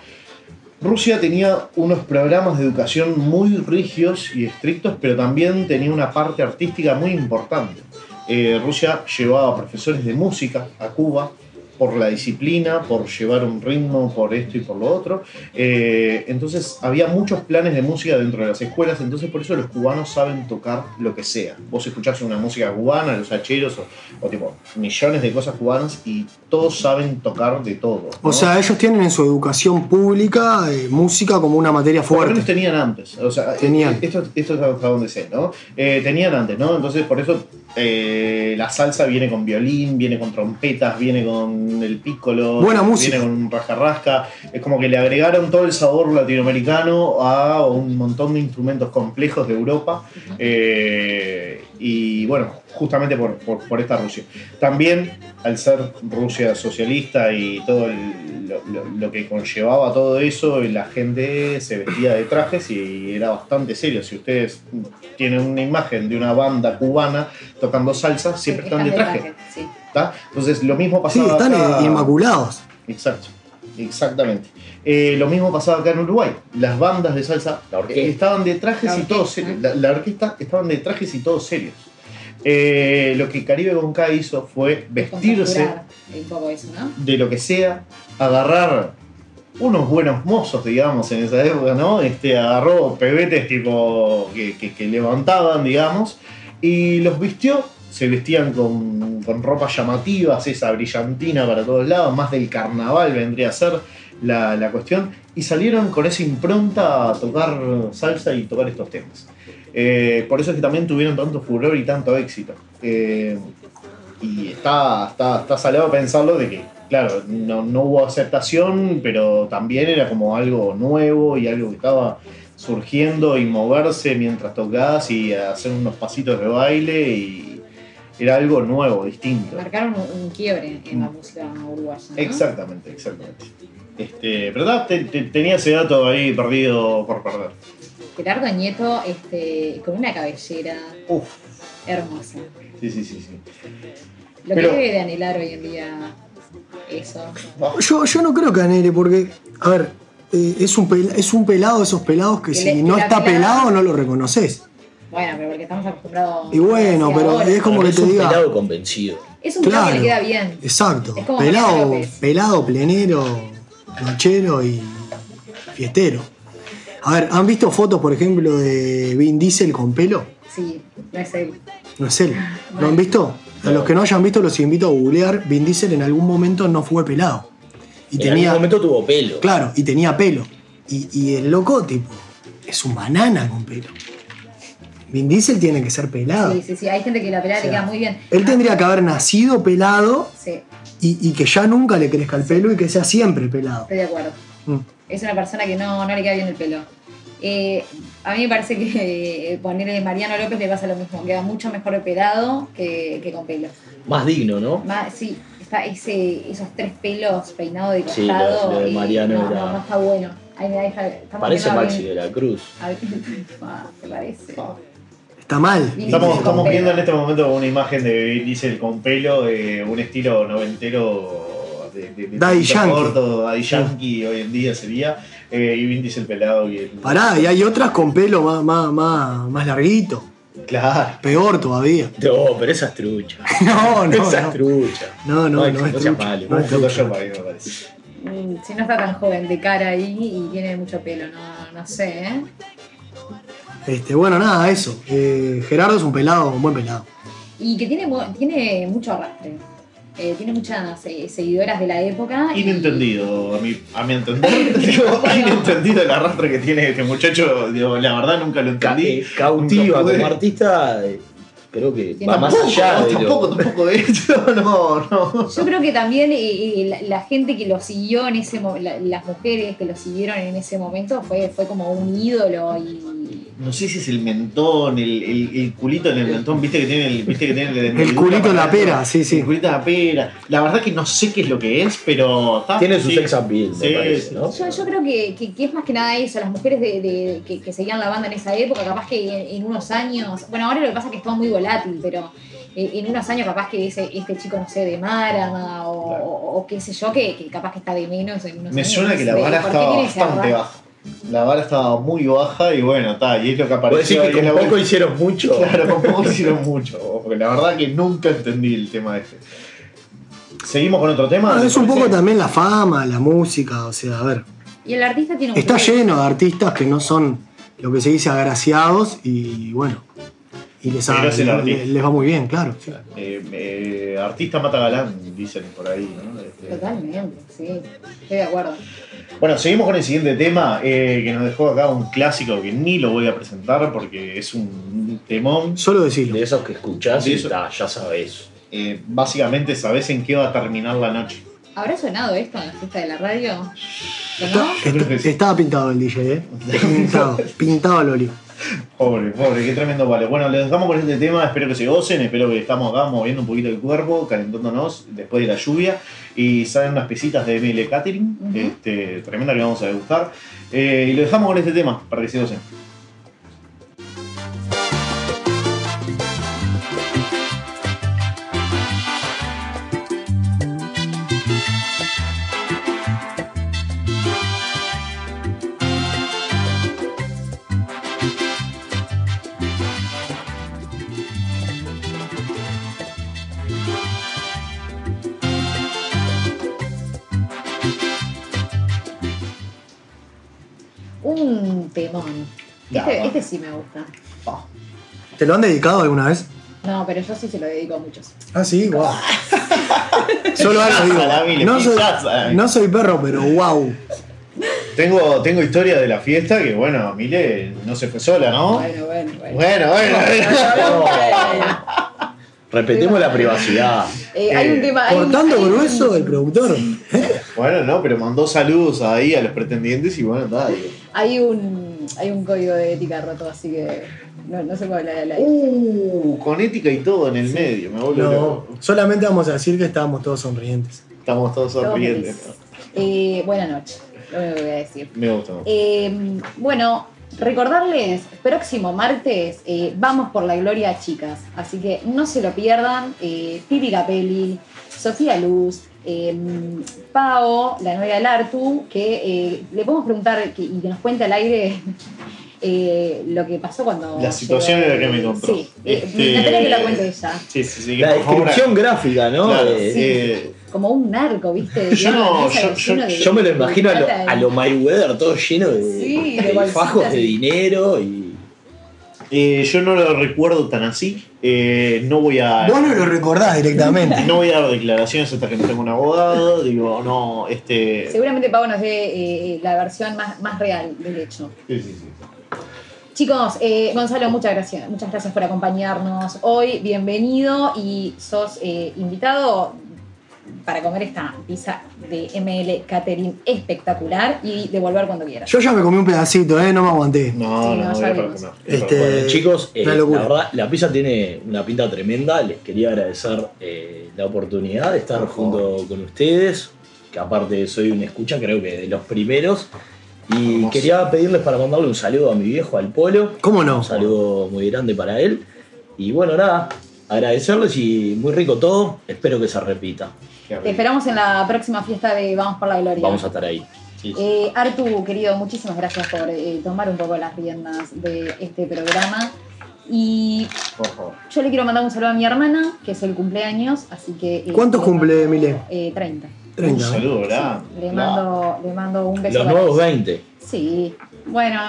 Rusia tenía unos programas de educación muy rígidos y estrictos, pero también tenía una parte artística muy importante. Eh, Rusia llevaba profesores de música a Cuba por la disciplina, por llevar un ritmo, por esto y por lo otro. Eh, entonces había muchos planes de música dentro de las escuelas, entonces por eso los cubanos saben tocar lo que sea. Vos escuchás una música cubana, los hacheros o, o tipo millones de cosas cubanas y todos saben tocar de todo. O ¿no? sea, ellos tienen en su educación pública eh, música como una materia Por lo menos fuerte. tenían antes. O sea, Tenían. Esto, esto es hasta donde sé, ¿no? Eh, tenían antes, ¿no? Entonces, por eso eh, la salsa viene con violín, viene con trompetas, viene con el pícolo, Buena viene música. con un rascarrasca. Es como que le agregaron todo el sabor latinoamericano a un montón de instrumentos complejos de Europa. eh, y bueno, justamente por, por- por esta Rusia. También, al ser Rusia socialista y todo el- lo, lo- lo que conllevaba todo eso, la gente se vestía de trajes y era bastante serio. Si ustedes tienen una imagen de una banda cubana tocando salsa, siempre están de traje. Sí. ¿tá? Entonces, lo mismo Sí, pasaba están acá- eh, inmaculados. Exacto, exactamente. Eh, lo mismo pasaba acá en Uruguay. Las bandas de salsa eh, estaban de trajes La y todos orquesta. serios. La, la orquesta estaban de trajes y todos serios. Eh, lo que Caribe Conca hizo fue vestirse Conjeturar Un poco eso, ¿no? de lo que sea, agarrar unos buenos mozos, digamos, en esa época, ¿no? Este, agarró pebetes tipo que, que- que levantaban, digamos, y los vistió. Se vestían con, con ropas llamativas, esa brillantina para todos lados, más del carnaval vendría a ser la, la cuestión, y salieron con esa impronta a tocar salsa y tocar estos temas. Eh, por eso es que también tuvieron tanto furor y tanto éxito. Eh, y está, está, está salado pensarlo de que, claro, no, no hubo aceptación, pero también era como algo nuevo y algo que estaba surgiendo y moverse mientras tocabas y hacer unos pasitos de baile y era algo nuevo, distinto. Marcaron un, un quiebre en Mm. la música uruguaya. ¿no? Exactamente, exactamente. Este, pero ta, te- te- tenía ese dato ahí perdido por perder. Gerardo Nieto este, con una cabellera Uf, hermosa. sí, sí, sí, sí. Lo Pero- que debe de anhelar hoy en día eso. Yo, yo no creo que anhele, porque, a ver, eh, es, un pel- es un pelado de esos pelados que Que si le- no que la está pelada- pelado no lo reconoces. Bueno, pero porque estamos acostumbrados. Y bueno, hacia pero ahora. es como que Para mí es te un diga- pelado convencido. Es un claro. que le Claro. queda bien. Exacto. Es como Mariano Pelado, López. pelado, plenero, nochero y fiestero. A ver, ¿han visto fotos, por ejemplo, de Vin Diesel con pelo? Sí, no es él. No es él. ¿Lo han visto? A los que no hayan visto los invito a googlear. Vin Diesel en algún momento no fue pelado. Y en tenía. algún momento tuvo pelo. Claro, y tenía pelo. Y, y el loco, tipo, es un banana con pelo. Vin Diesel tiene que ser pelado. Sí, sí, sí. Hay gente que la pelada Ah. O le sea, queda muy bien. Ah, Él tendría que haber nacido pelado Sí, y, y que ya nunca le crezca el pelo y que sea siempre pelado. estoy de acuerdo. Mm. Es una persona que no, no le queda bien el pelo. Eh, a mí me parece que eh, ponerle Mariano López le pasa lo mismo. Queda mucho mejor operado que, que con pelo. Más digno, ¿no? Más, sí, está ese, esos tres pelos peinados de Sí, lo- costado. lo de y Mariano no, era- no, no está bueno. Ahí me deja. estamos Parece viendo a Maxi eh. Vin- de la Cruz. a Vin- Ah, ¿Te parece? Está mal. Vin Estamos, Diesel con estamos pelo. viendo en este momento una imagen de Vin Diesel con pelo, eh, un estilo noventero de, de, de Daddy pelito Yankee. corto, Daddy Yankee hoy en día sería, eh, y Vin Diesel pelado. Y el- Pará, y hay otras con pelo más, más, más, más larguito. Claro. Peor todavía. No, pero esa es trucha. No, no, esa no. es trucha. No, no, Ay, no, es sea trucha. malo. No Un es trucha. Photoshop ahí, me parece. Mm, Si no está tan joven de cara ahí y tiene mucho pelo, no, no sé, ¿eh? Este, bueno, nada, eso. Eh, Gerardo es un pelado, un buen pelado. Y que tiene, mu- tiene mucho arrastre. Eh, tiene muchas eh, seguidoras de la época. y- Inentendido, a mi, a mi entender. Digo, Inentendido el arrastre que tiene este muchacho. Digo, la verdad nunca lo Ca- entendí. eh, cautiva Nunca pude. como artista, eh, creo que Tiene va más Tampoco, allá de lo- tampoco, tampoco de esto. No, no. Yo creo que también eh, eh, la, la gente que lo siguió en ese mo- la- las mujeres que lo siguieron en ese momento fue, fue como un ídolo y. No sé si es el mentón, el, el- el culito en el mentón, viste que tiene el. Viste que tiene el, El culito en la pera, sí, sí. El culito en la pera. La verdad que no sé qué es lo que es, pero. está- Tiene su sí. sex appeal, me Sí, parece, sí, ¿no? Yo, yo creo que, que- que es más que nada eso, las mujeres de, de- que, que seguían la banda en esa época, capaz que en, en unos años, bueno, ahora lo que pasa es que es todo muy volátil, pero eh, en unos años capaz que ese, este chico, no sé, de Márama o, Claro. o- o qué sé yo, que, que capaz que está de menos en unos Me años. suena que la ¿Y vara por qué estaba tiene ese bastante arrastre? baja. La vara estaba muy baja y bueno, está, y es lo que Puedo decir apareció. que y es con lo poco que- hicieron mucho. Claro, tampoco hicieron mucho. Porque la verdad que nunca entendí el tema este. Seguimos con otro tema. Bueno, ¿te Ah, es un parece? poco también la fama, la música, o sea, a ver. Y el artista tiene un Está sello. lleno de artistas que no son lo que se dice agraciados y bueno. Y les, ha- Pero es el le- artista. les va muy bien, claro. sí. Eh, eh, artista mata galán, dicen por ahí, ¿no? Este, Este, Totalmente, sí. Estoy de acuerdo. Bueno, seguimos con el siguiente tema eh, que nos dejó acá un clásico que ni lo voy a presentar porque es un temón. Solo decirlo. De esos que escuchás De y eso- ta, ya sabés. Eh, básicamente sabes en qué va a terminar la noche. ¿Habrá sonado esto en la fiesta de la radio? ¿O Está- no? creo que sí. estaba pintado el DJ, ¿eh? Pintado. pintado el Oli. Pobre, pobre, qué tremendo vale. Bueno, les dejamos con este tema, espero que se gocen, espero que estamos acá moviendo un poquito el cuerpo, calentándonos después de la lluvia. Y salen unas pesitas de ML Catering, Ujú. este, tremenda que vamos a degustar. Eh, y lo dejamos con este tema para que se gocen. Un temón. Ya, Este, va. este sí me gusta. ¿Te lo han dedicado alguna vez? No, pero yo sí se lo dedico a muchos. Ah, sí, wow. Solo algo digo. Pisás a la Mile, No soy, pisás a la Mile. no soy perro, pero wow. Tengo, tengo historia de la fiesta que, bueno, Mile no se fue sola, ¿no? Bueno, bueno, bueno. Bueno, bueno, Hablamos para él. Respetemos la privacidad. Eh, hay Eh, un tema. hay un- Cortando hay un- grueso el productor. Bueno, no, pero mandó saludos ahí a los pretendientes y bueno, está. digo. Hay un, hay un código de ética roto, así que no, no se puede hablar de la Uh, con ética y todo en el medio, me vuelvo No, loco. solamente vamos a decir que estábamos todos sonrientes. Estamos todos Todos sonrientes. felices. Eh, buena noche, lo único que voy a decir. Me gusta. Eh, bueno, recordarles, próximo martes eh, vamos por la gloria, chicas. Así que no se lo pierdan. Eh, Pipi Capelli, Sofía Luz, eh, Pao, la novia del Artu, que eh, le podemos preguntar que- y que nos cuente al aire. eh, lo que pasó cuando. La situación llegó en la que me encontró. Sí, eh, Este- me encantaría que la cuente ella. Sí, sí, sí. que La por favor, descripción gráfica, ¿no? Claro, Eh, sí. eh, Como un narco, ¿viste? Yo Digamos, no, esa yo- vecino yo- que- Yo me lo imagino a lo, trata de- a lo Mayweather, todo lleno de, Sí, de de bolsitas fajos de y- dinero y. eh, yo no lo recuerdo tan así. Eh, no voy a. Vos no lo recordás directamente. No voy a dar declaraciones hasta que no tenga un abogado. Digo, no, este. Seguramente Pau nos dé eh, la versión más, más real del hecho. Sí, sí, sí. Chicos, eh, Gonzalo, muchas gracias. Muchas gracias por acompañarnos hoy. Bienvenido y sos eh, invitado para comer esta pizza de ML Catering espectacular y devolver cuando quieras. Yo ya me comí un pedacito, eh, no me aguanté. No, Sí, no, no, no, ya era para vimos. comer. Este, Bueno, chicos, eh, una la locura. verdad, la pizza tiene una pinta tremenda. Les quería agradecer eh, la oportunidad de estar junto con ustedes, que aparte soy un escucha, creo que de los primeros. Y Hermoso. quería pedirles para mandarle un saludo a mi viejo, al Polo. ¿Cómo no? Un saludo muy grande para él. Y bueno, nada, agradecerles y muy rico todo. Espero que se repita. Qué rico. Te esperamos en la próxima fiesta de Vamos por la Gloria. Vamos a estar ahí. Sí, sí. Eh, Artu, querido, muchísimas gracias por eh, tomar un poco las riendas de este programa. Y Por favor. Yo le quiero mandar un saludo a mi hermana, que es el cumpleaños, así que... eh, ¿Cuántos le mando, cumple, Mile? Eh, 30. Un 30. ¿eh? saludo, ¿verdad? Le mando, le mando un beso. Los para- nuevos 20. Sí, bueno,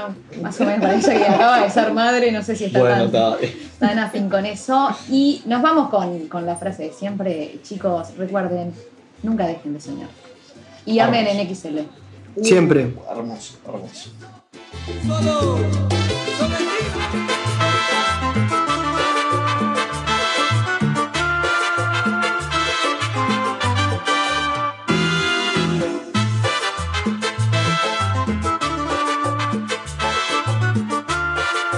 más o menos para ella que acaba de ser madre, no sé si está Bueno, tan, está. tan afín con eso. Y nos vamos con, con la frase de siempre, chicos, recuerden, nunca dejen de soñar. Y amen en XL. Siempre. Hermoso, hermoso. solo, solo el